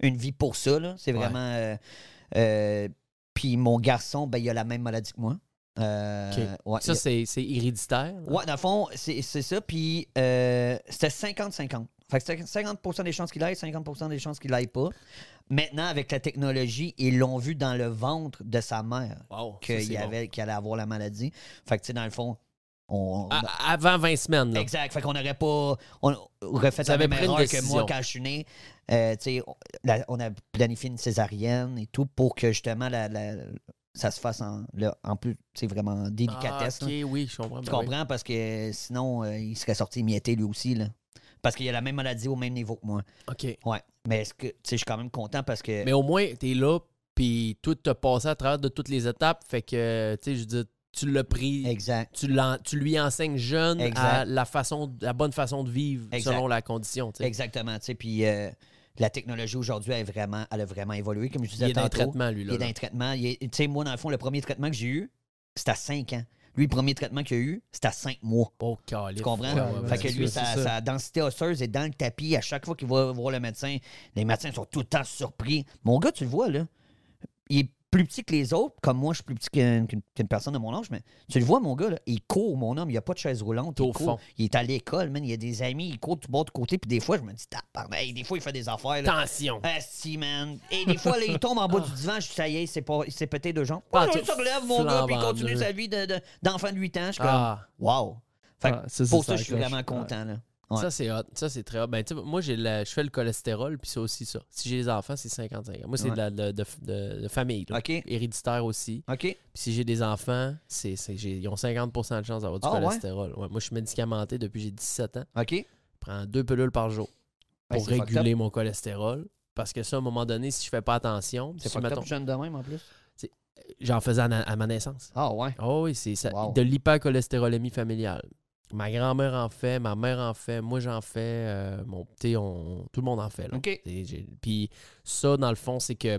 Speaker 5: une vie pour ça. là. C'est vraiment. euh, euh, Puis mon garçon, ben, il a la même maladie que moi. Euh,
Speaker 4: Ok.
Speaker 5: ouais,
Speaker 4: Ça,
Speaker 5: il-
Speaker 4: c'est c'est héréditaire. là.
Speaker 5: Ouais, dans le fond, c'est c'est ça. Puis euh, c'était 50-50. Fait que c'était 50 des chances qu'il aille, 50 des chances qu'il aille pas. Maintenant, avec la technologie, ils l'ont vu dans le ventre de sa mère
Speaker 4: Wow, ça,
Speaker 5: qu'il
Speaker 4: c'est
Speaker 5: y
Speaker 4: bon.
Speaker 5: avait- qu'il allait avoir la maladie. Fait que, tu sais, dans le fond, on. on-
Speaker 4: À- avant 20 semaines, là.
Speaker 5: Exact. Fait qu'on n'aurait pas. On aurait fait
Speaker 4: ah, Ça
Speaker 5: la
Speaker 4: avait
Speaker 5: même
Speaker 4: pris une
Speaker 5: erreur que moi
Speaker 4: décision.
Speaker 5: quand je suis né. Euh, tu sais, on, la- on a planifié une césarienne et tout pour que justement la- la- ça se fasse en, là, en plus, c'est vraiment en délicatesse.
Speaker 4: Ah,
Speaker 5: là.
Speaker 4: ok, oui, je comprends.
Speaker 5: Tu
Speaker 4: ben oui.
Speaker 5: comprends? Parce que sinon, euh, il serait sorti émietté lui aussi. Là. Parce qu'il a la même maladie au même niveau que moi.
Speaker 4: OK.
Speaker 5: Ouais. Mais est-ce que. Tu sais, je suis quand même content parce que.
Speaker 4: Mais au moins, t'es là, puis tout t'a passé à travers de toutes les étapes. Fait que, tu sais, je veux dire, tu l'as pris.
Speaker 5: Exact.
Speaker 4: Tu, l'en- tu lui enseignes jeune à
Speaker 5: Exact.
Speaker 4: la, façon, la bonne façon de vivre
Speaker 5: Exact.
Speaker 4: selon la condition. tu sais.
Speaker 5: Exactement. Tu sais, puis euh, la technologie aujourd'hui, elle, est vraiment, elle a vraiment évolué, comme je disais
Speaker 4: Il est dans un
Speaker 5: tantôt.
Speaker 4: traitement, lui.
Speaker 5: Il
Speaker 4: Là,
Speaker 5: est dans
Speaker 4: là.
Speaker 5: un traitement. Il est- Tu sais, moi, dans le fond, le premier traitement que j'ai eu, c'était à 5 ans. Lui, le premier traitement qu'il a eu, c'était à 5 mois.
Speaker 4: Oh, calif.
Speaker 5: Tu comprends?
Speaker 6: Ouais, ouais,
Speaker 5: fait
Speaker 6: c'est
Speaker 5: que lui,
Speaker 6: ça,
Speaker 5: sa,
Speaker 6: c'est ça.
Speaker 5: sa densité osseuse est dans le tapis. À chaque fois qu'il va voir le médecin, les médecins sont tout le temps surpris. Mon gars, tu le vois, là, il est plus petit que les autres, comme moi, je suis plus petit qu'une qu'une- qu'une personne de mon âge, mais tu le vois, mon gars, là, il court, mon homme, il n'y a pas de chaise roulante.
Speaker 4: T'es au
Speaker 5: il,
Speaker 4: fond.
Speaker 5: court. il est à l'école, man, il a des amis, il court tout bord de côté, puis des fois, je me dis, tabarnak, hey, des fois, il fait des affaires. Là.
Speaker 4: Attention.
Speaker 5: Ah, si, man. Et des fois, là, il tombe en bas du divan, je dis, ça y est, il s'est pas- il s'est pété deux jambes.
Speaker 4: Ah,
Speaker 5: Ouais,
Speaker 4: tu-
Speaker 5: il se relève, mon gars, puis il
Speaker 4: flambant
Speaker 5: continue
Speaker 4: mieux.
Speaker 5: sa vie de- de- d'enfant de, 8 ans. Je suis comme,
Speaker 4: Ah,
Speaker 5: wow. Fait que
Speaker 6: Ah, ça, c'est
Speaker 5: pour
Speaker 6: ça,
Speaker 5: ça,
Speaker 6: la
Speaker 5: je suis
Speaker 6: coche.
Speaker 5: vraiment
Speaker 6: Ouais.
Speaker 5: content, là. Ouais.
Speaker 4: Ça, c'est hot. Ça, c'est très hot. Ben, tu sais, moi, j'ai la- je fais le cholestérol, puis c'est aussi ça. Si j'ai des enfants, c'est 55. Moi, c'est
Speaker 5: Ouais.
Speaker 4: de, la- de- de- de- de famille. là.
Speaker 5: OK.
Speaker 4: Héréditaire aussi.
Speaker 5: OK?
Speaker 4: Puis si j'ai des enfants, c'est, c'est- j'ai- ils ont 50 de chance d'avoir du
Speaker 5: Ah, ouais?
Speaker 4: cholestérol. Ouais, moi, je suis médicamenté depuis que j'ai 17 ans.
Speaker 5: OK? Ouais,
Speaker 4: Je prends deux pilules par jour pour
Speaker 5: Ben, c'est fucked up.
Speaker 4: réguler mon cholestérol. Parce que ça, à un moment donné, si je fais pas attention,
Speaker 5: C'est
Speaker 4: si,
Speaker 5: pas
Speaker 4: mettons,
Speaker 5: top jeune de même, en plus.
Speaker 4: j'en faisais à, na- à ma naissance.
Speaker 5: Ah, ouais.
Speaker 4: Oh oui, c'est ça.
Speaker 5: Wow.
Speaker 4: De l'hypercholestérolémie familiale. Ma grand-mère en fait, ma mère en fait, moi j'en fais, euh, mon petit, on, tout le monde en fait. là.
Speaker 5: OK.
Speaker 4: Et j'ai- Puis ça, dans le fond, c'est que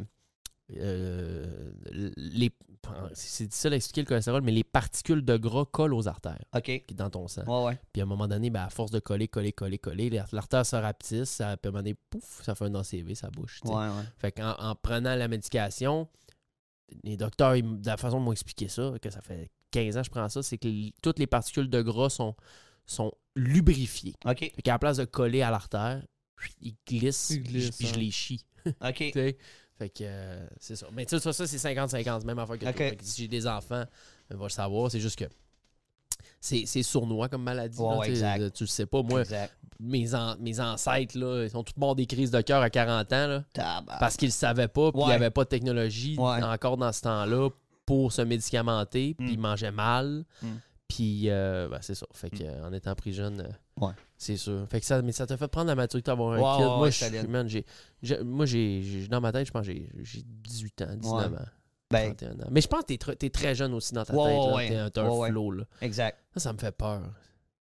Speaker 4: euh, les, c'est difficile à expliquer le cholestérol, mais les particules de gras collent aux artères
Speaker 5: OK. Ouais,
Speaker 4: qui est dans ton sang.
Speaker 5: ouais.
Speaker 4: Puis à un moment donné, ben, à force de coller, coller, coller, coller, l'ar- l'artère se rapetisse, ça, puis à un moment donné, pouf, ça fait un ACV, ça bouche. tu sais.
Speaker 5: Ouais, ouais.
Speaker 4: Fait qu'en en prenant la médication, les docteurs, ils m- de la façon dont ils m'ont expliqué ça, que ça fait 15 ans que je prends ça, c'est que l- toutes les particules de gras sont, sont lubrifiées.
Speaker 5: OK.
Speaker 4: Fait qu'à la place de coller à l'artère, ils glissent,
Speaker 6: Ils glissent,
Speaker 4: je- puis je,
Speaker 6: hein.
Speaker 4: les chie.
Speaker 5: OK.
Speaker 4: tu sais. Fait que euh, c'est ça. Mais tu sais, ça, ça, c'est 50-50, même affaire que toi.
Speaker 5: Ok.
Speaker 4: ben, Fait que si j'ai des enfants, on va le savoir. C'est juste que c'est c'est sournois comme maladie.
Speaker 5: Ouais,
Speaker 4: là,
Speaker 5: ouais,
Speaker 4: tu sais,
Speaker 5: exact.
Speaker 4: euh, Tu le sais pas, moi,
Speaker 5: Exact.
Speaker 4: mes, an- mes ancêtres, là, ils sont tous morts des crises de cœur à 40 ans. là.
Speaker 5: Tabarnak.
Speaker 4: Parce qu'ils ne savaient pas, puis il
Speaker 5: Ah. Ouais.
Speaker 4: n'y avait pas de technologie
Speaker 5: Ouais. Mm.
Speaker 4: encore dans ce temps-là pour se médicamenter, puis ils mangeaient mal. Puis, euh, ben, c'est ça. Fait que, euh, en étant pris jeune, euh,
Speaker 5: Mm. Ouais.
Speaker 4: c'est sûr. Fait que ça, mais ça t'a fait prendre la maturité d'avoir un
Speaker 5: Ouais,
Speaker 4: kid.
Speaker 5: ouais,
Speaker 4: moi,
Speaker 5: ouais,
Speaker 4: je,
Speaker 5: solide.
Speaker 4: suis- man, j'ai, j'ai- moi j'ai, j'ai- dans ma tête, je pense que j'ai, j'ai 18 ans, 19
Speaker 5: Ouais.
Speaker 4: ans,
Speaker 5: Ben,
Speaker 4: 31 ans. Mais je pense que t'es, tr- t'es très jeune aussi dans ta
Speaker 5: Ouais,
Speaker 4: tête. là.
Speaker 5: ouais,
Speaker 4: T'es un- t'as un
Speaker 5: ouais, ouais.
Speaker 4: flow, là.
Speaker 5: exact.
Speaker 4: Ça, ça me fait peur.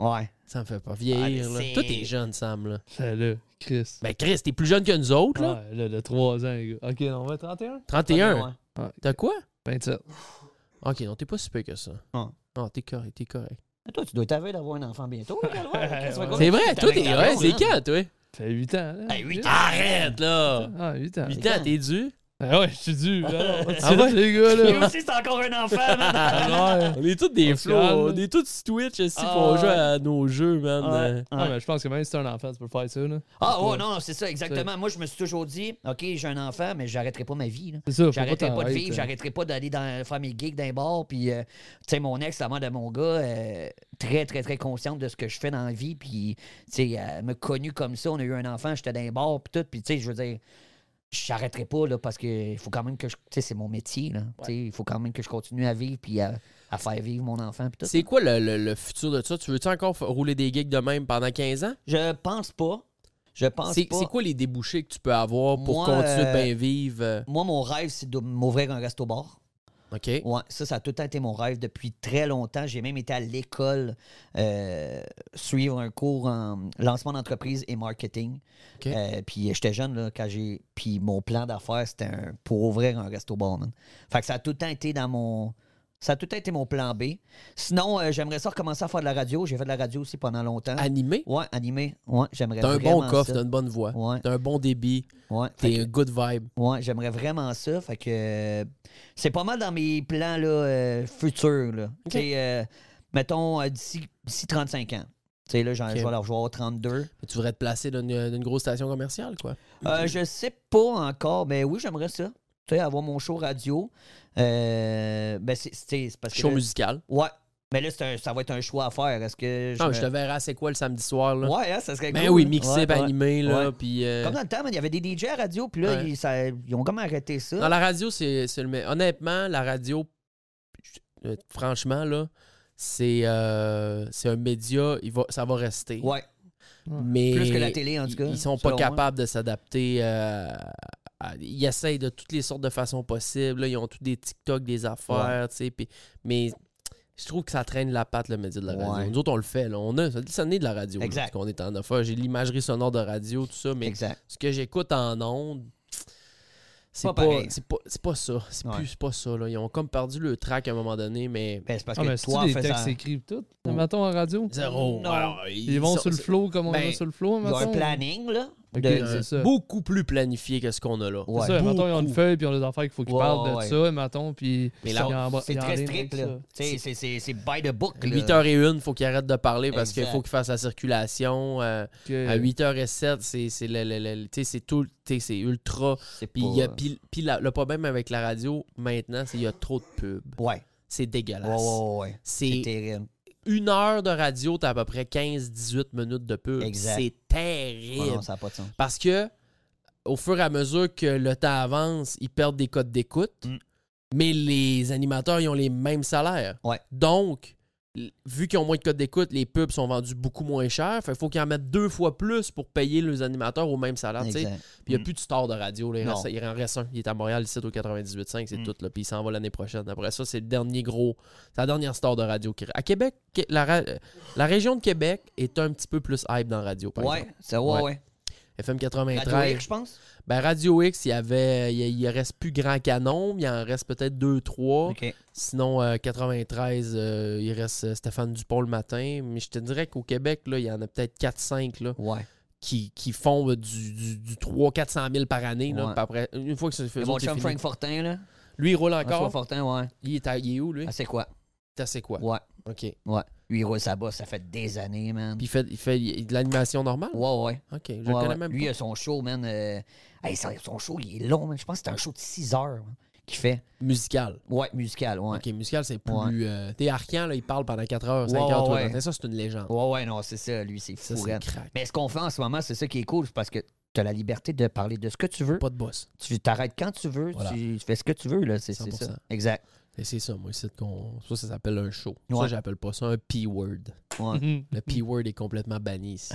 Speaker 5: Ouais.
Speaker 4: Ça me fait peur. Vieillir,
Speaker 5: Ah,
Speaker 4: là.
Speaker 5: c'est-
Speaker 4: Toi, t'es jeune, Sam, là.
Speaker 6: C'est Ah, là, Chris.
Speaker 4: Ben, Chris, t'es plus jeune que nous autres,
Speaker 5: Ah,
Speaker 4: là.
Speaker 6: Ouais, là, de 3 ans, les gars. Ok, non, on va 31?
Speaker 4: 31.
Speaker 5: Ouais.
Speaker 4: T'as quoi?
Speaker 6: 27.
Speaker 4: Ok, non, t'es pas si peu que ça.
Speaker 5: Non.
Speaker 4: Non, t'es correct, t'es correct.
Speaker 5: Mais Toi, tu dois t'avoir d'avoir un enfant bientôt. là, Galois. Qu'est-ce que
Speaker 4: C'est vrai, toi, t'es.
Speaker 5: avec ta
Speaker 4: Ouais,
Speaker 5: blonde,
Speaker 4: c'est
Speaker 5: hein? Ben
Speaker 4: quand, toi?
Speaker 6: Ça fait 8 ans, là.
Speaker 5: Hey, huit ans.
Speaker 4: Arrête, là!
Speaker 6: Ah, 8 ans.
Speaker 4: 8 ans, t'es dû?
Speaker 6: Ah ouais, je suis dû. alors.
Speaker 4: Ah ouais?
Speaker 6: les gars,
Speaker 5: Lui
Speaker 6: là.
Speaker 5: aussi, c'est encore un enfant, man.
Speaker 6: Ah ouais.
Speaker 4: On est tous des
Speaker 6: On se
Speaker 4: flots,
Speaker 6: calme.
Speaker 4: on est tous Twitch aussi
Speaker 6: Ah,
Speaker 4: pour
Speaker 6: ouais.
Speaker 4: jouer à nos jeux, man. Euh,
Speaker 6: Ah, mais je pense que même si t'es un enfant, tu peux faire ça, là.
Speaker 5: Ah, ouais, non, non, c'est ça, exactement. Moi, je me suis toujours dit, OK, j'ai un enfant, mais j'arrêterai pas ma vie. là.
Speaker 6: C'est ça, faut
Speaker 5: J'arrêterai
Speaker 6: pas
Speaker 5: pas de
Speaker 6: t'arrêter.
Speaker 5: vivre, j'arrêterai pas d'aller dans faire mes geeks d'un bar. Puis, euh, tu sais, mon ex, la mère de mon gars, euh, très, très, très consciente de ce que je fais dans la vie. Puis, tu sais, elle m'a connu comme ça. On a eu un enfant, j'étais d'un bar, puis tout. Puis, tu sais, je veux dire, j'arrêterai pas, là, parce que il faut quand même que je. Tu sais, c'est mon métier, là. Tu sais, il faut quand même que je continue à vivre, puis à, à faire vivre mon enfant, puis tout.
Speaker 4: Euh, C'est quoi le, le- le futur de ça? Tu veux-tu encore fa- rouler des gigs de même pendant 15 ans?
Speaker 5: Je pense pas. Je pense
Speaker 4: C'est
Speaker 5: Ah, pas.
Speaker 4: c'est quoi les débouchés que tu peux avoir pour
Speaker 5: Moi,
Speaker 4: continuer de
Speaker 5: euh,
Speaker 4: bien vivre? euh,
Speaker 5: Moi, mon rêve, c'est de m'ouvrir un resto-bar.
Speaker 4: OK.
Speaker 5: Ouais, ça, ça a tout le temps été mon rêve depuis très longtemps. J'ai même été à l'école euh, suivre un cours en lancement d'entreprise et marketing.
Speaker 4: OK.
Speaker 5: Euh, puis j'étais jeune là, quand j'ai. Puis mon plan d'affaires, c'était un- pour ouvrir un resto bar. man. Fait que ça a tout le temps été dans mon. Ça a tout le temps été mon plan B. Sinon, euh, j'aimerais ça recommencer à faire de la radio. J'ai fait de la radio aussi pendant longtemps.
Speaker 4: Animé?
Speaker 5: Ouais, animé. Ouais, j'aimerais
Speaker 4: T'as un bon
Speaker 5: vraiment
Speaker 4: coffre,
Speaker 5: ça.
Speaker 4: t'as une bonne voix,
Speaker 5: Ouais.
Speaker 4: t'as un bon débit,
Speaker 5: Ouais. Fait
Speaker 4: t'es un good vibe.
Speaker 5: Ouais, j'aimerais vraiment ça. Fait que euh, c'est pas mal dans mes plans là, euh, futurs. Là. Tu sais, euh, mettons euh, d'ici d'ici 35 ans. Tu sais, là, j'en-
Speaker 4: Ok.
Speaker 5: je vais leur jouer 32.
Speaker 4: Mais Tu voudrais te placer dans une, dans une grosse station commerciale, quoi.
Speaker 5: Euh, je sais pas encore, mais oui, j'aimerais ça. Tu sais, avoir mon show radio. Euh, ben, c'est- c'est c'est parce que.
Speaker 4: Show
Speaker 5: là-
Speaker 4: musical.
Speaker 5: Ouais. Mais là, c'est un- ça va être un choix à faire. Est-ce que.
Speaker 4: Non,
Speaker 5: me-
Speaker 4: Ah, je te verrai, c'est quoi le samedi soir, là?
Speaker 5: Ouais, hein, ça serait
Speaker 4: Ben
Speaker 5: cool,
Speaker 4: oui,
Speaker 5: hein.
Speaker 4: mixé,
Speaker 5: Ouais, ouais.
Speaker 4: animé, là,
Speaker 5: Ouais.
Speaker 4: puis... euh,
Speaker 5: Comme dans le temps, man, il y avait des DJ à radio, puis là,
Speaker 4: Ouais.
Speaker 5: ils, ça- ils ont comme arrêté ça.
Speaker 4: Dans la radio, c'est c'est le me- Honnêtement, la radio, je- euh, franchement, là, c'est euh, c'est un média, il va, ça va rester.
Speaker 5: Ouais.
Speaker 4: mais
Speaker 5: Plus que la télé, en tout cas,
Speaker 4: Ils sont
Speaker 5: selon
Speaker 4: pas
Speaker 5: moi.
Speaker 4: capables de s'adapter. euh, à- ils essayent de toutes les sortes de façons possibles. là. Ils ont tous des TikTok, des affaires, tu sais. puis- Mais je trouve que ça traîne la patte, le média de la radio.
Speaker 5: Ouais.
Speaker 4: Nous autres, on le fait. Là. On a, ça ça naît de la radio. là,
Speaker 5: Exact.
Speaker 4: parce qu'on est en affaires. J'ai l'imagerie sonore de radio, tout ça. Mais
Speaker 5: Exact.
Speaker 4: ce que j'écoute en ondes, c'est
Speaker 5: Pas
Speaker 4: pas,
Speaker 5: pareil.
Speaker 4: c'est pas, c'est pas ça. C'est
Speaker 5: Ouais.
Speaker 4: plus c'est pas ça. Là. Ils ont comme perdu le track à un moment donné, mais
Speaker 5: Ben, c'est parce
Speaker 6: Ah,
Speaker 5: que
Speaker 6: mais
Speaker 5: toi, en
Speaker 6: c'est-tu des
Speaker 5: faisant-
Speaker 6: textes écrits pis tout? Mettons en radio?
Speaker 4: zéro.
Speaker 5: Non.
Speaker 4: Alors,
Speaker 6: Ils vont
Speaker 4: sont-
Speaker 6: sur le flow comme on
Speaker 4: ben,
Speaker 6: va sur le flow,
Speaker 5: Ils ont
Speaker 6: mettons?
Speaker 5: un planning, là.
Speaker 6: Ok,
Speaker 4: euh,
Speaker 5: de-
Speaker 6: c'est ça.
Speaker 4: Beaucoup plus planifié que ce qu'on a là.
Speaker 5: Ouais.
Speaker 6: C'est ça, mettons, ils ont une
Speaker 4: beaucoup.
Speaker 6: feuille, puis ils ont des affaires qu'il faut qu'ils
Speaker 5: Ouais,
Speaker 6: parlent de
Speaker 5: ouais.
Speaker 6: ça, mettons, puis...
Speaker 4: Mais là,
Speaker 6: ils en-
Speaker 5: C'est
Speaker 6: ils en
Speaker 5: très
Speaker 6: lignent
Speaker 5: strict,
Speaker 6: avec
Speaker 5: là. Tu sais, C'est c'est- c'est by the book, là.
Speaker 4: 8h01, il faut qu'ils arrêtent de parler parce qu'il
Speaker 5: euh, Exact.
Speaker 4: faut qu'ils fassent la circulation. euh,
Speaker 6: ça. Que-
Speaker 4: À 8h07, c'est c'est le- le- le- le- tu sais, c'est tout, tu sais, c'est ultra.
Speaker 5: C'est
Speaker 4: Puis il y a-
Speaker 5: pas-
Speaker 4: puis- puis la- le problème avec la radio maintenant, c'est qu'il y a trop de pubs.
Speaker 5: Ouais.
Speaker 4: C'est
Speaker 5: Ouais,
Speaker 4: dégueulasse.
Speaker 5: ouais, ouais. C'est
Speaker 4: C'est
Speaker 5: terrible.
Speaker 4: une heure de radio, t'as à peu près 15-18 minutes de pub.
Speaker 5: Exact.
Speaker 4: C'est terrible.
Speaker 5: Ouais, non, ça n'a pas de sens.
Speaker 4: Parce que, au fur et à mesure que le temps avance, ils perdent des codes d'écoute,
Speaker 5: Mm.
Speaker 4: mais les animateurs, ils ont les mêmes salaires.
Speaker 5: Ouais.
Speaker 4: Donc, l- vu qu'ils ont moins de codes d'écoute, les pubs sont vendus beaucoup moins cher. Il faut qu'ils en mettent deux fois plus pour payer les animateurs au même salaire. Ah, tu sais.
Speaker 5: Exact.
Speaker 4: Puis il n'y a plus de star de radio. là. Il,
Speaker 5: Non.
Speaker 4: reste- il en reste un. Il est à Montréal, ici, au 98.5, c'est tout. Là. Puis il s'en va l'année prochaine. Après ça, c'est le dernier gros. C'est la dernière star de radio. qui- À Québec, Qué- la, ra- euh, la région de Québec est un petit peu plus hype dans la radio. Par
Speaker 5: Ouais,
Speaker 4: exemple.
Speaker 5: c'est ouais,
Speaker 4: Ouais.
Speaker 5: ouais.
Speaker 4: FM
Speaker 5: Radio
Speaker 4: 93.
Speaker 5: X, je pense.
Speaker 4: ben, Radio X, il y avait. Il, il reste plus grand canon, mais il en reste peut-être deux, trois.
Speaker 5: OK.
Speaker 4: Sinon, euh, 93, euh, il reste euh, Stéphane Dupont le matin. Mais je te dirais qu'au Québec, là, il y en a peut-être 4-5. là
Speaker 5: Ouais.
Speaker 4: qui, qui font euh, du, du, du 300-400 000 par année. Là,
Speaker 5: Ouais.
Speaker 4: puis après, une fois que c'est fait,
Speaker 5: Et
Speaker 4: eux
Speaker 5: mon
Speaker 4: autres, c'est
Speaker 5: chum
Speaker 4: fini.
Speaker 5: Frank Ah, Fortin, là.
Speaker 4: lui, il roule
Speaker 5: François
Speaker 4: encore.
Speaker 5: Fortin, ouais.
Speaker 4: Il est, à- il est où, lui?
Speaker 5: Ah, c'est quoi?
Speaker 4: T'as c'est quoi?
Speaker 5: Ouais,
Speaker 4: OK. Puis
Speaker 5: ouais. Lui, il roule sa bosse, ça fait des années, man.
Speaker 4: il fait, il fait il- de l'animation normale?
Speaker 5: Ouais, ouais.
Speaker 4: OK, je le
Speaker 5: Ouais,
Speaker 4: connais
Speaker 5: ouais.
Speaker 4: même
Speaker 5: Lui,
Speaker 4: pas.
Speaker 5: euh, son show, man. euh, hey, son, son show, il est long, man. Je pense que c'est un show de 6 heures. man. qu'il fait.
Speaker 4: Musical.
Speaker 5: Ouais, musical, ouais.
Speaker 4: Ok, musical, c'est plus. euh, T'es arcan, là, il parle pendant 4 heures, 5
Speaker 5: Ouais,
Speaker 4: heures, toi,
Speaker 5: ouais.
Speaker 4: Martin. Ça, c'est une légende.
Speaker 5: Ouais, ouais, non, c'est ça, lui, c'est
Speaker 4: Ça,
Speaker 5: fou.
Speaker 4: c'est
Speaker 5: raide.
Speaker 4: crack.
Speaker 5: Mais ce qu'on fait en ce moment, c'est ça qui est cool, c'est parce que t'as la liberté de parler de ce que tu veux.
Speaker 4: Pas de boss.
Speaker 5: Tu t'arrêtes quand tu veux,
Speaker 4: Voilà.
Speaker 5: tu fais ce que tu veux, là, c'est c'est
Speaker 4: 100%.
Speaker 5: ça. Exact.
Speaker 4: Et c'est ça, moi, c'est qu'on. Ça, ça s'appelle un show. Ça,
Speaker 5: Ouais.
Speaker 4: j'appelle pas ça un P-word.
Speaker 5: Ouais.
Speaker 4: Le
Speaker 5: Hmm.
Speaker 4: P-word est complètement banni ici.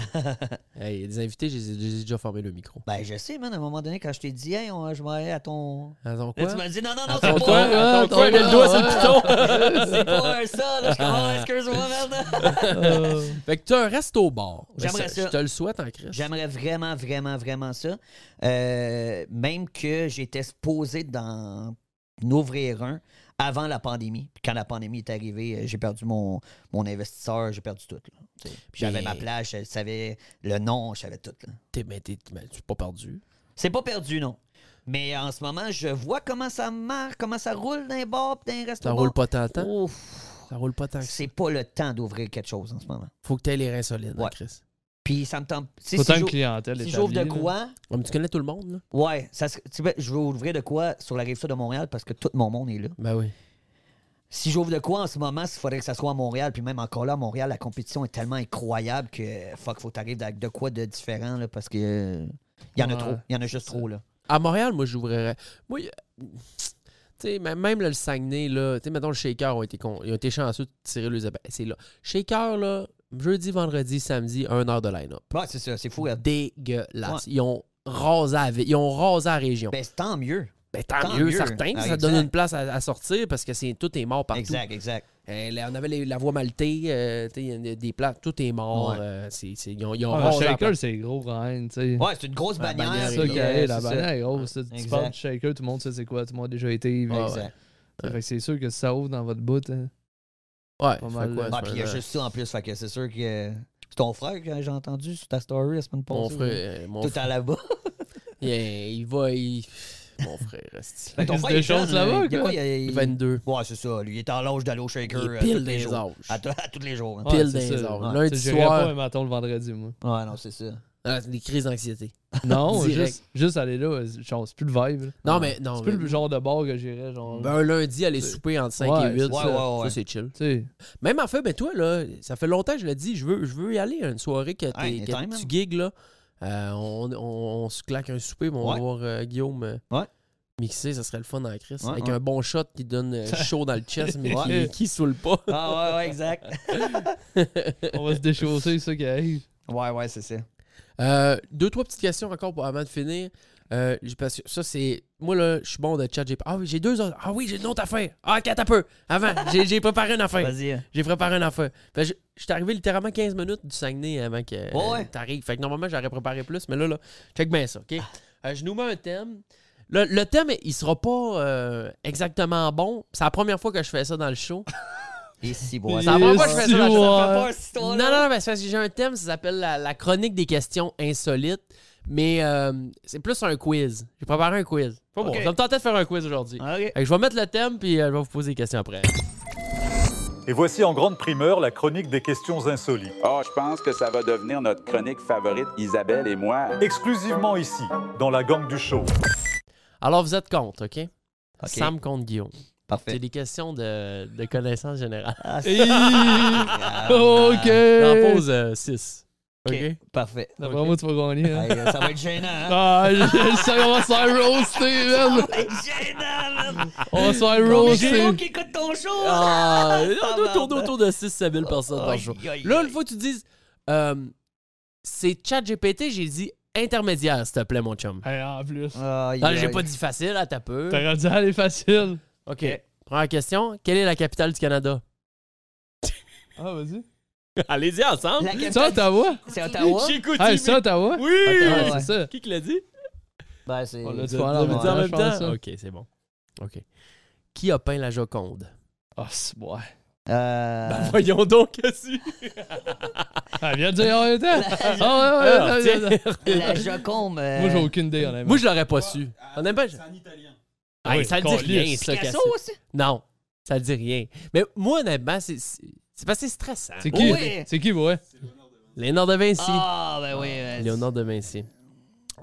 Speaker 4: hey, les invités, j'ai déjà fermé le micro.
Speaker 5: Ben, je sais, man, à un moment donné, quand je t'ai dit, hey, on- je m'en vais à ton.
Speaker 4: Attends,
Speaker 5: Là,
Speaker 4: quoi?
Speaker 5: tu m'as dit, non, non, non,
Speaker 4: Attends,
Speaker 5: c'est
Speaker 4: quoi?
Speaker 5: pas, un-
Speaker 4: Attends, quoi? Mets le doigt sur le piton.
Speaker 5: c'est pas un ça, là, je comprends, excuse-moi, merde.
Speaker 4: Fait que t'as un resto au bar. Ben,
Speaker 5: J'aimerais ça.
Speaker 4: Je te le souhaite hein, en Christ.
Speaker 5: J'aimerais vraiment, vraiment, vraiment ça. Euh, même que j'étais supposé d'en ouvrir un avant la pandémie. Puis quand la pandémie est arrivée, euh, j'ai perdu mon, mon investisseur, j'ai perdu tout. là, tu sais. Puis j'avais
Speaker 4: Mais-
Speaker 5: ma place, je savais le nom, je savais tout. là.
Speaker 4: T'es, mais t'es, mais tu es pas perdu.
Speaker 5: C'est pas perdu, non. Mais en ce moment, je vois comment ça marche, comment ça roule dans les bars puis dans les
Speaker 4: Ça
Speaker 5: restaurants.
Speaker 4: roule pas tant, tant.
Speaker 5: Oh. Ouf,
Speaker 4: Ça roule pas tant. que ça.
Speaker 5: c'est pas le temps d'ouvrir quelque chose en ce moment.
Speaker 4: Faut que t'aies les reins solides, hein,
Speaker 5: Ouais.
Speaker 4: Chris.
Speaker 5: Puis ça me tente. Si,
Speaker 6: Faut
Speaker 5: si
Speaker 6: tant une
Speaker 5: j'ouvre-
Speaker 6: clientèle
Speaker 5: si j'ouvre de
Speaker 6: établie, là.
Speaker 5: quoi,
Speaker 4: Ouais, mais tu connais tout le monde, là?
Speaker 5: Ouais, ça, se- tu sais, je veux ouvrir de quoi sur la rive sud de Montréal parce que tout mon monde est là.
Speaker 4: Ben oui.
Speaker 5: Si j'ouvre de quoi en ce moment, il faudrait que ça soit à Montréal. Puis même encore là, à Montréal, la compétition est tellement incroyable que fuck, faut t'arriver avec de quoi de différent là, parce que euh, il y en
Speaker 4: Ouais,
Speaker 5: a trop. Il y en a juste trop là.
Speaker 4: À Montréal, moi, j'ouvrirais. Moi, y- tu sais, m- même là, le Saguenay, là, tu sais, mettons, le Shaker, ont été, con- ils ont été chanceux de tirer les épées. C'est là. Shaker, là, jeudi, vendredi, samedi, 1 heure de line-up.
Speaker 5: Ouais, c'est ça, c'est fou. hein. là.
Speaker 4: Dégueulasse. Ils ont rasé la ville. Ils ont rasé la région. Ben,
Speaker 5: Ben, c'est tant mieux.
Speaker 4: tant,
Speaker 5: tant
Speaker 4: mieux,
Speaker 5: mieux.
Speaker 4: certain.
Speaker 5: Ah,
Speaker 4: ça donne
Speaker 5: exact.
Speaker 4: une place à, à sortir parce que c'est tout est mort partout.
Speaker 5: Exact, exact.
Speaker 4: Euh, là, on avait les- la voie maltée, euh, tu sais, il y a des plats, tout est mort.
Speaker 5: Ouais.
Speaker 4: euh, c'est- c'est- ils ont, ils ont
Speaker 6: Ah,
Speaker 4: rasé la
Speaker 6: shaker,
Speaker 4: place.
Speaker 6: c'est gros quand même, tu sais.
Speaker 5: Ouais, c'est une grosse
Speaker 4: La
Speaker 5: bannière.
Speaker 4: bannière Ouais,
Speaker 6: C'est ça
Speaker 5: puis,
Speaker 6: qui
Speaker 5: euh,
Speaker 6: arrive, la
Speaker 5: c'est ça.
Speaker 6: bannière est grosse. ça. Tu
Speaker 5: Exact.
Speaker 6: parles de shaker, tout le monde sait c'est quoi, tout le monde a déjà été. mais-
Speaker 4: Ouais,
Speaker 5: Exact.
Speaker 6: Fait que c'est sûr que ça ouvre dans votre bout. hein.
Speaker 4: Ouais,
Speaker 6: Pas
Speaker 4: fait
Speaker 6: mal,
Speaker 4: quoi,
Speaker 6: euh,
Speaker 4: ça
Speaker 5: Ah, puis il y a
Speaker 4: fait-
Speaker 5: juste ça en plus. Fait que c'est sûr que euh, c'est ton frère que j'ai entendu sur ta story la semaine passée.
Speaker 4: Mon frère, mon
Speaker 5: Tout
Speaker 4: frère,
Speaker 5: à là-bas.
Speaker 4: il, il va, il- Mon frère, reste
Speaker 5: Mais ton
Speaker 6: Il se
Speaker 5: frère, il est
Speaker 6: déchausse
Speaker 5: jeune,
Speaker 6: là-bas,
Speaker 5: il y a
Speaker 6: quoi.
Speaker 5: quoi, il y a- il-
Speaker 4: 22.
Speaker 5: Ouais, c'est ça. Lui, il est en l'âge d'aller au shaker.
Speaker 4: Il est
Speaker 5: euh,
Speaker 4: pile
Speaker 5: tous les
Speaker 4: des
Speaker 5: jours.
Speaker 4: âges.
Speaker 5: À, t- à tous les jours. hein.
Speaker 4: Pile
Speaker 6: c'est
Speaker 4: des
Speaker 6: ça.
Speaker 4: heures.
Speaker 6: Ouais.
Speaker 4: Lundi
Speaker 6: Tu sais, j'irais
Speaker 4: soir-
Speaker 6: pas un maton le vendredi, moi.
Speaker 5: Ouais, non, c'est ça.
Speaker 4: Ah, c'est des crises d'anxiété.
Speaker 6: Non,
Speaker 4: Direct.
Speaker 6: juste, juste aller là, euh, genre, c'est plus le vibe. là.
Speaker 4: Non, mais non.
Speaker 6: C'est plus
Speaker 4: mais-
Speaker 6: le genre de bar que j'irais, genre.
Speaker 4: ben, un lundi, aller souper entre 5
Speaker 6: Ouais,
Speaker 4: et 8.
Speaker 5: ouais,
Speaker 4: ça,
Speaker 5: ouais,
Speaker 4: ça,
Speaker 5: ouais.
Speaker 4: c'est chill.
Speaker 6: Tu sais,
Speaker 4: Même en fait, ben toi, là, ça fait longtemps que je l'ai dit, je veux, je veux y aller à une soirée que, t'es-
Speaker 5: Hey,
Speaker 4: que
Speaker 5: anytime,
Speaker 4: tu
Speaker 5: man.
Speaker 4: gigs, là. Euh, on, on- on se claque un souper, puis on va
Speaker 5: Ouais.
Speaker 4: voir euh, Guillaume euh,
Speaker 5: Ouais.
Speaker 4: mixer, ça serait le fun en Chris.
Speaker 5: Ouais,
Speaker 4: avec
Speaker 5: ouais.
Speaker 4: un bon shot qui donne euh, chaud dans le chest, mais qui-
Speaker 5: Ouais.
Speaker 4: qui, saoule pas.
Speaker 5: Ah, ouais, ouais, exact.
Speaker 6: on va se déchausser, c'est ça qui arrive.
Speaker 5: ouais, ouais, c'est ça.
Speaker 4: Euh, deux, trois petites questions encore pour, avant de finir. Euh, j'ai- parce que ça, c'est. Moi, là, je suis bon de chat. j'ai- Ah oui, j'ai deux autres. Ah oui, j'ai une autre affaire. Ah, ok, attends un peu. Avant, j'ai j'ai préparé une affaire.
Speaker 5: Vas-y. hein.
Speaker 4: J'ai préparé une affaire. Fait que je, je suis arrivé littéralement 15 minutes du Saguenay avant que euh,
Speaker 5: Ouais, ouais.
Speaker 4: t'arrives. Fait que normalement, j'aurais préparé plus, mais là, là, check bien ça, OK? Euh, je nous mets un thème. Le, le thème, il sera pas euh, exactement bon. C'est la première fois que je fais ça dans le show.
Speaker 5: Et si, bon,
Speaker 4: Ça
Speaker 5: ça
Speaker 4: va
Speaker 6: Et
Speaker 4: pas, je fais ça,
Speaker 6: si,
Speaker 4: je fais
Speaker 6: ouais.
Speaker 4: Non, non, non, mais c'est parce que j'ai un thème, ça s'appelle la, la chronique des questions insolites. Mais euh, c'est plus un quiz. J'ai préparé un quiz. Pas bon,
Speaker 5: Ok.
Speaker 4: ça me tentait de faire un quiz aujourd'hui.
Speaker 5: Ok.
Speaker 4: Fait que Je vais mettre le thème, puis euh, je vais vous poser des questions après.
Speaker 8: Et voici en grande primeur la chronique des questions insolites.
Speaker 9: Oh, je pense que ça va devenir notre chronique favorite, Isabelle et moi.
Speaker 8: Exclusivement ici, dans la gang du show.
Speaker 4: Alors, vous êtes contre, OK? Sam contre Guillaume. C'est
Speaker 5: Parfait.
Speaker 4: des questions de, de connaissances générales.
Speaker 5: Ah,
Speaker 6: Et-
Speaker 4: J'en
Speaker 6: ok!
Speaker 4: pose euh, 6. OK?
Speaker 5: OK. Parfait.
Speaker 6: D'après moi, tu vas gagner. hein.
Speaker 5: Hey, euh, ça va être gênant. hein?
Speaker 6: Ah, je, je sais qu'on va se faire roaster, man!
Speaker 5: Ça va être gênant, man.
Speaker 6: On va se faire
Speaker 5: Comme
Speaker 6: roaster!
Speaker 5: Jérôme qui écoute ton show.
Speaker 4: Ah, on doit
Speaker 5: Tabarnak.
Speaker 4: tourner autour de 6 à 1000 personnes par
Speaker 5: Aïe,
Speaker 4: jour.
Speaker 5: aïe,
Speaker 4: Là,
Speaker 5: aïe.
Speaker 4: il faut que tu dises euh, c'est chat GPT, j'ai dit intermédiaire, s'il te plaît, mon chum.
Speaker 6: Hey, en plus,
Speaker 5: Aïe,
Speaker 4: Ah, j'ai
Speaker 5: aïe.
Speaker 4: pas dit facile, à ta peu.
Speaker 6: t'aurais dû aller facile.
Speaker 4: OK. Première question quelle est la capitale du Canada
Speaker 6: Ah, vas-y.
Speaker 4: Allez-y ensemble.
Speaker 5: La capitale-
Speaker 6: Ça, Ottawa?
Speaker 5: C'est Ottawa?
Speaker 4: J'écoute.
Speaker 6: Hey, ça, Ottawa?
Speaker 4: Oui
Speaker 5: Ottawa,
Speaker 6: Ouais, c'est ça.
Speaker 4: Qui qui l'a dit
Speaker 5: Ben, c'est...
Speaker 6: On l'a dit
Speaker 4: Vous
Speaker 6: en
Speaker 4: avez dit en
Speaker 6: même
Speaker 4: même
Speaker 6: temps, je pense,
Speaker 4: temps
Speaker 6: ça.
Speaker 4: OK, c'est bon. OK. Qui a peint la Joconde
Speaker 6: Ah, c'est bon.
Speaker 5: Euh,
Speaker 4: Voyons donc, si.
Speaker 6: Elle vient Ah, de dire en même temps. Ah, ouais, ouais,
Speaker 4: Alors,
Speaker 6: ouais,
Speaker 4: tiens.
Speaker 6: ouais, ouais.
Speaker 5: La Joconde... euh,
Speaker 6: Moi, j'ai aucune idée, honnêtement.
Speaker 4: Ben, Moi, je l'aurais pas su. On aime pas. C'est en italien.
Speaker 6: Ah oui,
Speaker 4: ça dit
Speaker 6: calice.
Speaker 4: rien, ça,
Speaker 5: Picasso
Speaker 4: Cassie.
Speaker 5: aussi?
Speaker 4: Non, ça dit rien. Mais moi, honnêtement, c'est c'est- c'est parce que c'est stressant.
Speaker 6: C'est qui?
Speaker 5: Oui.
Speaker 6: C'est qui, ouais?
Speaker 4: Léonard de Vinci.
Speaker 5: Ah, ben oui. ben,
Speaker 4: Léonard de Vinci.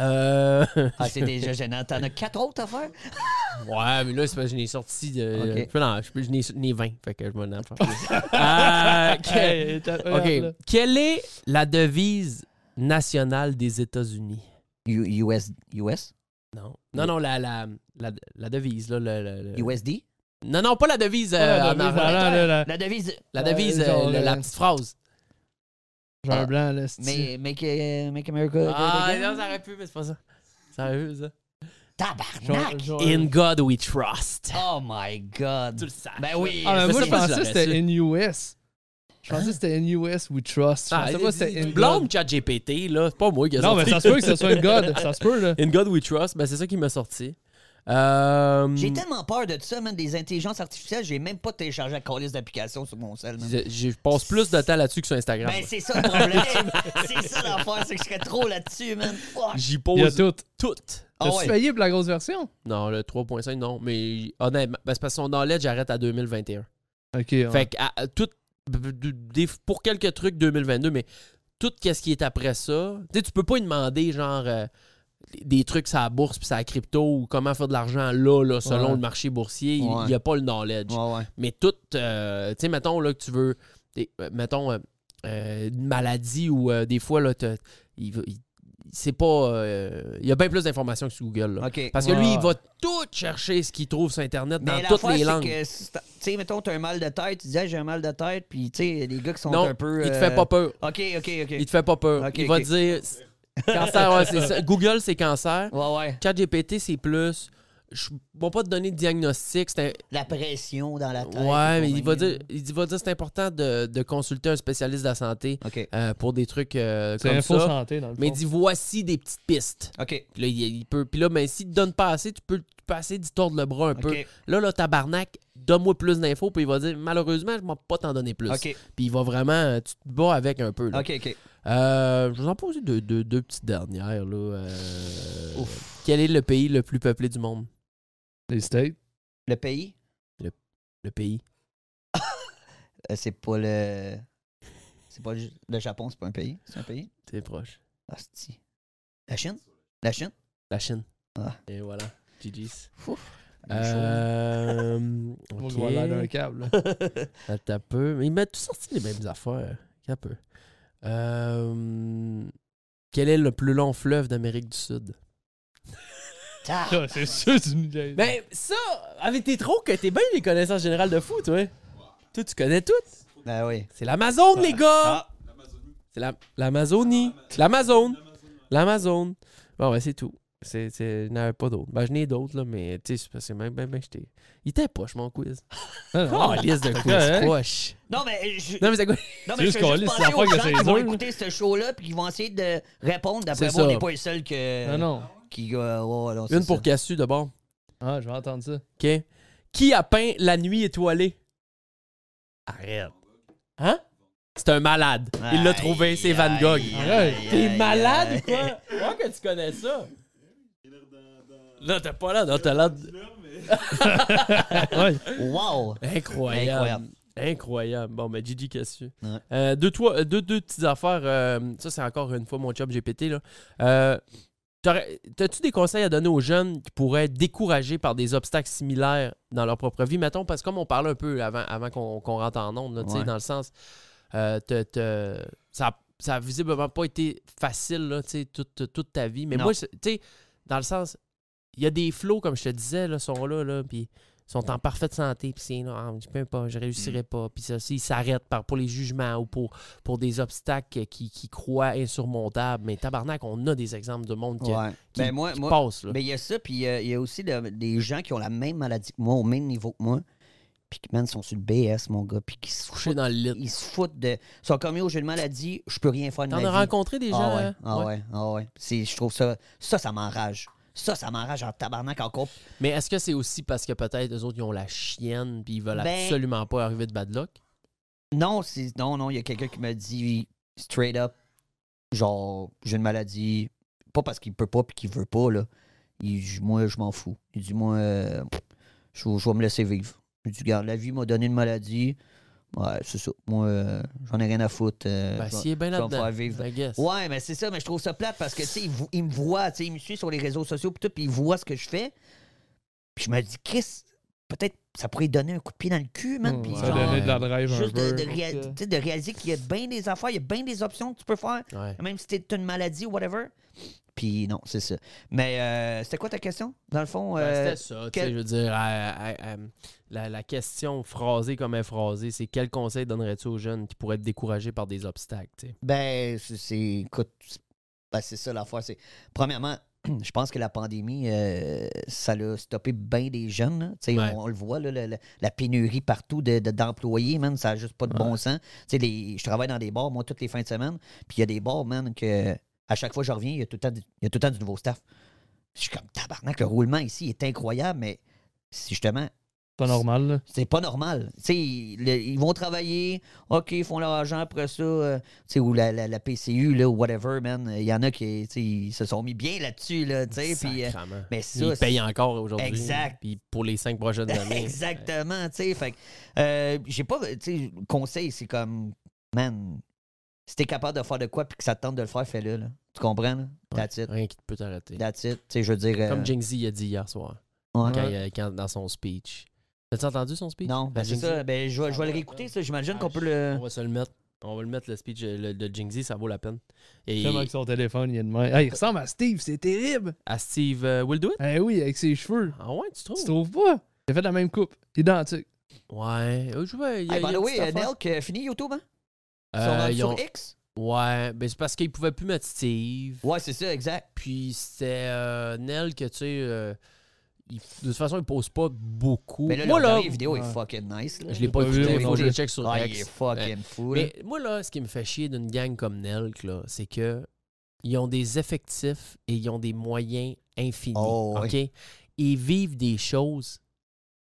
Speaker 4: Euh...
Speaker 5: Ah, c'est déjà gênant. T'en as quatre autres à faire?
Speaker 4: Ouais, mais là, c'est parce que je n'ai sorti de.
Speaker 5: Ok.
Speaker 4: Je- Non, je, je n'ai- je n'ai 20. Fait que je m'en ai euh, que-
Speaker 6: Hey, t'as-
Speaker 4: OK. Quelle est la devise nationale des États-Unis?
Speaker 5: U- US, US?
Speaker 4: Non. Non, non, la, la, la, la devise, là. Le, le- le-
Speaker 5: USD?
Speaker 4: Non, non, pas la devise. euh,
Speaker 6: Ah, la
Speaker 4: en
Speaker 6: devise,
Speaker 4: avant.
Speaker 6: là, là, là.
Speaker 5: La devise.
Speaker 4: La devise,
Speaker 6: Euh,
Speaker 4: euh,
Speaker 6: genre,
Speaker 4: le- la
Speaker 6: le-
Speaker 4: petite phrase.
Speaker 6: J'ai un blanc, là, c'est
Speaker 5: Mais, make, euh, make America. Great
Speaker 4: Ah,
Speaker 5: Again?
Speaker 4: non, ça aurait pu, mais c'est pas ça. Ça aurait pu, ça.
Speaker 5: Tabarnak!
Speaker 4: In God we trust.
Speaker 5: Oh my god!
Speaker 4: Ah, Tu le sais.
Speaker 5: Ben oui!
Speaker 6: Ah,
Speaker 4: Je
Speaker 6: mais moi,
Speaker 4: sais
Speaker 6: je
Speaker 4: pas si
Speaker 6: pensais que
Speaker 4: je l'aurais
Speaker 6: c'était in US. Je pensais que c'était in US we trust. Je
Speaker 4: Ah,
Speaker 6: pensais pas que c'était in
Speaker 4: blâme
Speaker 6: God.
Speaker 4: ChatGPT, là. C'est pas moi qui a
Speaker 6: Non, mais
Speaker 4: sorti.
Speaker 6: ça se peut que ce soit in God. Ça se peut, là.
Speaker 4: In God we trust, ben c'est ça qui m'a sorti. Euh,
Speaker 5: J'ai tellement peur de ça, man, des intelligences artificielles, j'ai même pas téléchargé la calice d'application sur mon cell, man.
Speaker 4: je, je passe plus de temps là-dessus que sur Instagram.
Speaker 5: Ben,
Speaker 4: moi.
Speaker 5: c'est ça le problème! c'est ça l'affaire, c'est que je serais trop là-dessus, man. Fuck!
Speaker 4: J'y
Speaker 6: Il y a
Speaker 4: pose
Speaker 6: tout.
Speaker 4: toutes.
Speaker 5: Ah
Speaker 6: T'as-tu
Speaker 5: ouais.
Speaker 6: payé pour la grosse version?
Speaker 4: Non, le 3.5, non. Mais honnêtement, ben, c'est parce que son knowledge j'arrête à 2021.
Speaker 6: OK. ouais.
Speaker 4: Fait que à- à tout, b- b- des- pour quelques trucs 2022, mais tout ce qui est après ça, tu sais, tu peux pas lui demander genre euh, des trucs sur la bourse puis sur la crypto ou comment faire de l'argent là, là, selon
Speaker 5: Ouais.
Speaker 4: le marché boursier. Il-
Speaker 5: Ouais.
Speaker 4: Il n'y a pas le knowledge.
Speaker 5: Ouais, ouais.
Speaker 4: Mais tout, euh, tu sais, mettons là, que tu veux, t'es- euh, mettons, euh, euh, une maladie ou euh, des fois, là, t'as- il, va- il- c'est pas. euh, il y a bien plus d'informations que sur Google. là.
Speaker 5: Ok.
Speaker 4: Parce que
Speaker 6: Ouais,
Speaker 4: lui, il
Speaker 6: ouais.
Speaker 4: va tout chercher ce qu'il trouve sur Internet
Speaker 5: Mais
Speaker 4: dans toutes
Speaker 5: l'affaire,
Speaker 4: les
Speaker 5: c'est
Speaker 4: langues.
Speaker 5: que, si t'as- tu sais, mettons, t'as un mal de tête, tu dis, Hey, j'ai un mal de tête, puis tu sais, les gars qui sont
Speaker 4: Non,
Speaker 5: un peu.
Speaker 4: il te
Speaker 5: euh,
Speaker 4: fait pas peur.
Speaker 5: Ok, ok, ok.
Speaker 4: Il te fait pas peur.
Speaker 5: Ok,
Speaker 4: il va
Speaker 5: ok.
Speaker 4: dire c'est- cancer, ouais, c'est ça. Google, c'est cancer.
Speaker 5: Ouais, ouais.
Speaker 4: ChatGPT, c'est plus. Je ne vais pas te donner de diagnostic. c'est un-
Speaker 5: La pression dans la tête.
Speaker 4: Ouais,
Speaker 5: et
Speaker 4: mais il va
Speaker 5: compagnie,
Speaker 4: dire, il va dire c'est important de, de consulter un spécialiste de la santé
Speaker 5: là. Ok,
Speaker 4: euh, pour des trucs euh,
Speaker 6: C'est
Speaker 4: comme
Speaker 6: info
Speaker 4: ça.
Speaker 6: santé, dans le
Speaker 4: Mais il
Speaker 6: fond.
Speaker 4: dit voici des petites pistes.
Speaker 5: ok.
Speaker 4: Puis là, il, il peut. Puis là, ben, s'il te donne pas assez, tu peux, tu peux essayer d'y tordre le bras un
Speaker 5: Ok.
Speaker 4: peu. Là, là, tabarnak, donne-moi plus d'infos. Puis il va dire malheureusement, je ne vais pas t'en donner plus.
Speaker 5: Ok.
Speaker 4: Puis il va vraiment. euh, Tu te bats avec un peu. là.
Speaker 5: Ok, ok.
Speaker 4: Euh, je vous en pose deux, deux, deux petites dernières. Là. Euh, Quel est le pays le plus peuplé du monde
Speaker 6: Les States.
Speaker 5: Le pays,
Speaker 4: Le pays.
Speaker 5: euh, c'est pas le. C'est pas le... le Japon, c'est pas un pays. C'est un pays.
Speaker 4: C'est proche.
Speaker 5: Ah, c'est-tu. La Chine? La Chine?
Speaker 4: La Chine.
Speaker 5: Ah.
Speaker 4: Et voilà. GG's.
Speaker 5: Euh...
Speaker 4: Euh,
Speaker 6: Moi,
Speaker 4: ok.
Speaker 6: je vois l'air d'un câble.
Speaker 4: Attends un peu. Mais ils m'ont tous sorti les mêmes affaires. Attends Un peu. Euh, quel est le plus long fleuve d'Amérique du Sud
Speaker 5: Ah,
Speaker 6: là. C'est sûr, tu me dis.
Speaker 4: Ben, ça, avec tes trop que t'es bien les connaissances générales de fou, toi. Toi, tu connais tout.
Speaker 5: ben oui.
Speaker 4: C'est l'Amazon, les gars!
Speaker 5: Ah.
Speaker 4: C'est la- l'Amazonie. L'Amazon. L'Amazon. Bon, ben, c'est tout. C'est, c'est- je n'avais pas d'autres. Ben, je n'ai d'autres, là, mais tu sais, c'est parce que même, ben, ben, j'étais. Il était poche, mon quiz.
Speaker 6: Ah,
Speaker 4: Oh, liste de quiz
Speaker 6: correct.
Speaker 4: poche.
Speaker 5: Non, mais je.
Speaker 4: Non, mais c'est quoi?
Speaker 5: Non,
Speaker 6: C'est
Speaker 5: mais je
Speaker 6: juste
Speaker 5: veux
Speaker 6: qu'on
Speaker 5: juste
Speaker 6: lisse la
Speaker 5: penser aux
Speaker 6: fois que
Speaker 5: gens
Speaker 6: c'est
Speaker 5: qui vont
Speaker 6: eux, là.
Speaker 5: écouter ce show-là puis qui vont essayer de répondre. D'après
Speaker 4: C'est
Speaker 5: moi, on
Speaker 4: ça.
Speaker 5: n'est pas les seuls que...
Speaker 6: Non, non.
Speaker 5: Qui, euh, ouais, non, c'est
Speaker 4: Une pour
Speaker 5: ça.
Speaker 4: Cassu, d'abord.
Speaker 6: Ah, je vais entendre ça.
Speaker 4: OK. Qui a peint La nuit étoilée? Arrête. Hein? C'est un malade. Il l'a trouvé, c'est Van Gogh.
Speaker 6: Arrête.
Speaker 4: T'es malade ou quoi? Moi que tu connais ça. Non, t'es pas là, non, t'as l'air. de-
Speaker 5: Wow!
Speaker 4: Incroyable. Incroyable.
Speaker 5: Incroyable.
Speaker 4: Bon, mais Gigi Cassu.
Speaker 5: Ouais.
Speaker 4: Euh, deux, trois, euh, deux, deux petites affaires. euh, ça, c'est encore une fois mon job GPT. Là. Euh, t'aurais- T'as-tu des conseils à donner aux jeunes qui pourraient être découragés par des obstacles similaires dans leur propre vie? Mettons, parce que comme on parlait un peu avant, avant qu'on qu'on rentre en onde, là, tu sais,
Speaker 5: Ouais.
Speaker 4: dans le sens, euh, t'as- t'as- ça, a- ça a visiblement pas été facile là, tu sais, toute, toute ta vie. Mais
Speaker 5: Non.
Speaker 4: moi, c'est- tu sais, dans le sens, il y a des flots, comme je te disais, là, sont là, là puis sont en parfaite santé, puis c'est énorme, je peux pas, je réussirai
Speaker 5: Mm.
Speaker 4: pas, puis ça, ils s'arrêtent par- pour les jugements ou pour, pour des obstacles qui, qui croient insurmontables. Mais tabarnak, on a des exemples de monde qui,
Speaker 5: Ouais.
Speaker 4: qui-
Speaker 5: Ben, moi,
Speaker 4: qui
Speaker 5: moi,
Speaker 4: passe, là.
Speaker 5: Mais il y a ça, puis euh, il y a aussi le- des gens qui ont la même maladie que moi, au même niveau que moi, puis qui, man, sont sur le BS, mon gars, puis qui se
Speaker 4: couchés
Speaker 5: foutent.
Speaker 4: dans le lit.
Speaker 5: Ils se foutent de. Ils sont comme, yo, j'ai une maladie, je peux rien faire de
Speaker 4: T'en
Speaker 5: ma
Speaker 4: as
Speaker 5: vie.
Speaker 4: rencontré des gens?
Speaker 5: Ah ouais,
Speaker 4: hein?
Speaker 5: ah
Speaker 4: Ouais.
Speaker 5: ouais, ah ouais. C'est- Je trouve ça. Ça, ça m'enrage. Ça, ça m'enrage en tabarnak encore.
Speaker 4: Mais est-ce que c'est aussi parce que peut-être eux autres, ils ont la chienne, puis ils veulent
Speaker 5: Ben- Euh,
Speaker 4: absolument pas arriver de bad luck?
Speaker 5: Non, c'est. Non, non, il y a quelqu'un qui me dit straight up, genre, j'ai une maladie. Pas parce qu'il peut pas puis qu'il veut pas, là. Il dit, moi, je m'en fous. Il dit, moi, euh, je, je vais me laisser vivre. Il dit, regarde, la vie m'a donné une maladie. Ouais, c'est ça. Moi, euh, j'en ai rien à foutre. euh,
Speaker 4: Ben,
Speaker 5: je vais-
Speaker 4: s'il est bien
Speaker 5: je vais me
Speaker 4: là-dedans,
Speaker 5: faire vivre.
Speaker 4: I guess.
Speaker 5: Ouais, mais c'est ça, mais je trouve ça plate parce que, tu sais, il, vou- il me voit, tu sais, il me suit sur les réseaux sociaux, pis tout, puis il voit ce que je fais. Puis je me dis, Chris, peut-être ça pourrait lui donner un coup de pied dans le cul, man. Puis
Speaker 6: Ça
Speaker 5: genre,
Speaker 6: donnait de la drive un
Speaker 5: Juste de,
Speaker 6: peu.
Speaker 5: de réa-
Speaker 6: Donc, euh,
Speaker 5: tu sais, de réaliser qu'il y a bien des affaires, il y a bien des options que tu peux faire,
Speaker 4: Ouais.
Speaker 5: même si t'es une maladie ou whatever. Puis non, c'est ça. Mais euh, c'était quoi ta question, dans le fond?
Speaker 4: Ben,
Speaker 5: euh,
Speaker 4: c'était ça, tu sais,
Speaker 5: quel-
Speaker 4: je veux dire, euh, euh, euh, la, la question phrasée comme phrasée, c'est quel conseil donnerais-tu aux jeunes qui pourraient être découragés par des obstacles, tu sais?
Speaker 5: Ben, c'est- c'est. Écoute, c'est- ben, c'est ça l'affaire. C'est, premièrement, je pense que la pandémie, euh, ça l'a stoppé bien des jeunes. là. Tu sais,
Speaker 4: Ouais.
Speaker 5: On, on le voit, là, le- le- la pénurie partout de, de- d'employés, man, ça n'a juste pas de bon sens. Tu sais, les- je travaille dans des bars, moi, toutes les fins de semaine. Puis il y a des bars, man, que à chaque fois que je reviens, il y a tout le temps du, il y a tout le temps du nouveau staff. Je suis comme tabarnak, le roulement ici est incroyable, mais c'est justement,
Speaker 6: pas normal, là.
Speaker 5: c'est pas normal. Tu sais, ils le- ils vont travailler, OK, ils font leur argent après ça, euh, tu sais, ou la, la, la PCU, là, ou whatever, man. Il y en a qui tu sais, ils se sont mis bien là-dessus, là, tu sais, puis... euh,
Speaker 4: Sacrement.
Speaker 5: mais ça,
Speaker 4: Ils
Speaker 5: c'est-
Speaker 4: payent encore aujourd'hui.
Speaker 5: Exact.
Speaker 4: Puis pour les cinq prochaines années.
Speaker 5: Exactement, tu sais. Fait que, euh, j'ai pas, tu sais, conseil, c'est comme, man, si t'es capable de faire de quoi puis que ça te tente de le faire, fais-le, là. Tu comprends, là? That's it.
Speaker 4: euh, Rien qui peut t'arrêter.
Speaker 5: That's it. Tu sais, je veux dire. euh,
Speaker 4: Comme Jay Z a dit hier soir,
Speaker 5: ouais.
Speaker 4: quand, il a- quand- dans son speech. T'as-tu entendu son speech?
Speaker 5: Non, ben,
Speaker 4: Ben,
Speaker 5: c'est
Speaker 4: Jay-Z-
Speaker 5: ça. Ben, je vais, je vais le réécouter, ça. J'imagine
Speaker 4: Ah,
Speaker 5: qu'on peut le.
Speaker 4: On va se le mettre. On va le mettre, le speech euh, le- de Jay Z, ça vaut la peine. Et
Speaker 6: Comme avec son téléphone, il est de même. Ah, il ressemble à Steve, c'est terrible!
Speaker 4: à Steve euh, Will Do It?
Speaker 6: Eh oui, avec ses cheveux.
Speaker 4: Ah ouais, tu trouves?
Speaker 6: Tu trouves pas? Il a fait la même coupe. Identique.
Speaker 4: Ouais. Euh, Je vois, il y a- il y
Speaker 5: Hey,
Speaker 4: a
Speaker 5: by the
Speaker 4: une
Speaker 5: way,
Speaker 4: petite
Speaker 5: euh,
Speaker 4: affaire.
Speaker 5: Nelk, euh, fini YouTube, hein?
Speaker 4: Euh,
Speaker 5: sur,
Speaker 4: ils
Speaker 5: sur
Speaker 4: ont-
Speaker 5: X?
Speaker 4: Ouais, ben c'est parce qu'ils pouvaient plus mettre Steve.
Speaker 5: Ouais, c'est ça, exact.
Speaker 4: Puis c'était euh, Nel que tu sais. euh, il- de toute façon, il pose pas beaucoup.
Speaker 5: Mais Ben là,
Speaker 4: moi,
Speaker 5: leur
Speaker 4: là,
Speaker 5: dernière vidéo est fucking nice. Là.
Speaker 4: je l'ai pas
Speaker 6: pas vu,
Speaker 4: écouté.
Speaker 6: moi
Speaker 4: faut
Speaker 6: non
Speaker 4: que je
Speaker 6: plus.
Speaker 4: le check sur
Speaker 5: Ah,
Speaker 4: X.
Speaker 5: il est fucking fou. là.
Speaker 4: Mais moi, là, ce qui me fait chier d'une gang comme Nelk, là, c'est que ils ont des effectifs et ils ont des moyens infinis.
Speaker 5: Oh,
Speaker 4: OK? Ils vivent des choses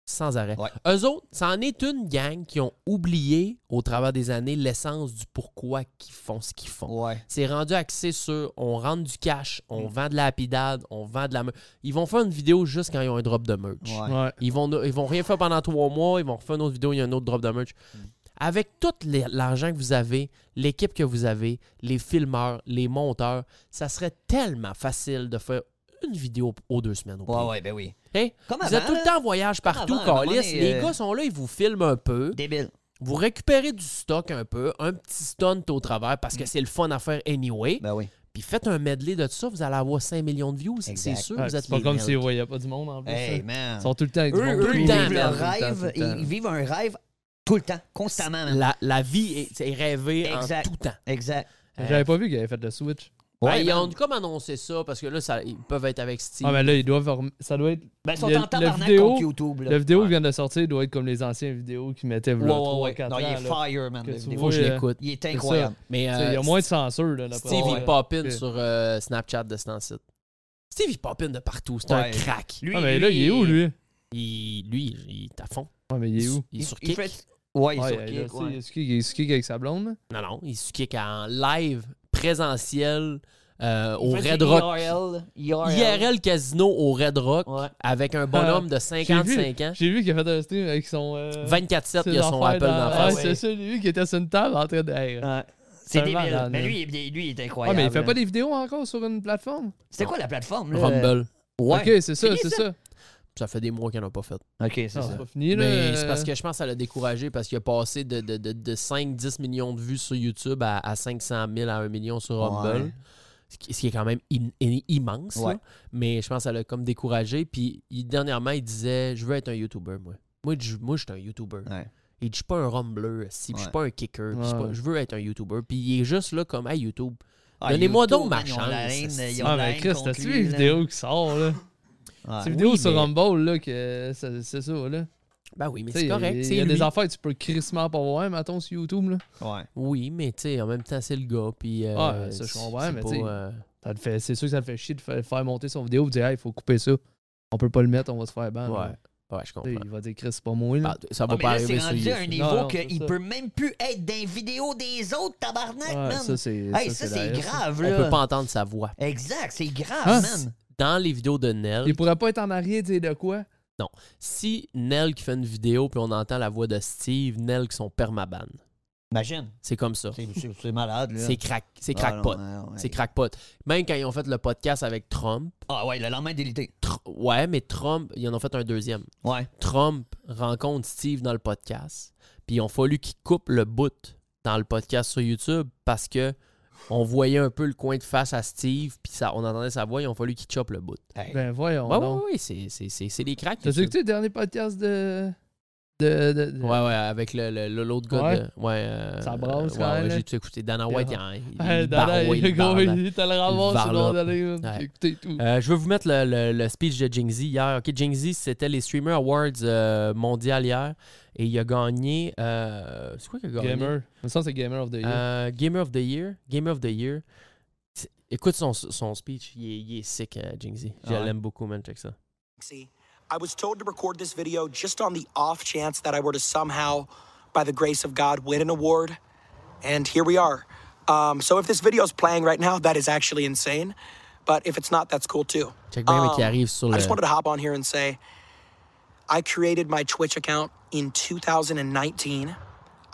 Speaker 4: sans arrêt.
Speaker 5: Ouais.
Speaker 4: Eux autres, ça en est une gang qui ont oublié au travers des années l'essence du pourquoi qu'ils font ce qu'ils font.
Speaker 5: Ouais.
Speaker 4: C'est rendu axé sur on rentre du cash, on
Speaker 5: Mm.
Speaker 4: vend de la lapidade, on vend de la merch. Ils vont faire une vidéo juste quand ils ont un drop de merch.
Speaker 5: Ouais.
Speaker 6: Ouais.
Speaker 4: Ils vont, ils vont rien faire pendant trois mois, ils vont refaire une autre vidéo, il y a un autre drop de merch.
Speaker 5: Mm.
Speaker 4: Avec tout les- l'argent que vous avez, l'équipe que vous avez, les filmeurs, les monteurs, ça serait tellement facile de faire une vidéo aux deux semaines. au
Speaker 5: Ouais,
Speaker 4: pire.
Speaker 5: ouais, ben oui.
Speaker 4: Hein?
Speaker 5: Comme
Speaker 4: vous
Speaker 5: avant,
Speaker 4: êtes tout le
Speaker 5: là.
Speaker 4: temps en voyage
Speaker 5: Comme
Speaker 4: partout,
Speaker 5: avant, à un moment
Speaker 4: Calis.
Speaker 5: donné,
Speaker 4: Les
Speaker 5: euh,
Speaker 4: gars sont là, ils vous filment un peu.
Speaker 5: Débile.
Speaker 4: Vous récupérez du stock un peu, un petit stunt au travers parce que c'est le fun à faire anyway.
Speaker 5: Mm. Ben oui.
Speaker 4: Puis faites un medley de tout ça, vous allez avoir 5 millions de views, c'est
Speaker 5: Exact.
Speaker 4: sûr.
Speaker 6: Ouais,
Speaker 4: vous êtes
Speaker 6: c'est pas
Speaker 4: les
Speaker 6: comme
Speaker 4: nerds.
Speaker 6: s'ils voyaient pas du monde en plus.
Speaker 5: Hey,
Speaker 6: hein.
Speaker 5: man.
Speaker 6: Ils sont tout le temps avec du
Speaker 4: Eux-
Speaker 6: monde.
Speaker 4: eux,
Speaker 6: Tout
Speaker 4: le
Speaker 6: le
Speaker 4: temps,
Speaker 6: temps,
Speaker 5: Ils vivent
Speaker 6: tout le
Speaker 5: leur
Speaker 6: temps, tout
Speaker 5: rêve,
Speaker 6: le temps.
Speaker 5: ils ils vivent un rêve tout le temps, constamment, man.
Speaker 4: La, la vie est, est rêvée
Speaker 5: Exact.
Speaker 4: en tout temps.
Speaker 5: Exact.
Speaker 6: J'avais pas vu qu'il avait fait le switch. Ah,
Speaker 4: Ben,
Speaker 5: Ouais,
Speaker 4: ils
Speaker 5: man.
Speaker 4: ont comme annoncé ça parce que là, ça- ils peuvent être avec Steve.
Speaker 6: Ah, mais là, ils doivent. rem- Ça doit être.
Speaker 5: Ben, ils sont
Speaker 6: le-
Speaker 5: en
Speaker 6: le
Speaker 5: tabarnak
Speaker 6: vidéo-
Speaker 5: contre YouTube, là.
Speaker 6: La vidéo
Speaker 4: Ouais.
Speaker 6: qui vient de sortir doit être comme les anciennes vidéos qui mettaient
Speaker 5: Ouais,
Speaker 6: v'là
Speaker 5: ouais,
Speaker 6: 3
Speaker 5: ouais.
Speaker 6: 4
Speaker 5: Non,
Speaker 6: ans.
Speaker 5: il est
Speaker 6: là.
Speaker 5: fire, man.
Speaker 6: Que
Speaker 5: le
Speaker 6: tu
Speaker 5: vidéo.
Speaker 4: Faut que je
Speaker 6: Oui, euh,
Speaker 4: l'écoute.
Speaker 5: Il est
Speaker 6: C'est ça.
Speaker 5: incroyable.
Speaker 4: Mais
Speaker 6: Tu sais, Il y a
Speaker 4: euh,
Speaker 6: moins de censure. Là, d'après
Speaker 4: Steve,
Speaker 6: moi.
Speaker 4: il
Speaker 5: Ouais.
Speaker 4: pop-in
Speaker 6: Ouais.
Speaker 4: sur euh, Snapchat de cet site. Steve, il pop-in de partout. C'est un
Speaker 5: Ouais.
Speaker 4: crack.
Speaker 5: Lui,
Speaker 6: Ah, mais là, il est où, lui
Speaker 4: Il, lui, il est à fond.
Speaker 6: Ah, mais il est où
Speaker 4: Il, est sur
Speaker 5: il
Speaker 4: kick.
Speaker 5: fait- Ouais, il est
Speaker 6: Ah,
Speaker 5: sur
Speaker 6: il
Speaker 5: kick,
Speaker 6: est-
Speaker 5: ouais.
Speaker 6: Il est sur kick- il est sur kick avec sa blonde. là.
Speaker 4: Non, non, il est sur kick en live, présentiel, euh, au
Speaker 5: Il fait
Speaker 4: Red
Speaker 5: du
Speaker 6: E
Speaker 4: Rock.
Speaker 5: IRL, IRL.
Speaker 4: IRL Casino au Red Rock
Speaker 5: Ouais.
Speaker 4: avec un bonhomme de
Speaker 6: Ah, J'ai vu-
Speaker 4: 55 ans.
Speaker 6: J'ai vu qu'il a fait un stream avec son. euh,
Speaker 4: 24-7,
Speaker 6: ses
Speaker 4: il a son
Speaker 6: affaires
Speaker 4: Apple
Speaker 6: dans-
Speaker 4: dans la
Speaker 6: Ouais,
Speaker 4: face.
Speaker 6: Ah, C'est ça, lui qui était sur une table en train de. Hey,
Speaker 5: Ouais. C'est
Speaker 6: C'est un
Speaker 5: débile.
Speaker 6: malade,
Speaker 5: Mais
Speaker 6: là.
Speaker 5: lui, il est- lui, il est
Speaker 6: Ah,
Speaker 5: incroyable. hein.
Speaker 6: mais il fait
Speaker 5: là.
Speaker 6: pas des vidéos encore sur une plateforme
Speaker 5: C'était quoi la plateforme, là?
Speaker 4: Rumble.
Speaker 5: Ouais.
Speaker 6: Ok, c'est ça,
Speaker 5: Fini,
Speaker 6: c'est
Speaker 5: ça?
Speaker 6: ça.
Speaker 4: Ça fait des mois qu'il n'en a pas fait.
Speaker 5: OK, c'est
Speaker 6: Non,
Speaker 5: ça.
Speaker 6: C'est pas fini, là.
Speaker 4: Mais c'est parce que je pense que ça l'a découragé parce qu'il a passé de, de, de, 5-10 millions de vues sur YouTube à, à 500 000 à 1 million sur Rumble.
Speaker 5: Ouais.
Speaker 4: Ce qui- ce qui est quand même im- i- immense. là.
Speaker 5: Ouais.
Speaker 4: Mais je pense que ça l'a comme découragé. Puis il- dernièrement, il disait Je veux être un YouTuber, moi. Moi, je, moi, je suis un YouTuber.
Speaker 5: Ouais.
Speaker 4: Il dit Je suis pas un rumbler, si, je suis
Speaker 5: Ouais.
Speaker 4: pas un kicker, puis je suis
Speaker 6: Ouais.
Speaker 4: pas- je veux être un YouTuber. Puis il est juste là comme Hey, YouTube.
Speaker 5: Ah,
Speaker 4: Donnez-moi
Speaker 5: YouTube,
Speaker 4: donc ma
Speaker 5: man, ils ont la
Speaker 4: chance,
Speaker 5: haine,
Speaker 4: c'est-
Speaker 5: ils ont
Speaker 6: Ah,
Speaker 5: la
Speaker 6: mais
Speaker 5: haine
Speaker 6: Chris,
Speaker 5: contre
Speaker 6: t'as-tu
Speaker 5: lui,
Speaker 6: les
Speaker 5: là. Ah
Speaker 6: vidéos qui sortent, là
Speaker 5: Ouais.
Speaker 6: Ces vidéos
Speaker 4: oui,
Speaker 6: sur
Speaker 4: mais-
Speaker 6: Rumble, là, que c'est c'est ça, là.
Speaker 4: Ben oui, mais
Speaker 6: Tu sais,
Speaker 4: c'est correct.
Speaker 6: Il
Speaker 4: c'est
Speaker 6: y a
Speaker 4: lui.
Speaker 6: des affaires que tu peux crissement pas voir, mettons, sur YouTube, là.
Speaker 5: Ouais.
Speaker 4: Oui, mais tu sais, en même temps, c'est le gars. Puis, euh,
Speaker 6: Ah, Ouais, ça, je comprends,
Speaker 4: c'est
Speaker 6: mais
Speaker 4: pas,
Speaker 6: tu sais,
Speaker 4: euh,
Speaker 6: Ça te fait- C'est sûr que ça te fait chier de fa- faire monter son vidéo et dire, hey, il faut couper ça. On peut pas le mettre, on va se faire ban. là.
Speaker 4: Ouais, ouais, je
Speaker 6: Tu sais,
Speaker 4: comprends.
Speaker 6: Il va dire, Chris, c'est pas moi, là.
Speaker 4: Ah, ça va
Speaker 5: Ah, mais
Speaker 4: pas
Speaker 5: là, c'est
Speaker 4: arriver sur
Speaker 5: rendu à un
Speaker 4: YouTube.
Speaker 5: niveau
Speaker 6: non, c'est
Speaker 5: qu'il
Speaker 6: ça.
Speaker 5: peut même plus être dans les vidéos des autres, tabarnak,
Speaker 6: Ouais,
Speaker 5: man.
Speaker 6: ça, c'est.
Speaker 5: hey, ça, c'est
Speaker 6: la F.
Speaker 5: grave,
Speaker 4: On
Speaker 5: là.
Speaker 4: peut pas entendre sa voix.
Speaker 5: Exact, c'est grave,
Speaker 6: Ah,
Speaker 5: man.
Speaker 4: Dans les vidéos de Nell,
Speaker 6: Il pourrait pas être en arrière dire de quoi.
Speaker 4: Non. Si Nell qui fait une vidéo, puis on entend la voix de Steve, Nell qui sont permaban.
Speaker 5: Imagine.
Speaker 4: C'est comme ça.
Speaker 5: C'est- C'est c'est malade, là.
Speaker 4: C'est crack, c'est
Speaker 5: Ah,
Speaker 4: crackpot.
Speaker 5: non, ouais, ouais.
Speaker 4: C'est crackpot. Même quand ils ont fait le podcast avec Trump,
Speaker 5: Ah ouais, le lendemain délité.
Speaker 4: Tr- ouais, mais Trump, ils en ont fait un deuxième.
Speaker 5: Ouais.
Speaker 4: Trump rencontre Steve dans le podcast, puis ils ont fallu qu'il coupe le bout dans le podcast sur YouTube parce que on voyait un peu le coin de face à Steve, puis ça, on entendait sa voix, ils ont fallu qu'il chope le bout.
Speaker 5: Hey.
Speaker 6: Ben voyons
Speaker 4: Ouais,
Speaker 6: donc.
Speaker 4: ouais, ouais, c'est- c'est c'est- c'est des cracks.
Speaker 6: T'as
Speaker 4: YouTube.
Speaker 6: écouté le dernier podcast de... de, de, de-
Speaker 4: Ouais, ouais, avec l'autre le, le- l'autre gars.
Speaker 6: Ouais.
Speaker 4: de- ouais euh,
Speaker 6: Ça brasse
Speaker 4: ouais,
Speaker 6: quand
Speaker 4: ouais,
Speaker 6: même,
Speaker 4: J'ai
Speaker 6: là.
Speaker 4: tout écouté. Dana White, il, en- il,
Speaker 6: Hey,
Speaker 4: il
Speaker 6: Dada,
Speaker 4: barouille,
Speaker 6: le
Speaker 4: il
Speaker 6: gars,
Speaker 4: barouille.
Speaker 6: il était le ramasser sur le bord
Speaker 4: varlope.
Speaker 6: d'aller, là,
Speaker 4: Ouais.
Speaker 6: j'ai écouté tout.
Speaker 4: Euh, je veux vous mettre le, le- le speech de Jingzi hier. OK, Jingzi, c'était les Streamer Awards euh, mondial hier. Et il a gagné. euh, c'est quoi qu'il a gagné
Speaker 6: Gamer. Je me sens c'est Gamer of the Year.
Speaker 4: Euh, Gamer of the Year. Gamer of the Year. C'est- Écoute son, son speech. Il est, il est sick, euh, Jingzi. Je
Speaker 5: Ah ouais?
Speaker 4: l'aime beaucoup, man. Check ça.
Speaker 10: I was told to record this video just on the off chance that I were to somehow, by the grace of God, win an award. And here we are. Um, so if this video is playing right now, that is actually insane. But if it's not, that's cool too.
Speaker 4: Check bien,
Speaker 5: Ah.
Speaker 4: mais qui arrive sur
Speaker 10: I
Speaker 4: le.
Speaker 10: just wanted to hop on here and say I created my Twitch account in 2019.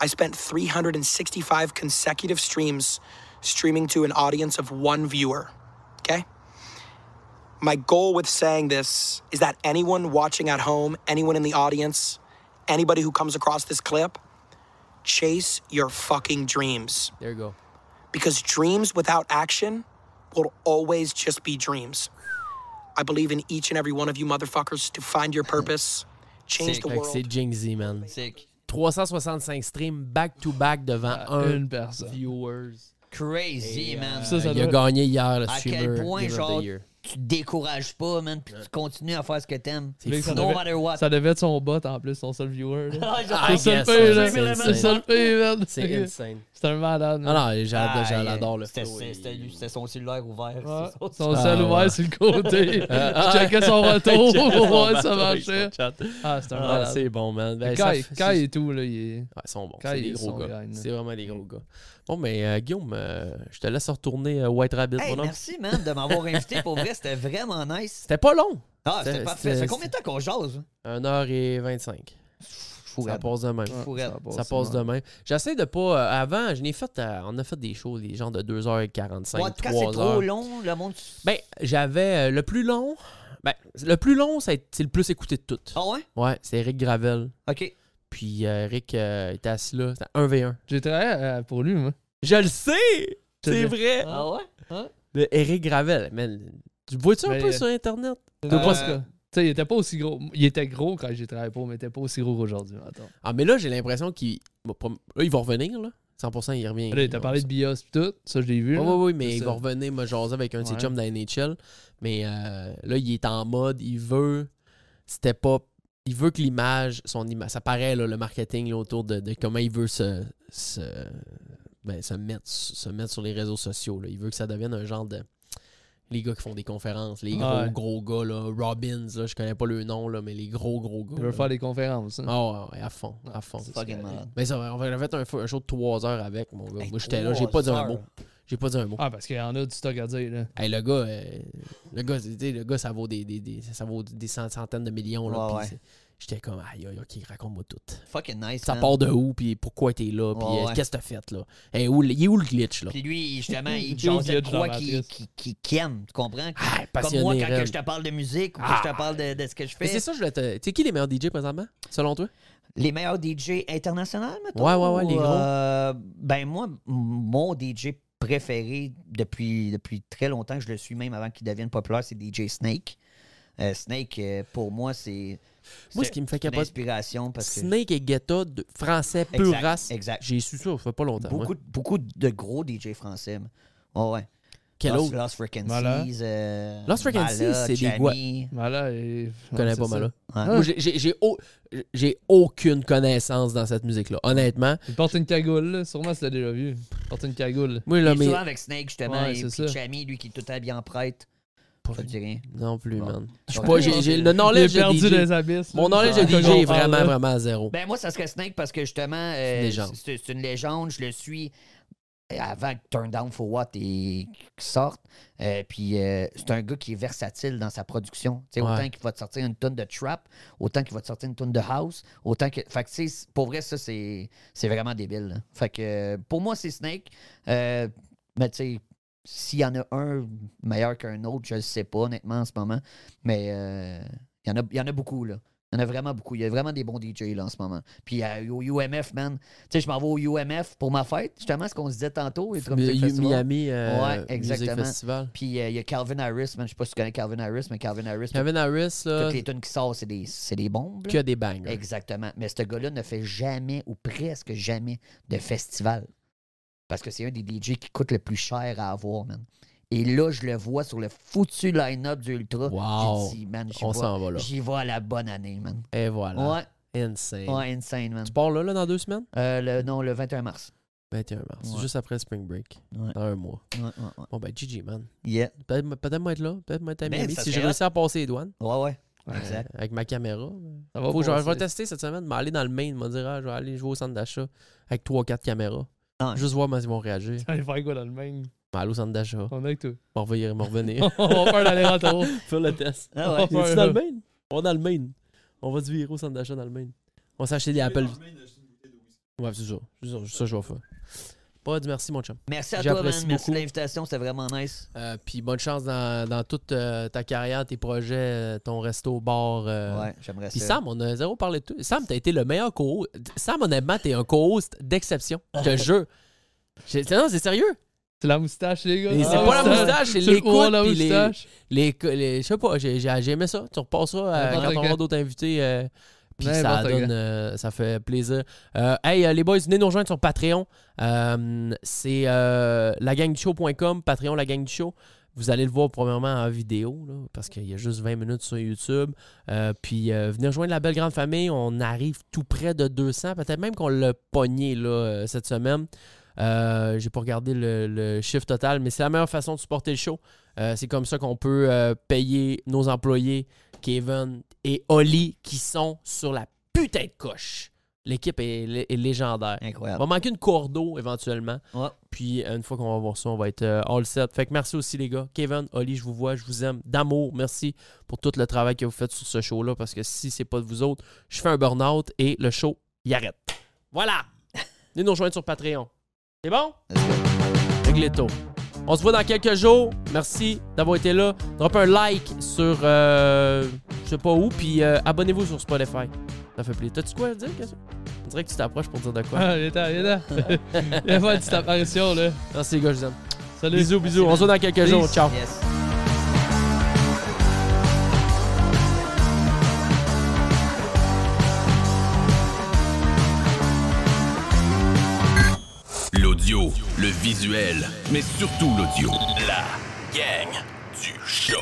Speaker 10: I spent 365 consecutive streams streaming to an audience of one viewer. Okay? My goal with saying this is that anyone watching at home, anyone in the audience, anybody who comes across this clip, chase your fucking dreams
Speaker 4: There you go.
Speaker 10: because dreams without action will always just be dreams. I believe in each and every one of you motherfuckers to find your purpose, change
Speaker 5: Sick.
Speaker 10: the
Speaker 4: Fait que
Speaker 10: world.
Speaker 4: c'est Jingzi, man.
Speaker 5: Sick.
Speaker 4: 365 streams back-to-back devant un
Speaker 6: Ah, une personne.
Speaker 4: viewers.
Speaker 5: Crazy, man.
Speaker 6: Ça, ça
Speaker 4: Il a
Speaker 6: doit-
Speaker 4: gagné hier le
Speaker 5: à
Speaker 4: streamer.
Speaker 5: quel point,
Speaker 4: Gamer of the
Speaker 5: genre,
Speaker 4: Year.
Speaker 5: tu te décourages pas, man, puis tu continues à faire ce que t'aimes.
Speaker 4: C'est fou.
Speaker 6: Ça
Speaker 5: No
Speaker 6: devait-
Speaker 5: matter what.
Speaker 6: Ça devait être son bot en plus, son seul viewer. là.
Speaker 5: Ah, genre,
Speaker 4: Ah,
Speaker 6: C'est
Speaker 4: yes,
Speaker 6: le pire,
Speaker 4: c'est
Speaker 6: là.
Speaker 4: insane.
Speaker 6: C'est ça le pire, man.
Speaker 4: C'est insane.
Speaker 6: C'est un malade.
Speaker 4: Non,
Speaker 6: man.
Speaker 4: non, j'adore,
Speaker 5: ah,
Speaker 4: j'adore le
Speaker 5: c'était-
Speaker 4: flow,
Speaker 5: c'était-
Speaker 4: il-
Speaker 5: C'était lui, c'était son cellulaire ouvert.
Speaker 6: Ouais.
Speaker 5: c'est ça.
Speaker 6: Son
Speaker 4: Ah,
Speaker 6: seul
Speaker 4: ouais.
Speaker 6: ouvert sur le côté. Je checkais son retour pour voir si ça marchait. Ah, c'est un
Speaker 4: Ah,
Speaker 6: malade.
Speaker 4: c'est bon, man. Ben, ça
Speaker 6: Kai,
Speaker 4: fait-
Speaker 6: Kai
Speaker 4: c'est-
Speaker 6: et tout, là, il est.
Speaker 4: Ouais, ils sont bons.
Speaker 6: Kai,
Speaker 4: C'est des
Speaker 6: ils
Speaker 4: gros
Speaker 6: sont
Speaker 4: gars.
Speaker 6: gagne, là.
Speaker 4: C'est vraiment des gros gars. Bon, mais euh, Guillaume, euh, je te laisse retourner euh, White Rabbit,
Speaker 5: Hey,
Speaker 4: mon homme.
Speaker 5: merci, man, de m'avoir invité. Pour vrai, c'était vraiment nice.
Speaker 4: C'était pas long.
Speaker 5: Ah, c'était
Speaker 4: C'était-
Speaker 5: parfait. Ça
Speaker 4: c'était-
Speaker 5: fait combien de temps qu'on jase? hein,
Speaker 4: 1h25. Ça
Speaker 5: raide.
Speaker 4: passe de même.
Speaker 5: Fourette.
Speaker 4: Ah, Ça passe de même. J'essaie de pas. euh, avant, je n'ai fait. euh, on a fait des shows, les gens de 2h45.
Speaker 5: Ouais, quand
Speaker 4: 3
Speaker 5: c'est trop
Speaker 4: heures.
Speaker 5: long, le monde.
Speaker 4: Ben, j'avais euh, le plus long. Ben, le plus long, ça a été- c'est le plus écouté de tout.
Speaker 5: Ah ouais?
Speaker 4: Ouais, c'est Eric Gravel.
Speaker 5: Ok.
Speaker 4: Puis euh, Eric euh, était assis là. C'était 1v1.
Speaker 6: J'ai travaillé euh, pour lui, moi.
Speaker 4: Je le sais! C'est
Speaker 6: C'est
Speaker 4: vrai!
Speaker 5: Ah ouais?
Speaker 4: Le Eric Gravel. Man, tu vois-tu un
Speaker 6: Mais,
Speaker 4: peu
Speaker 6: euh,
Speaker 4: sur Internet?
Speaker 6: Tu
Speaker 5: Euh,
Speaker 6: sais, il était pas aussi gros. Il était gros quand j'ai travaillé pour, mais il était pas aussi gros qu'aujourd'hui, attends.
Speaker 4: Ah, mais là, j'ai l'impression qu'il. va pas- Là, il va revenir, là. 100%, il revient.
Speaker 6: Là, t'as parlé de BIOS pis tout, ça je l'ai vu.
Speaker 4: Oui,
Speaker 6: là.
Speaker 4: oui, oui, mais
Speaker 6: C'est
Speaker 4: il va
Speaker 6: ça.
Speaker 4: revenir me jaser avec un de ses
Speaker 6: Ouais.
Speaker 4: chums de la NHL. Mais euh, là, il est en mode, il veut c'était pas. Il veut que l'image, son image, ça paraît là, le marketing là, autour de, de comment il veut se, se, ben, se, mettre, se mettre sur les réseaux sociaux. là. Il veut que ça devienne un genre de. Les gars qui font des conférences, les gros
Speaker 6: Ouais.
Speaker 4: gros gars, là, Robbins, là, je connais pas le nom, là, mais les gros gros gars.
Speaker 6: Il veut
Speaker 4: là.
Speaker 6: faire des conférences. hein.
Speaker 4: Ah ouais, ouais, à fond, à fond.
Speaker 5: Fucking malade.
Speaker 4: Mais ça, on a fait un, fo- un show de 3 heures avec, mon gars.
Speaker 5: Hey,
Speaker 4: Moi, j'étais là, j'ai
Speaker 5: trois
Speaker 4: pas dit un
Speaker 5: heures.
Speaker 4: mot. J'ai pas dit un mot.
Speaker 6: Ah, parce qu'il y en a du stock à dire, là.
Speaker 4: Hey, le gars, euh, le gars, tu sais, le gars, ça vaut des, des- des- ça vaut des cent- centaines de millions. là,
Speaker 5: Ouais,
Speaker 4: puis
Speaker 5: ouais.
Speaker 4: c'est- J'étais comme, aïe, aïe, ok, raconte-moi tout.
Speaker 5: Fucking nice.
Speaker 4: Ça
Speaker 5: man.
Speaker 4: part de où, puis pourquoi t'es là, puis
Speaker 5: Hein? Ouais,
Speaker 4: euh,
Speaker 5: ouais.
Speaker 4: qu'est-ce que t'as fait, là? Hey, où, le- il est où le glitch, là?
Speaker 5: Puis lui, justement, il
Speaker 6: J'ai oublié
Speaker 5: jasait de
Speaker 6: de
Speaker 5: quoi
Speaker 6: Jean
Speaker 5: qu'il
Speaker 6: Matrice.
Speaker 5: qu'il- qu'il- qu'il aime, tu comprends?
Speaker 4: Ah,
Speaker 5: Comme moi,
Speaker 4: passionné,
Speaker 5: quand que
Speaker 4: raide.
Speaker 5: je te parle de musique ou que
Speaker 4: Ah.
Speaker 5: je te parle de, de ce que je
Speaker 4: Mais c'est
Speaker 5: fais.
Speaker 4: ça, je voulais te. Tu sais, qui les meilleurs DJ présentement, selon toi?
Speaker 5: Les meilleurs DJ internationaux, mettons?
Speaker 4: Ouais, ouais, ouais, les
Speaker 5: ou,
Speaker 4: gros.
Speaker 5: euh, ben moi, m- mon DJ préféré depuis, depuis très longtemps, je le suis même avant qu'il devienne populaire, c'est DJ Snake. Euh, Snake, euh, pour moi, c'est
Speaker 4: Moi, ce
Speaker 5: c'est
Speaker 4: qui me fait
Speaker 5: une
Speaker 4: capote,
Speaker 5: inspiration parce que...
Speaker 4: Snake et Guetta, de- français, pure
Speaker 5: Exact,
Speaker 4: race.
Speaker 5: exact.
Speaker 4: J'ai su ça, ça fait pas longtemps.
Speaker 5: Beaucoup,
Speaker 4: ouais.
Speaker 5: de- beaucoup de gros DJ français. moi. Ouais, ouais.
Speaker 4: Quel
Speaker 5: Lost,
Speaker 4: autre?
Speaker 5: Lost Frequencies.
Speaker 6: Voilà.
Speaker 5: euh,
Speaker 4: Lost Frequencies,
Speaker 5: Mala,
Speaker 4: c'est des
Speaker 5: Gianni.
Speaker 4: gua-
Speaker 6: Voilà, et.
Speaker 4: Je connais
Speaker 6: Ben Ouais,
Speaker 4: pas
Speaker 6: c'est
Speaker 4: mal, là.
Speaker 5: Ouais.
Speaker 4: Moi, j'ai- j'ai- j'ai au- j'ai aucune connaissance dans cette musique-là, honnêtement.
Speaker 6: ça. Il porte une cagoule, là. Sûrement, c'était déjà vu. Il porte une cagoule.
Speaker 4: Moi,
Speaker 5: Il
Speaker 4: là,
Speaker 5: est
Speaker 4: mais.
Speaker 5: souvent avec Snake, justement.
Speaker 6: Ouais,
Speaker 5: et
Speaker 6: c'est
Speaker 5: puis
Speaker 6: ça.
Speaker 5: Chami, lui, qui est tout habillé en prêtre. Ça te dit rien.
Speaker 4: Non plus,
Speaker 5: Bon.
Speaker 4: man. Je suis
Speaker 5: Ok.
Speaker 4: pas. J'ai, j'ai le knowledge
Speaker 6: il a
Speaker 4: de
Speaker 6: perdu
Speaker 4: DJ.
Speaker 6: les abysses.
Speaker 4: Mon knowledge de
Speaker 6: Ah,
Speaker 4: DJ
Speaker 6: qu'on
Speaker 4: est
Speaker 6: parle,
Speaker 4: vraiment,
Speaker 6: là.
Speaker 4: vraiment à zéro.
Speaker 5: Ben, moi, ça serait Snake parce que, justement,
Speaker 4: une
Speaker 5: euh,
Speaker 4: légende.
Speaker 5: c'est c'est une légende. Je le suis avant que Turn Down for What et- sorte. Euh, puis euh, c'est un gars qui est versatile dans sa production. Tu sais,
Speaker 4: Ouais.
Speaker 5: Autant qu'il va te sortir une tonne de trap, autant qu'il va te sortir une tonne de house, autant que. Fait que, tu sais, pour vrai, ça, c'est c'est vraiment débile. là. Fait que euh, pour moi, c'est Snake. Euh, mais tu sais, s'il y en a un meilleur qu'un autre, je ne sais pas, honnêtement, en ce moment. Mais euh, il y, en a, il y en a beaucoup, là. Il y en a vraiment beaucoup. Il y a vraiment des bons DJ là en ce moment. Puis euh, au UMF, man. Tu sais, je m'en vais au UMF pour ma fête, justement, ce qu'on se disait tantôt. le Drum
Speaker 4: Le
Speaker 5: Music
Speaker 4: U-
Speaker 5: Festival.
Speaker 4: Miami, euh,
Speaker 5: ouais,
Speaker 4: Music
Speaker 5: exactement.
Speaker 4: Festival.
Speaker 5: Puis euh, il y a Calvin Harris, man. Je sais pas si tu connais Calvin Harris, mais Calvin Harris,
Speaker 4: Kevin Harris, là,
Speaker 5: toutes les tunes qui sortent, c'est des, c'est des bombes. là.
Speaker 4: que des bangers.
Speaker 5: Exactement. Mais ce gars-là ne fait jamais ou presque jamais de festival. Parce que c'est un des DJ qui coûte le plus cher à avoir, man. Et là, je le vois sur le foutu line-up du Ultra.
Speaker 4: Wow.
Speaker 5: J'ai dit, man, j'y
Speaker 4: On
Speaker 5: vais-
Speaker 4: s'en va là.
Speaker 5: J'y vais à la bonne année, man.
Speaker 4: Et voilà. Insane.
Speaker 5: Ouais, ouais, insane, man.
Speaker 4: Tu pars là, là, dans deux semaines?
Speaker 5: Euh, le, non, le 21 mars.
Speaker 4: 21 mars.
Speaker 5: Ouais.
Speaker 4: Juste après Spring Break.
Speaker 5: Ouais.
Speaker 4: Dans un mois.
Speaker 5: Ouais, ouais, ouais.
Speaker 4: Bon, ben, GG, man.
Speaker 5: Yeah.
Speaker 4: Peut-être peut-être moi être là. Peut-être moi être à
Speaker 5: Mais
Speaker 4: Miami
Speaker 5: ça
Speaker 4: si
Speaker 5: serait
Speaker 4: j'ai réussi à passer les douanes.
Speaker 5: Ouais, ouais. Exact.
Speaker 4: Euh, avec ma caméra.
Speaker 6: Ça va
Speaker 4: Faut que je,
Speaker 6: pas,
Speaker 4: je vais
Speaker 6: c'est-
Speaker 4: tester cette semaine, mais aller dans le main, me dire, ah, je vais aller jouer au centre d'achat avec 3-4 caméras.
Speaker 5: Ah.
Speaker 4: Juste voir comment ils vont réagir.
Speaker 6: Allez faire quoi dans le même?
Speaker 4: Mais aller au centre d'achat,
Speaker 6: On est avec toi.
Speaker 4: m'en revenir, m'en revenir.
Speaker 6: On va faire l'aller-retour.
Speaker 4: Faire le test.
Speaker 5: Ah ouais.
Speaker 6: On va
Speaker 4: On
Speaker 6: faire
Speaker 4: dans le
Speaker 6: un-
Speaker 4: main? On est dans le main. On va se virer au centre d'achat dans le main. On s'achète des Apple. Ouais, c'est ça. C'est ça, c'est ça que je vais faire. Pas du merci, mon chum.
Speaker 5: Merci à toi, man.
Speaker 4: J'apprécie
Speaker 5: Merci de
Speaker 4: beaucoup.
Speaker 5: l'invitation. C'était vraiment nice.
Speaker 4: Euh, Puis bonne chance dans, dans toute euh, ta carrière, tes projets, euh, ton resto, bar. euh,
Speaker 5: ouais, j'aimerais
Speaker 4: Puis
Speaker 5: ça.
Speaker 4: Sam, on a zéro parlé de tout. Sam, t'as été le meilleur co-host. Sam, honnêtement, t'es un co-host d'exception. Je te jure. J'ai- Non, c'est sérieux.
Speaker 6: C'est la moustache, les gars. Ah,
Speaker 4: Et c'est pas la moustache, c'est
Speaker 6: C'est
Speaker 4: les
Speaker 6: le haut,
Speaker 4: coudes.
Speaker 6: la
Speaker 4: puis les-
Speaker 6: moustache.
Speaker 4: les co- les- Je sais pas, j'ai j'ai- j'ai aimé ça. Tu repasses ça euh,
Speaker 6: N'importe
Speaker 4: quand on
Speaker 6: quand.
Speaker 4: aura d'autres invités. euh, puis ça
Speaker 6: N'importe
Speaker 4: donne,
Speaker 6: quand.
Speaker 4: euh, ça fait plaisir. Euh, hey, euh, les boys, venez nous rejoindre sur Patreon. Euh, c'est euh, lagangdushow.com, Patreon, la gang du show. Vous allez le voir premièrement en vidéo, là, parce qu'il y a juste 20 minutes sur YouTube. Euh, puis euh, venez rejoindre la belle grande famille. On arrive tout près de 200, peut-être même qu'on l'a pogné là, euh, cette semaine. Euh, J'ai pas regardé le, le chiffre total, mais c'est la meilleure façon de supporter le show. Euh, c'est comme ça qu'on peut euh, payer nos employés, Kevin et Oli, qui sont sur la putain de coche. L'équipe est, lé- est légendaire. On
Speaker 5: Incroyable.
Speaker 4: va manquer une cour d'eau éventuellement.
Speaker 5: Ouais.
Speaker 4: Puis euh, une fois qu'on va voir ça, on va être euh, all set. Fait que merci aussi les gars. Kevin, Oli, je vous vois, je vous aime. D'amour, merci pour tout le travail que vous faites sur ce show-là. Parce que si c'est pas de vous autres, je fais un burn-out et le show, il arrête. Voilà! Venez nous rejoindre sur Patreon. C'est bon? Régletto. On se voit dans quelques jours. Merci d'avoir été là. Drop un like sur euh, je sais pas où, puis euh, abonnez-vous sur Spotify. Ça fait plaisir. T'as-tu quoi à dire? Cassio? On dirait que tu t'approches pour dire de quoi.
Speaker 6: Ah, viens là, viens là. Il a pas une petite apparition, là.
Speaker 4: Merci les gars, je vous aime.
Speaker 6: Salut.
Speaker 4: Bisous, bisous. On se voit dans quelques jours.
Speaker 6: Peace.
Speaker 4: Ciao.
Speaker 5: Yes.
Speaker 1: L'audio, le visuel, mais surtout l'audio. La gang du show.